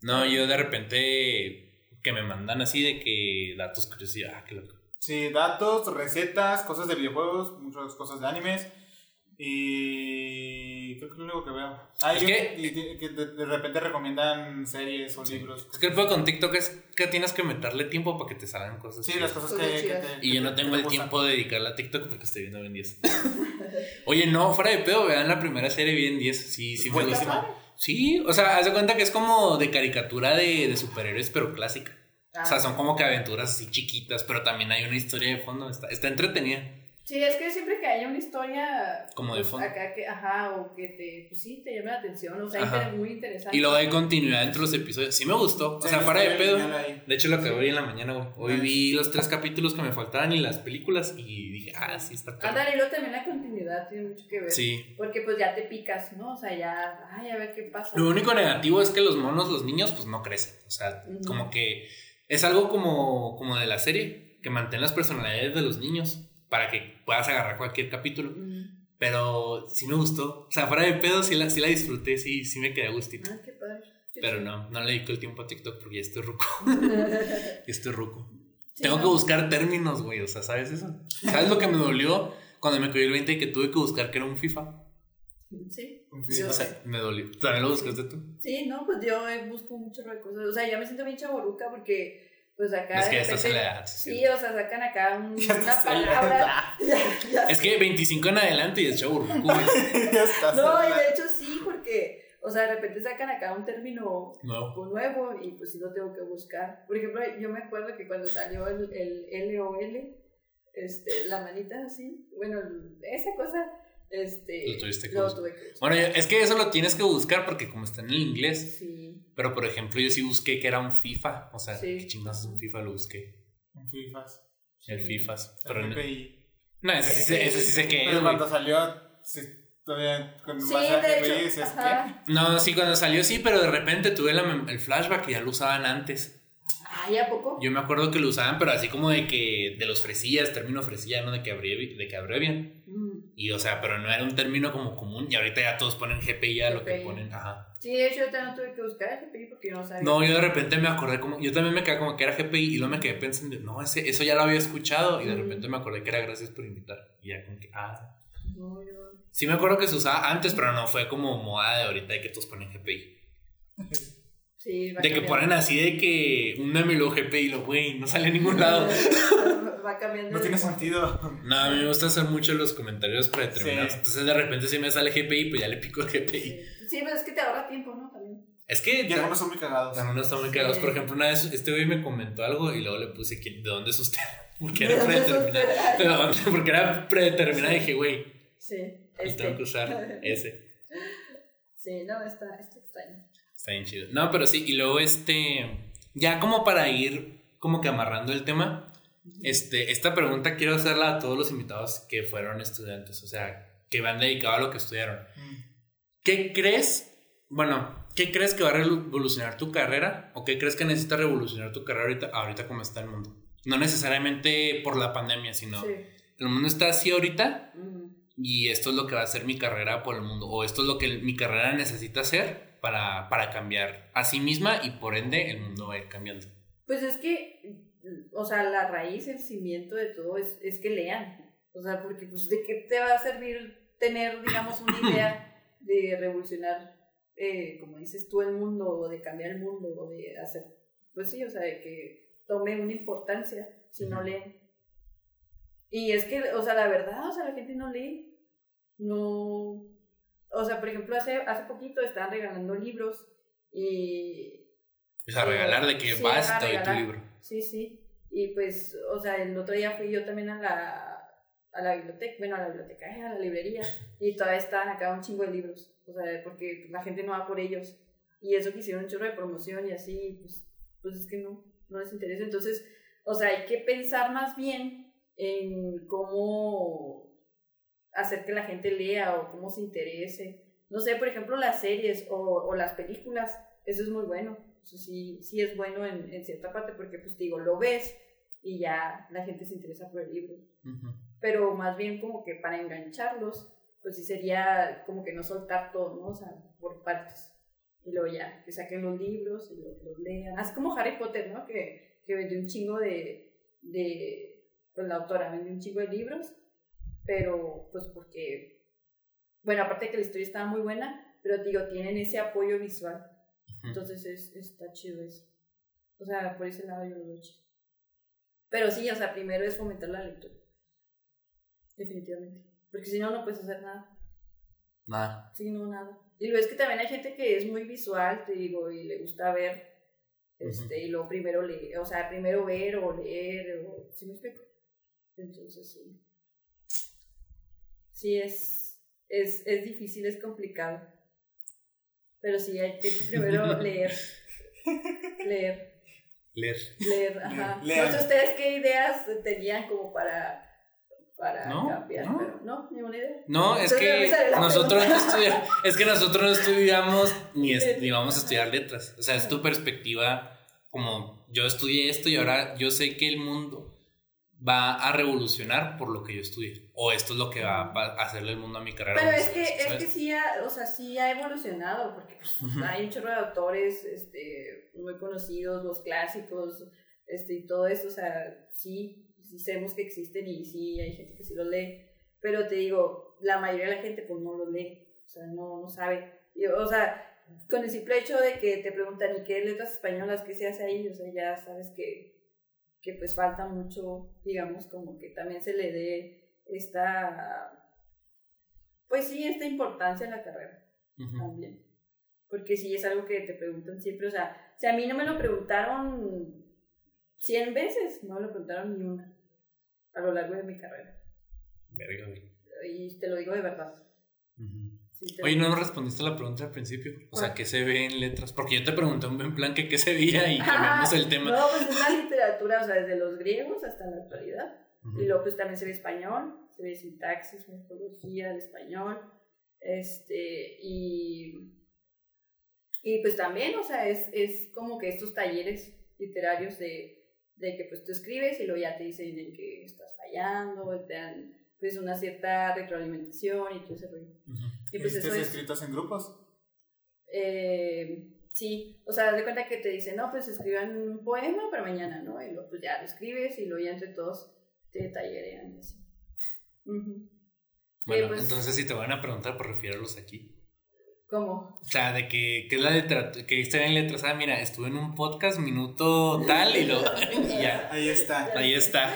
No, yo de repente que me mandan así de que datos curiosidad, ah, qué loco. Sí, datos, recetas, cosas de videojuegos, muchas cosas de animes. Y creo que es lo único que veo. Ah, Es yo- que- y- y- que de, de repente recomiendan series o Sí. libros. Es que el pedo con TikTok es que tienes que meterle tiempo para que te salgan cosas. Sí, chidas. las cosas que, Cosas que chidas. te- que Y yo no te- tengo que te el gustan. tiempo de dedicarle a TikTok porque estoy viendo Ben 10. (laughs) Oye, no, fuera de pedo, vean la primera serie de Ben 10. Sí, sí, me Buenísima. gusta. Sí, o sea, haz de cuenta que es como de caricatura de, de superhéroes, pero clásica. Ah. O sea, son como que aventuras así chiquitas, pero también hay una historia de fondo. Está, está entretenida, Sí, es que siempre que haya una historia pues, como de fondo. acá que, ajá, o que te, pues sí, te llame la atención, o sea, Ajá. inter- muy interesante. Y luego hay continuidad entre los episodios. Sí me gustó. O Sí, sea, fuera de está pedo. genial ahí. De hecho, lo que hoy en la mañana, güey. Hoy Nice. vi los tres capítulos que me faltaban y las películas y dije, ah, sí, está perro. Ándale, y luego también la continuidad tiene mucho que ver. Sí. Porque pues ya te picas, ¿no? O sea, ya, ay, a ver qué pasa. Lo único negativo es que los monos, los niños, pues no crecen. O sea, Ujú. como que es algo como, como de la serie, que mantén las personalidades de los niños para que puedas agarrar cualquier capítulo. Mm. Pero sí me gustó. O sea, fuera de pedo, sí la, sí la disfruté, sí, sí me quedé a gustito. Ah, qué padre. Qué Pero (laughs) chido. no, no le dedico el tiempo a TikTok porque ya estoy ruco. (laughs) Ya estoy ruco. Sí, Tengo no. que buscar términos, güey. O sea, ¿sabes eso? ¿Sabes lo que me dolió cuando me cayó el 20 que tuve que buscar que era un FIFA? Sí. Sí, O o sea, sea, me dolió. ¿También lo buscaste tú? Sí, no, pues yo eh, busco un chorro de cosas. O sea, ya me siento bien chaboruca porque, pues acá. es que ya de estás en repente- la edad. sí, Sí, o sea, sacan acá (laughs) un- Ya una estás en la palabra. (laughs) Ya, ya. Es que 25 en adelante y es chaburruco, güey. (laughs) (laughs) Ya estás No, en y la- de hecho sí, porque, o sea, de repente sacan acá un término Nuevo. o nuevo y pues sí lo tengo que buscar. Por ejemplo, yo me acuerdo que cuando salió el, el LOL, este, la manita así, bueno, esa cosa, Lo este, tuviste que lo buscar. tuve que buscar. Bueno, yo- es que eso lo tienes que buscar porque como está en el inglés. Sí, Pero, por ejemplo, yo sí busqué que era un FIFA. O sea, Sí. ¿qué chingados es un FIFA? Lo busqué. En FIFAs. El Sí. FIFAs. Pero Pero no, PPI. no, ese sí, se- ese sí sé qué Pero es, güey. cuando salió, sí, todavía con sí base a de PPI hecho, decías que. ajá. No, sí, cuando salió sí, pero de repente tuve la mem- el flashback y ya lo usaban antes. Ay, ¿a poco? Yo me acuerdo que lo usaban, pero así como de que de los fresillas, término fresilla, ¿no? De que, abrevi- de que abrevian. Mm. Y o sea, pero no era un término como común. Y ahorita ya todos ponen GPI a lo que GPI. ponen. Ajá. Sí, de hecho yo también tuve que buscar el GPI porque yo no sabía. No, yo de repente me acordé como. Yo también me quedé como que era GPI y luego me quedé pensando, no, ese, eso ya lo había escuchado. Y de Mm. repente me acordé que era gracias por invitar. Y ya como que, ah. No, yo- Sí, me acuerdo que se usaba antes, pero no fue como moda de ahorita de que todos ponen GPI. Sí, va De que cambiando. ponen así de que un meme y luego GPI, lo güey, no sale a ningún lado. (laughs) Va cambiando. No de- tiene sentido. No, a mí me gusta hacer mucho los comentarios predeterminados. Sí. Entonces de repente si me sale GPI, pues ya le pico el GPI. Sí, Sí, pero es que te ahorra tiempo, ¿no? También. Es que Y algunos son muy cagados. no están muy Sí. cagados. Por ejemplo, una vez este güey me comentó algo y luego le puse ¿quién- ¿de dónde es usted? (laughs) Porque ¿De era (laughs) dónde es predeterminado. (laughs) usted? ¿De dónde? Porque era predeterminado y dije, güey, lo Sí. tengo que Este. (laughs) usar ese. Sí, no, está, está extraño. Está bien chido. No, pero sí, y luego este... Ya como para ir como que amarrando el tema, este, esta pregunta quiero hacerla a todos los invitados que fueron estudiantes, o sea, que van dedicado a lo que estudiaron. ¿Qué crees? Bueno, ¿qué crees que va a revolucionar tu carrera? ¿O qué crees que necesita revolucionar tu carrera ahorita, ahorita como está el mundo? No necesariamente por la pandemia, sino Sí. Mm. el mundo está así ahorita Ujú. y esto es lo que va a ser mi carrera por el mundo. O esto es lo que mi carrera necesita hacer para, para cambiar a sí misma y por ende el mundo va a ir cambiando. Pues es que, mm, o sea, la raíz, el cimiento de todo es, es que lean. O sea, porque pues de qué te va a servir tener, digamos, una idea de revolucionar, eh, como dices tú, el mundo, o de cambiar el mundo, o de hacer, pues sí, o sea, de que tome una importancia si no Ujú. leen. Y es que, o sea, la verdad, o sea, la gente no lee. No. O sea, por ejemplo, hace, hace poquito estaban regalando libros y, O sea, regalar de que Sí, vas ajá, y te doy tu regalar. libro. Sí, sí. Y pues, o sea, el otro día fui yo también a la, a la biblioteca, bueno, a la biblioteca, eh, a la librería, y todavía estaban acá un chingo de libros, o sea, porque la gente no va por ellos. Y eso que hicieron un chorro de promoción y así, pues, pues es que no, no les interesa. Entonces, o sea, hay que pensar más bien en cómo hacer que la gente lea o cómo se interese. No sé, por ejemplo, las series o, o las películas, eso es muy bueno. Eso sí, sí es bueno en, en cierta parte porque, pues, te digo, lo ves y ya la gente se interesa por el libro. Ujú. Pero más bien como que para engancharlos, pues sí sería como que no soltar todo, ¿no? O sea, por partes. Y luego ya, que saquen los libros y luego que los lean. Así como Harry Potter, ¿no? Que, que vendió un chingo de, de... Pues la autora vendió un chingo de libros, pero pues porque... Bueno, aparte de que la historia estaba muy buena, pero te digo, tienen ese apoyo visual. Entonces es, está chido eso. O sea, por ese lado yo lo veo chido. Pero sí, o sea, primero es fomentar la lectura. Definitivamente. Porque si no, no puedes hacer nada. Nada. Sí, no, nada. Y luego es que también hay gente que es muy visual, te digo, y le gusta ver. Este, Y luego primero leer, o sea, primero ver o leer, o, ¿sí me explico? Entonces sí. Sí, es, es, es difícil, es complicado. Pero sí, hay que primero leer. Leer. Leer. Leer, ajá. Lean. No sé ustedes qué ideas tenían como para, para No, cambiar, no. pero no, ninguna idea. No, es Entonces, que esa es la nosotros no pregunta. estudiamos, es que nosotros no estudiamos ni, es- ni vamos a Ajá. estudiar letras. O sea, es tu perspectiva como yo estudié esto y ahora yo sé que el mundo va a revolucionar por lo que yo estudié. O esto es lo que va a pa- hacerle el mundo a mi carrera. Pero no es sé, que, es ¿sabes? que sí ha, o sea, sí ha evolucionado, porque pues, Ujú. hay un chorro de autores este, muy conocidos, los clásicos, este, y todo eso, o sea, sí, sí sabemos que existen y sí hay gente que sí los lee, pero te digo, la mayoría de la gente pues no los lee, o sea, no, no sabe. Y, o sea, con el simple hecho de que te preguntan, ¿y qué letras españolas qué se hace ahí? O sea, ya sabes que, que pues falta mucho, digamos, como que también se le dé esta pues sí, esta importancia en la carrera Ujú. también. Porque sí es algo que te preguntan siempre. O sea, si a mí no me lo preguntaron 100 veces, no me lo preguntaron ni una a lo largo de mi carrera. Verga, güey. Y te lo digo de verdad. Ujú. Sí, te- Oye, no respondiste a la pregunta al principio. O sea, ¿Cuál? ¿qué se ve en letras? Porque yo te pregunté un buen plan que qué se veía y cambiamos el tema. No, pues es la literatura, o sea, desde los griegos hasta la actualidad. Ujú. Y luego pues también se ve español, se ve sintaxis, morfología del español, este, y, y pues también, o sea, es, es como que estos talleres literarios de, de que pues tú escribes y luego ya te dicen en que estás fallando, te dan pues una cierta retroalimentación y todo ese rollo. Ujú. Y pues Este eso es es... escritos en grupos. Eh, sí, o sea, haz de cuenta que te dicen, no, pues escriban un poema para mañana, ¿no? Y lo, pues ya lo escribes y lo ya entre todos te tallerean y así. Ujú. Bueno, Eh, pues- entonces si te van a preguntar, pues refiéralos aquí. ¿Cómo? O sea, de que, que es la literatura, que está en letras. Ah, mira, estuve en un podcast minuto tal y (laughs) lo. (laughs) y ya. Ahí está. Ahí está.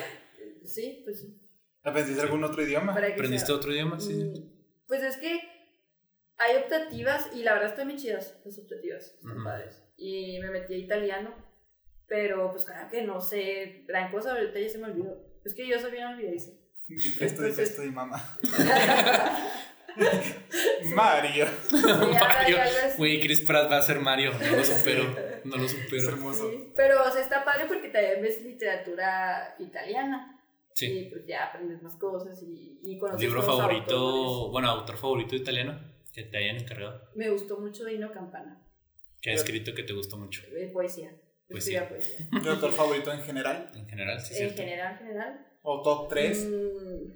Sí, pues sí. ¿Aprendiste algún otro idioma? (laughs) Para que ¿Aprendiste sea- otro idioma? Sí. sí. Mm, Pues es que hay optativas y la verdad están bien chidas las optativas, están Ujú. padres. Y me metí a italiano, pero pues claro que no sé gran cosa, ahorita ya se me olvidó. Es que yo soy bien olvidadiza. Y presto, (laughs) y Entonces- presto, y mamá. Mario. Mario. ya lo es. Güey, Chris Pratt va a ser Mario. No lo supero. No lo supero. hermoso. Sí, pero o sea, está padre porque también ves literatura italiana. Sí. Y pues ya aprendes más cosas y, y conoces Libro nuevos favorito, autores. bueno, autor favorito italiano que te hayan encargado, Me gustó mucho Dino Campana, que ha escrito que te gustó mucho. de poesía. Poesía. Escribía poesía. Mi autor favorito en general. En general, sí, en es cierto. general, en general. O top (laughs) 3. mm,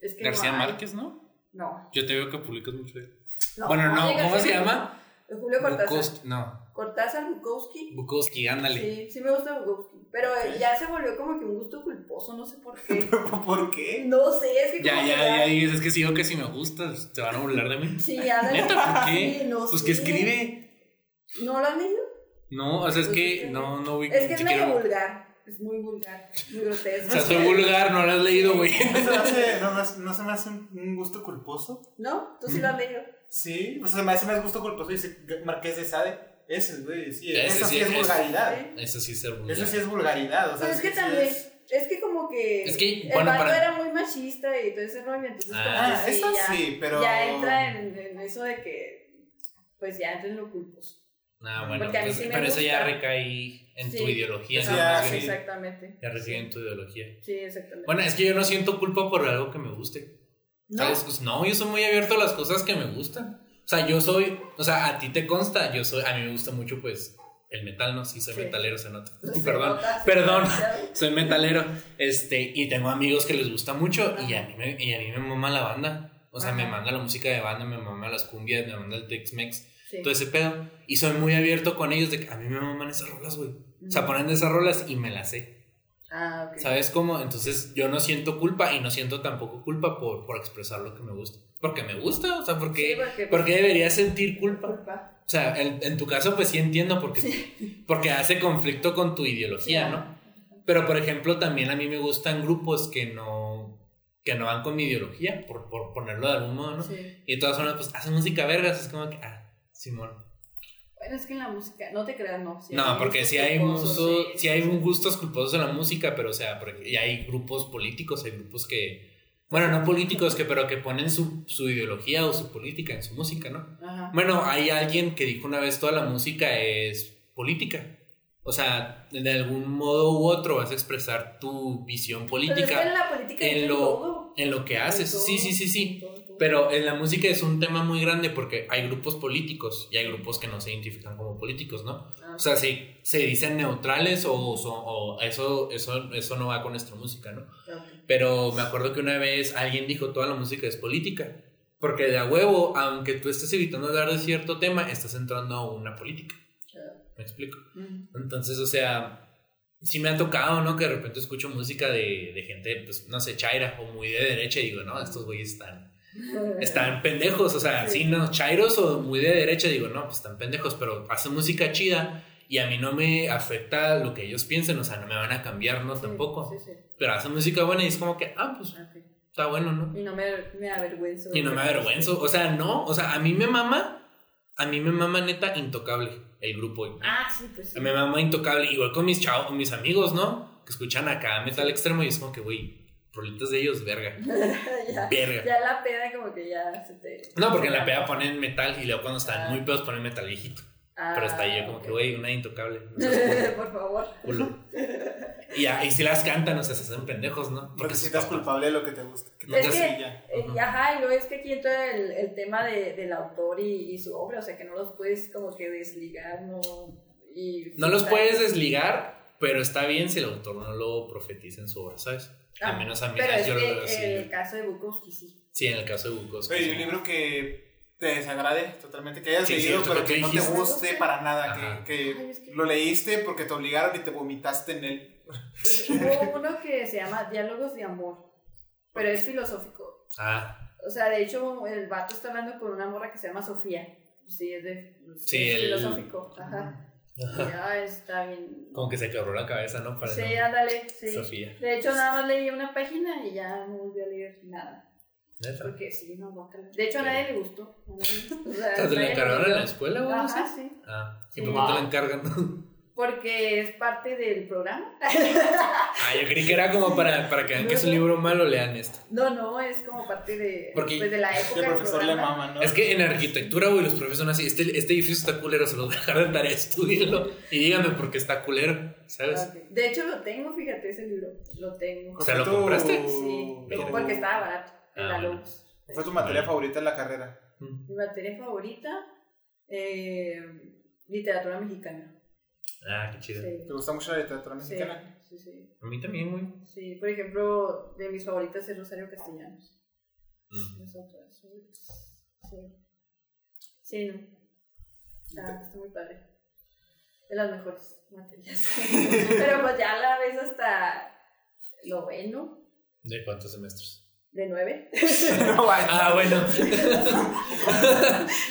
es que García no hay- Márquez, ¿no? No, Yo te veo que publicas mucho. de él. no. Bueno, no, García ¿cómo se Márquez, llama? no. Julio Cortázar. Bukowski, no. Cortázar Bukowski. Bukowski, ándale. Sí, sí me gusta Bukowski. Pero eh, Ok. ya se volvió como que un gusto culposo, no sé por (laughs) qué. ¿Por qué? No sé, es que Ya, como que ya, ya dices, es que si digo que si me gustas, te van a burlar de mí. Sí, ándale. ¿Neta? ¿Por qué? Sí, no Pues sé. que escribe. ¿No lo han leído? No, o sea, es Pues que escribe. no, no ubico Es que ni es medio siquiera- vulgar. Es muy vulgar. Muy grotesco. O sea, soy vulgar, no lo has leído, güey. (laughs) No se me hace, no, me hace- no se me hace un, un gusto culposo. ¿No? ¿Tú sí lo has leído? Sí, o sea, se me hace más gusto culposo. Dice Marqués de Sade. Ese, güey, sí. Ese Eso sí sí es es- vulgaridad. Sí. Eso sí es ser vulgar. Eso sí es vulgaridad. O sea, Pero es sí- que sí también. es- Es que como que. Es que, el bueno, vato para- era muy machista y todo ese rollo. Entonces, Ah, Ah, como que sí, eso ya, sí, pero. ya entra en, en eso de que. Pues ya entra en lo culposo. Ah, bueno, Porque a mí entonces- sí me pero eso ya gusta. recae en tu Sí. ideología, Eso ¿no? ya, Más sí. bien, Exactamente. ya recae en tu ideología. Sí, exactamente. Bueno, es que yo no siento culpa por algo que me guste. ¿No? ¿Sabes? Pues no, yo soy muy abierto a las cosas que me gustan. O sea, yo soy, o sea, a ti te consta, yo soy, a mí me gusta mucho pues el metal, no, sí soy Sí. metalero, se nota. Entonces, Perdón. notas- perdón. Soy metalero, este, y tengo amigos que les gusta mucho y Ajá. a mí me, y a mí me mama la banda. O sea, me Ajá. manda la música de banda, me mama las cumbias, me manda el Tex-Mex, Sí. todo ese pedo. Y soy muy abierto con ellos de que a mí me maman esas rolas, güey. O sea, Ujú. ponen esas rolas y me las sé. Ah, ok. ¿Sabes cómo? Entonces yo no siento culpa y no siento tampoco culpa por, por expresar lo que me gusta. Porque me gusta, o sea, Sí, porque, porque, porque debería sentir culpa. culpa. O sea, en, en tu caso pues sí entiendo porque, porque hace conflicto con tu ideología, ¿no? Pero por ejemplo también a mí me gustan grupos que no, que no van con mi ideología, por, por ponerlo de algún modo, ¿no? Sí. Y de todas formas pues hacen música vergas, es como que, ah, Simón. Bueno, es que en la música, no te creas, no. sí No, hay porque gustos si hay, culposos, muso- sí, sí hay sí. gustos culposos en la música, pero o sea, porque- y hay grupos políticos, hay grupos que, bueno, no políticos, que, pero que ponen su, su ideología o su política en su música, ¿no? Ajá. Bueno, hay alguien que dijo una vez, toda la música es política. O sea, de algún modo u otro vas a expresar tu visión Pero es que en política la política en entra lo- todo. en lo que haces. En todo, Sí, sí, sí, sí. en todo, todo. Pero en la música es un tema muy grande porque hay grupos políticos y hay grupos que no se identifican como políticos, ¿no? Ah, O sea, si se dicen neutrales o, son- o eso, eso, eso no va con nuestra música, ¿no? ok. Pero me acuerdo que una vez alguien dijo toda la música es política. Porque de a huevo, aunque tú estés evitando hablar de cierto tema, estás entrando a una política. ¿Me explico? Mm. Entonces, o sea, sí me ha tocado, ¿no? Que de repente escucho música de, de gente, pues, no sé, chaira o muy de derecha y digo, no, estos güeyes están (laughs) están pendejos, o sea, Sí. sí, no, chairos o muy de derecha, digo, no, pues están pendejos, pero hacen música chida y a mí no me afecta lo que ellos piensen, o sea, no me van a cambiar, ¿no? Sí, Tampoco. sí, sí. Pero hacen música buena y es como que, ah, pues Ok. está bueno, ¿no? Y no me, me avergüenzo. Y no me avergüenzo, o sea, no, o sea, a mí me mama, a mí me mama neta intocable el grupo. Ah, sí, pues sí. Me mama intocable, igual con mis chavos, mis amigos, ¿no? Que escuchan acá metal extremo y es como que, güey, rolitas de ellos, verga, (laughs) (laughs) ya, verga. ya la peda como que ya se te... No, porque en la peda ponen metal y luego cuando están Ah. muy pedos ponen metal viejito. Ah, Pero está ahí yo como ok. que, güey, una intocable. no seas (laughs) Por favor. culo. Y ahí si las cantan, o sea, se hacen pendejos, ¿no? Porque sus si estás papás- culpable de lo que te gusta. Que te Es gusta que- y ya. Eh, y ajá, y luego es que aquí entra el, el tema de, del autor y, y su obra, o sea que no los puedes como que desligar, no. Y, No los puedes desligar, pero está bien si el autor no lo profetiza en su obra, ¿sabes? Ah, Al menos a mí Pero es yo lo veo que así. en el caso de Bukowski sí. Sí, en el caso de Bukowski. Oye, sí. un libro que te desagrade totalmente, que hayas Sí, leído, cierto, pero lo que que no te dijiste. guste para nada, Ajá. que, Ay, es que que- lo leíste porque te obligaron y te vomitaste en él. Hubo uno que se llama Diálogos de Amor, pero es filosófico. Ah, O sea, de hecho, el vato está hablando con una morra que se llama Sofía. Sí, es de Sí, es el- filosófico. Ajá. Ya está bien. como que se quebró la cabeza, ¿no? Para el Sí, nombre. ándale, sí. Sofía. De hecho, nada más leí una página y ya no volví a leer nada. Neta. Porque sí, no, guácala. De hecho, a nadie le gustó. A nadie- o sea, O sea, ¿Te la nadie encargaron en lo- la escuela o algo así? Ajá, sí. Ah, ¿y Sí. por qué te la encargan? porque es parte del programa. (laughs) Ah, yo creí que era como para, para que vean que es un libro malo, lean esto. No, no, es como parte de, Porque pues, de la época El del profesor le programa. mama, ¿no? Es que en arquitectura, güey, los profesores son así. Este, este edificio está culero, se lo voy a dejar de tarea, (laughs) estudienlo. Y díganme por qué está culero, ¿sabes? Ah, ok. De hecho, lo tengo, fíjate, ese libro. Lo tengo. O sea, ¿lo ¿Tú- compraste? Sí, Mira. porque estaba barato en Ah, la bueno. Lux. Fue tu materia Vale. favorita en la carrera. Mi materia favorita, eh, literatura mexicana. Ah, qué chido. Sí, ¿Te gusta mucho la literatura sí, mexicana? sí, sí. A mí también, güey. Sí, por ejemplo, de mis favoritas es Rosario Castellanos. Mm. Es otra, sí. Sí, Sí, no. Está, está muy padre. De las mejores materias. (laughs) Pero pues ya la ves hasta noveno, ¿De cuántos (laughs) semestres? (laughs) de nueve. No, güey. Ah, bueno.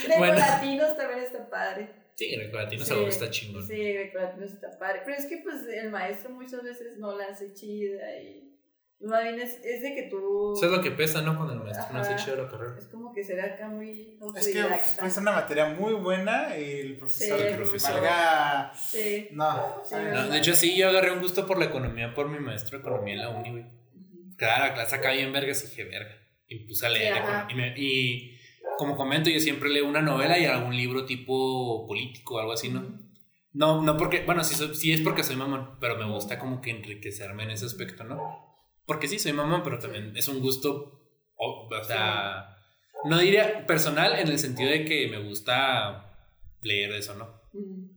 De Bueno. latinos también está padre. Sí, en el latino Sí. algo está chingón. Sí, decorativo está padre. Pero es que pues el maestro muchas veces no la hace chida y pues, más bien es, es de que tú Eso es lo que pesa, ¿no? Cuando el maestro no hace Ajá. chido la carrera. es como que será acá muy Es que autodidacta. fue una materia muy buena y el profesor Sí, el que profesor. valga- Sí. No, Sí, ¿sabes? No, de hecho, sí, yo agarré un gusto por la economía por mi maestro de economía en la uni, güey. Ujú. Claro, la clase acá bien vergas y dije, verga. Y pues me puse a leer. Sí, ajá. econo- y, me- y como comento, yo siempre leo una novela y algún libro tipo político o algo así, ¿no? No, no porque, bueno, sí, soy- sí es porque soy mamón, pero me gusta como que enriquecerme en ese aspecto, ¿no? Porque sí, soy mamón, pero también es un gusto, o, o sea, no diría personal en el sentido de que me gusta leer eso, ¿no? Ujú.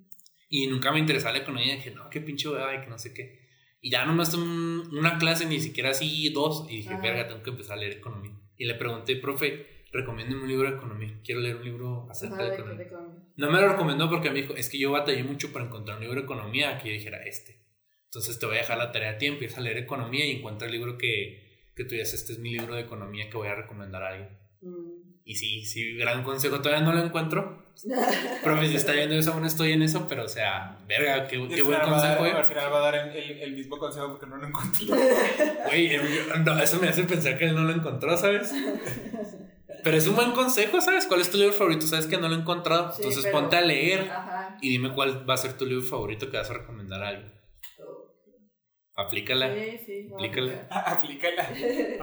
Y nunca me interesaba la economía, dije, no, qué pinche hueva y que no sé qué. Y ya nomás tomé un- una clase, ni siquiera así dos, y dije, Ajá. verga, tengo que empezar a leer economía. Y le pregunté, profe, recomiéndeme un libro de economía, quiero leer un libro acerca Ajá, de de- economía. de economía. (laughs) No me lo recomendó porque me dijo, es que yo batallé mucho para encontrar un libro de economía que yo dijera este. Entonces te voy a dejar la tarea a tiempo, empieza a leer economía y encuentra el libro que, que tú digas, este es mi libro de economía que voy a recomendar a alguien. Mm. Y sí, sí, gran consejo, todavía no lo encuentro. Profe, si está viendo eso, aún estoy en eso, pero o sea, verga, qué, Y qué al buen final va a dar- consejo, eh. Al final va a dar el, el- el mismo consejo porque no lo encontré. Güey, eh, no, eso me hace pensar que él no lo encontró, ¿sabes? Pero es un buen consejo, ¿sabes? ¿Cuál es tu libro favorito? ¿Sabes que no lo he encontrado? Sí, Entonces pero- ponte a leer (laughs) Ajá. y dime cuál va a ser tu libro favorito que vas a recomendar a alguien. Aplícala. Sí, sí. no, Aplícala. Aplícala.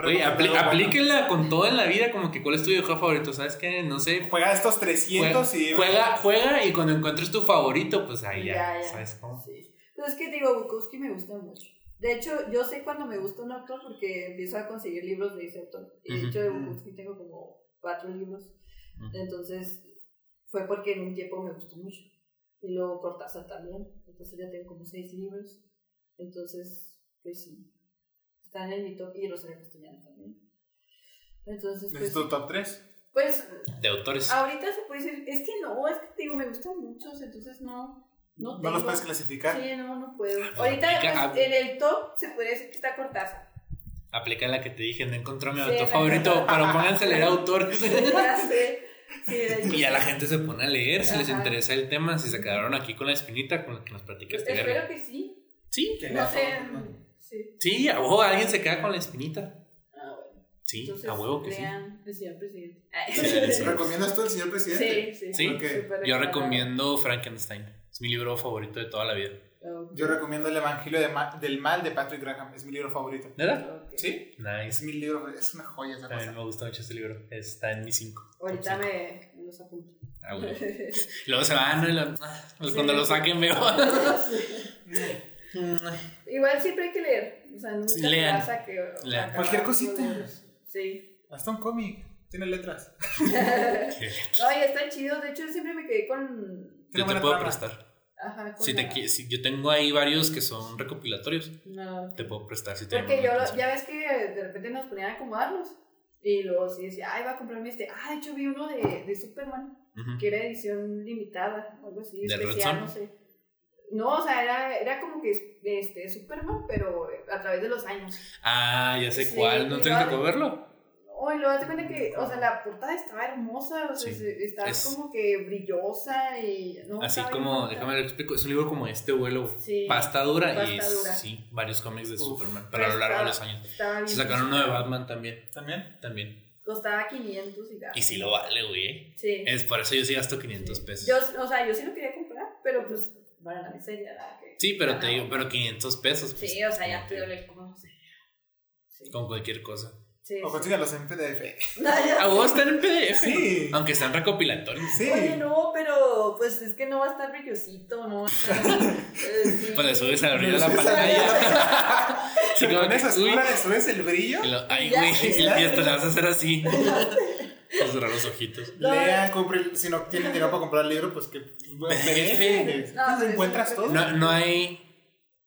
Oye, apli- Bueno, aplíquenla con todo en la vida, como que cuál es tu videojuego favorito, ¿sabes qué? No sé. Juega estos 300 y. Juega, juega y cuando encuentres tu favorito, pues ahí ya, Ya, ya. ¿sabes cómo? Sí. Pero es que digo, Bukowski me gusta mucho. De hecho, yo sé cuando me gusta un autor porque empiezo a conseguir libros de ese autor. Y de hecho, de Ujú. Bukowski tengo como cuatro libros. Ujú. Entonces, fue porque en un tiempo me gustó mucho. Y luego Cortázar también. Entonces, ya tengo como seis libros. Entonces, pues sí. Están en mi top. Y Rosario Castellano también. Entonces, ¿Es pues. tu top 3? Pues De autores. ahorita se puede decir, es que no, es que te digo, me gustan muchos. Entonces, no. No, No, tengo. los puedes clasificar. Sí, no, no puedo. Ah, Ahorita aplica- pues, en el top se puede decir que (laughs) está Cortázar. Aplica la que te dije, no encontré mi Sí, autor la- favorito, pero pónganse (laughs) a leer autores. Ya sé. Sí, de (laughs) hecho. y ya la gente se pone a leer si les Ajá. interesa el tema, si se quedaron aquí con la espinita con la que nos platicaste. verga. Pues Espero que sí. Sí, Que No la- sé. Sí. sí, a huevo, alguien se queda con la espinita. Ah, bueno. Sí, Entonces, a huevo que sí. lean El señor presidente. (laughs) Sí, sí. ¿Recomiendas tú al señor presidente? Sí, sí. Sí. súper Yo recomendado. recomiendo Frankenstein. Es mi libro favorito de toda la vida. Ok, Yo recomiendo El Evangelio de Ma- del Mal de Patrick Graham. Es mi libro favorito. ¿Verdad? ok. ¿Sí? Es Nice. mi libro, es una joya esa También cosa. me gusta mucho ese libro. Está en mi 5. Ahorita me, me los (laughs) apunto. Ah, güey. Luego se van, ¿no? Y lo- ah, pues Sí. Cuando lo saquen, veo. (laughs) Mm, Igual siempre hay que leer. O sea, nunca Sí, te lean. vas a que. Lean. acabar Cualquier cosita. con ellos. Sí. (laughs) Hasta un cómic. Tiene letras. Ay, están chidos. De hecho, siempre me quedé con. Yo Tiene te buena puedo trama. prestar. Ajá, con Si te la- qui- si- yo tengo ahí varios que son recopilatorios. No. Te puedo prestar si te Porque yo, llaman la lo- atención. ya ves que de repente nos ponían a acomodarlos. Y luego sí decía, ay, va a comprarme este. Ah, de hecho vi uno de, de Superman, Ujú. que era edición limitada, algo así, ¿De especial, Red no sé. No, o sea, era, era como que es- este, Superman, pero a través de los años. Ah, ya sé Sí, cuál. ¿No yo- te tocó verlo? Oh, y luego das cuenta que, o sea, la portada estaba hermosa, o sea, Sí, se- estaba es- como que brillosa y... No, Así estaba bien como, bonita. déjame lo explico. Es un libro como este vuelo. güey. Sí, Pasta dura y Pasta dura. sí, varios cómics de Uf, Superman. Pero a lo pero largo de los estaba- años. estaba bien Se sacaron uno de bonita. Batman también. ¿También? También. Costaba 500 y tal. Y sí lo vale, güey. ¿eh? Sí. Es por eso yo sí gasto 500 pesos. Yo, o sea, yo sí lo quería comprar, pero pues para la miseria. ¿verdad? Que- Sí, pero te Ah, digo, pero 500 pesos. pues, Sí, o sea, ya como te que- duele como no sé. Sí. Con cualquier cosa. Sí, O sí. consígalos en PDF. (laughs) No, ya A sé. vos están en PDF. Sí. Aunque sean recopilatorios. Sí. Oye, no, pero pues es que no va a estar brillosito, (laughs) ¿no? (laughs) va a estar- eh, sí. Pues le subes al brillo de la Sí, pantalla. (laughs) Sí, como Con que, esas uy. curas le subes el brillo. Y lo- Ay, Ya, güey. ya. Y hasta le vas a hacer (laughs) así. Vas a cerrar los ojitos. No, Lean, compren. Si no tienen dinero para comprar el libro, pues que. PDF. No, Entonces pero encuentras es- todo. No, no hay.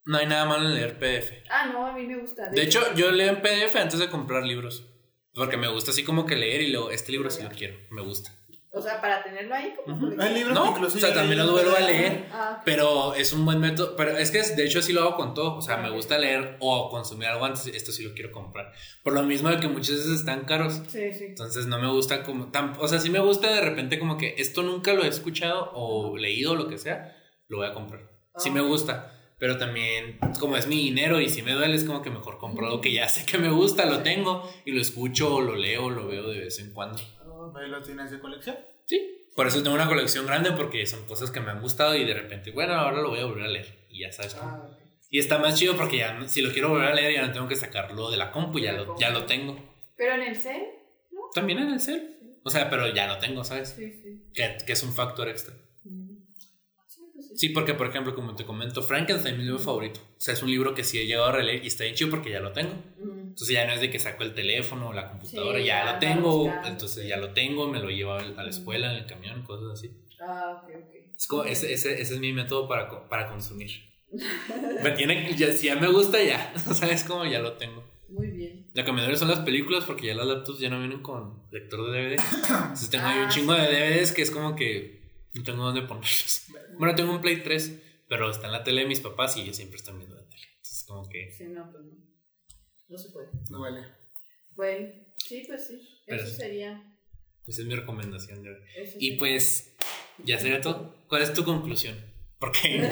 No hay nada malo en leer PDF. Ah, no, a mí me gusta. De hecho, yo leo en PDF antes de comprar libros. Porque me gusta así como que leer y luego, este libro sí lo quiero, me gusta. O sea, para tenerlo ahí como. Ujú. colección. Hay libros No, que incluso o sea, ya también leí lo en vuelvo a PDF. leer. Ah, Pero es un buen método. Pero es que es- de hecho así lo hago con todo. O sea, me gusta leer o consumir algo antes. Esto sí lo quiero comprar. Por lo mismo de que muchas veces están caros. sí, sí. Entonces no me gusta como. Tan, o sea, sí me gusta de repente como que esto nunca lo he escuchado o leído o lo que sea. Lo voy a comprar. Sí Ah. me gusta. Pero también, como es mi dinero y si me duele, es como que mejor compro algo que ya sé que me gusta, lo tengo y lo escucho o lo leo o lo veo de vez en cuando. Ahí lo tienes de colección. Sí. Por eso tengo una colección grande porque son cosas que me han gustado y de repente, bueno, ahora lo voy a volver a leer. Y ya sabes cómo. Ah, ok. Y está más chido porque ya no- si lo quiero volver a leer ya no tengo que sacarlo de la compu, ya lo, ya lo tengo. Pero en el C, También en el cel. O sea, pero ya lo tengo, ¿sabes? sí, sí. Que, que es un factor extra. Mm. Sí, pues sí. Sí, porque por ejemplo, como te comento, Frankenstein es mi libro favorito. O sea, es un libro que sí he llegado a releer y está bien chido porque ya lo tengo. Mm. Entonces ya no es de que saco el teléfono o la computadora, Sí, ya ya lo lo tengo. buscas. Entonces ya lo tengo, me lo llevo a la escuela, en el camión, cosas así. Ah, ok, ok. Es como, ese, ese, ese es mi método para, co- para consumir. (laughs) Me tiene, ya, si ya me gusta, ya. (laughs) O sea, es como ya lo tengo. Muy bien. Recomendadores son las películas porque ya las laptops ya no vienen con lector de DVD. Entonces tengo ahí un Ah, chingo de DVDs que es como que no tengo dónde ponerlos. Bueno, tengo un Play 3, pero está en la tele de mis papás y ellos siempre están viendo la tele. Entonces, como que. Sí, no, pues no. No se puede. Duele. Bueno, sí, pues sí. Pero Eso sí. sería. Esa pues, es mi recomendación de hoy. eso Y sería. pues, ya sería todo. ¿Cuál es tu conclusión? ¿Por qué?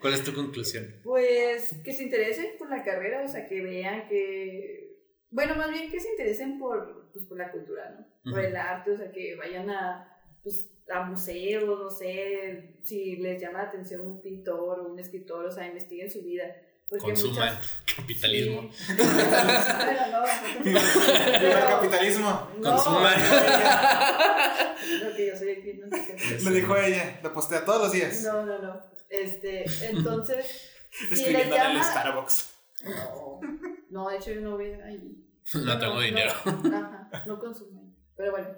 ¿Cuál es tu conclusión? (laughs) Pues que se interesen por la carrera, o sea, que vean que. Bueno, más bien que se interesen por, pues, por la cultura, ¿no? Por Ujú. el arte, o sea, que vayan a, pues, a museos, no sé, si les llama la atención un pintor o un escritor, o sea, investiguen su vida. Porque Consuman muchas- capitalismo. Sí. (laughs) Bueno, no, Viva el capitalismo. no, Consuman. No, que yo soy aquí, no sé qué. Lo dijo ella. Lo postea todos los días. No, no, no. Este, entonces, si les Escribiendo en el llama, Starbucks. No, no, de hecho yo no voy ahí. No tengo dinero. No, ajá, no consumo. Pero bueno,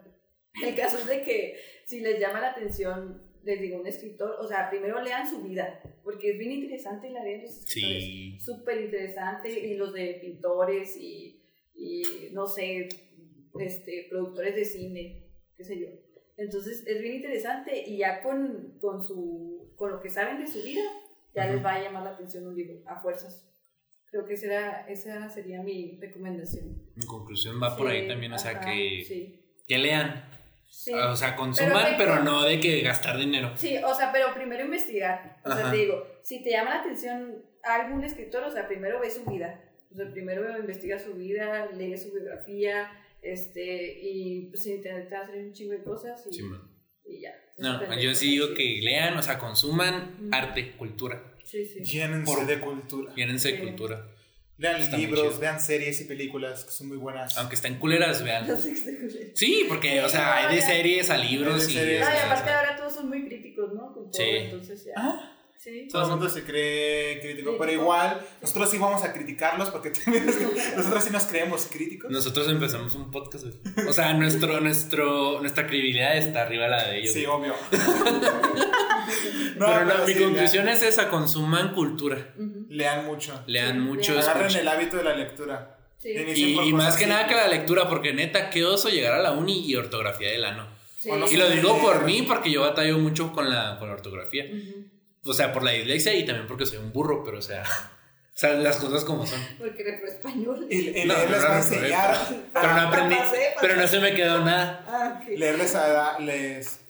el caso es de que si les llama la atención, les digo, un escritor, o sea, primero lean su vida, porque es bien interesante la vida de los escritores. Sí. Súper interesante, y los de pintores y, y, no sé, este, productores de cine, qué sé yo. Entonces es bien interesante y ya con, con, su, con lo que saben de su vida, ya les va a llamar la atención un libro, a fuerzas. Creo que será, esa sería mi recomendación. En conclusión, va por ahí Sí, también. O sea, ajá, que, Sí. que lean. Sí. O sea, consuman, Pero pero, que- no de que gastar dinero. Sí, o sea, pero primero investigar. O Ajá. sea, te digo, si te llama la atención algún escritor, o sea, primero ve su vida. O sea, primero investiga su vida, lee su biografía, este, y pues intenta hacer un chingo de cosas y, Sí, man. y ya. No, Entonces, pues, yo sí digo sí. que lean, o sea, consuman Mm. arte, cultura. Sí, sí. (laughs) Llénense Por- de cultura. Llénense de Sí. cultura. Lean Está muy libros, chido. vean series y películas que son muy buenas. Aunque estén culeras, No vean. sé qué se escuche. Sí, porque, o sea, hay de Sí, series a libros de y. No, y series. o sea, aparte ahora todos son muy críticos, ¿no? Con todo, Sí. entonces ya. Ah, (laughs) Sí. todo el mundo se cree crítico, pero Crítico. igual nosotros sí vamos a criticarlos porque (laughs) también es- nosotros sí nos creemos críticos. Nosotros empezamos un podcast, güey. O sea, nuestro, nuestro, nuestra credibilidad está arriba de la de ellos. Sí, güey. obvio. pero no, mi sí, conclusión es esa, consuman cultura. Ujú. Lean, lean mucho. Lean Sí, mucho, lean. Agarren escuchen. el hábito de la lectura. Sí. Tienen- Y, por y cosas más que así. nada que la lectura, porque neta, qué oso llegar a la uni y ortografía de la no. Sí. o no Y lo digo por mí, porque yo batallo mucho con la, con la ortografía. Ujú. O sea, por la dislexia y también porque soy un burro, pero o sea, (laughs) o sea las cosas como son. Porque repro español. Y el No, leerles no, va a no, no, enseñar. Pero no Ah, aprendí, pasé, pasé. pero no se me quedó nada. Ah, ok. Leerles hará les.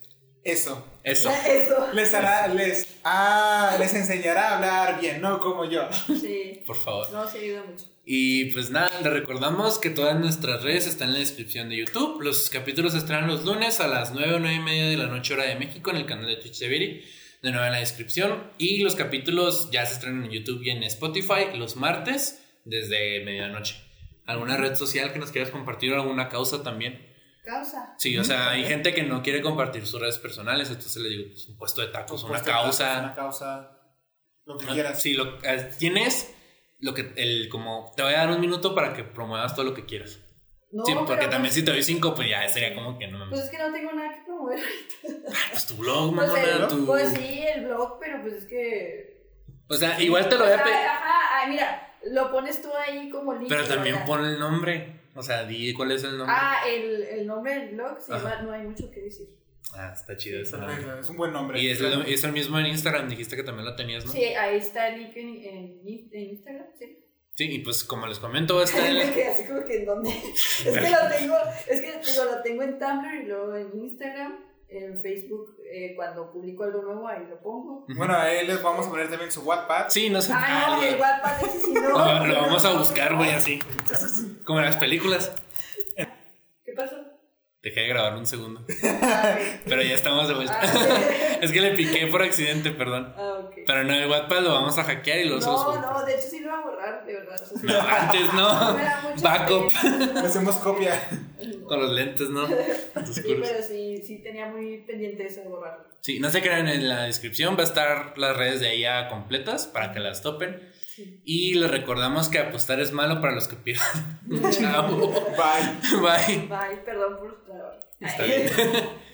Eso. Eso. (laughs) Eso. Les hará, les. Ah, les enseñará a hablar bien, no como yo. Sí. Por favor. No, sí ayuda mucho. Y pues nada, les recordamos que todas nuestras redes están en la descripción de YouTube. Los capítulos estarán los lunes a las 9 o 9 y media de la noche hora de México en el canal de Twitch de Viri. de nuevo en la descripción. Y los capítulos ya se estrenan en YouTube y en Spotify los martes desde medianoche. ¿Alguna red social que nos quieras compartir o alguna causa también? Causa. Sí, o sea, hay gente que no quiere compartir sus redes personales, entonces le digo, pues, un puesto de tacos, una causa. Una causa. Lo que No, quieras. Sí, lo, eh, tienes lo que el como te voy a dar un minuto para que promuevas todo lo que quieras. No, sí, porque pero también pues, si te doy cinco, pues ya sería como que no mames. Pues es que no tengo nada que promover. Pues tu blog, Pues, mamona, el- tu- pues sí, el blog, pero pues es que. O sea, igual te lo O voy a sea, pedir. Ajá, ay, mira, lo pones tú ahí como link. Pero también ¿verdad? pon el nombre. O sea, di cuál es el nombre. Ah, Ah, el, el nombre del blog se Ajá. llama No hay mucho que decir. Ah, está chido ese nombre. Perfecto, Es un buen nombre. Y es, lo- es el mismo en Instagram, dijiste que también lo tenías, ¿no? Sí, ahí está el link en, en in- en Instagram, sí. Sí, y pues como les comento, está (laughs) Me el... quedé así como que en dónde. Es que lo tengo, es que digo, lo tengo en Tumblr y luego en Instagram, en Facebook, eh, cuando publico algo nuevo ahí lo pongo. Bueno, ahí les vamos a poner también su Wattpad. (laughs) Sí, no sé. Ah, no, Ah, el lo- WhatsApp ese sí no. (laughs) lo, lo vamos a buscar, güey, así. Como en las películas. ¿Qué pasó? Dejé de grabar un segundo. Ah, ok. Pero ya estamos de vuelta. Ah, (laughs) es que le piqué por accidente, perdón. Ah, (laughs) ok. Pero no, el Wattpad lo vamos a hackear y lo No, no, de hecho sí lo voy a borrar, de verdad. o sea, sí. No, antes no. Me da mucha Backup. (laughs) pena. Hacemos copia. Con los lentes, ¿no? Tus Sí, curvas. pero sí, sí tenía muy pendiente eso de borrarlo. Sí, no se crean, en la descripción va a estar las redes de ella completas para que las topen. Sí. Y les recordamos que apostar es malo para los que (laughs) pierdan. Chao. Bye. Bye. Bye, perdón por... Está bien.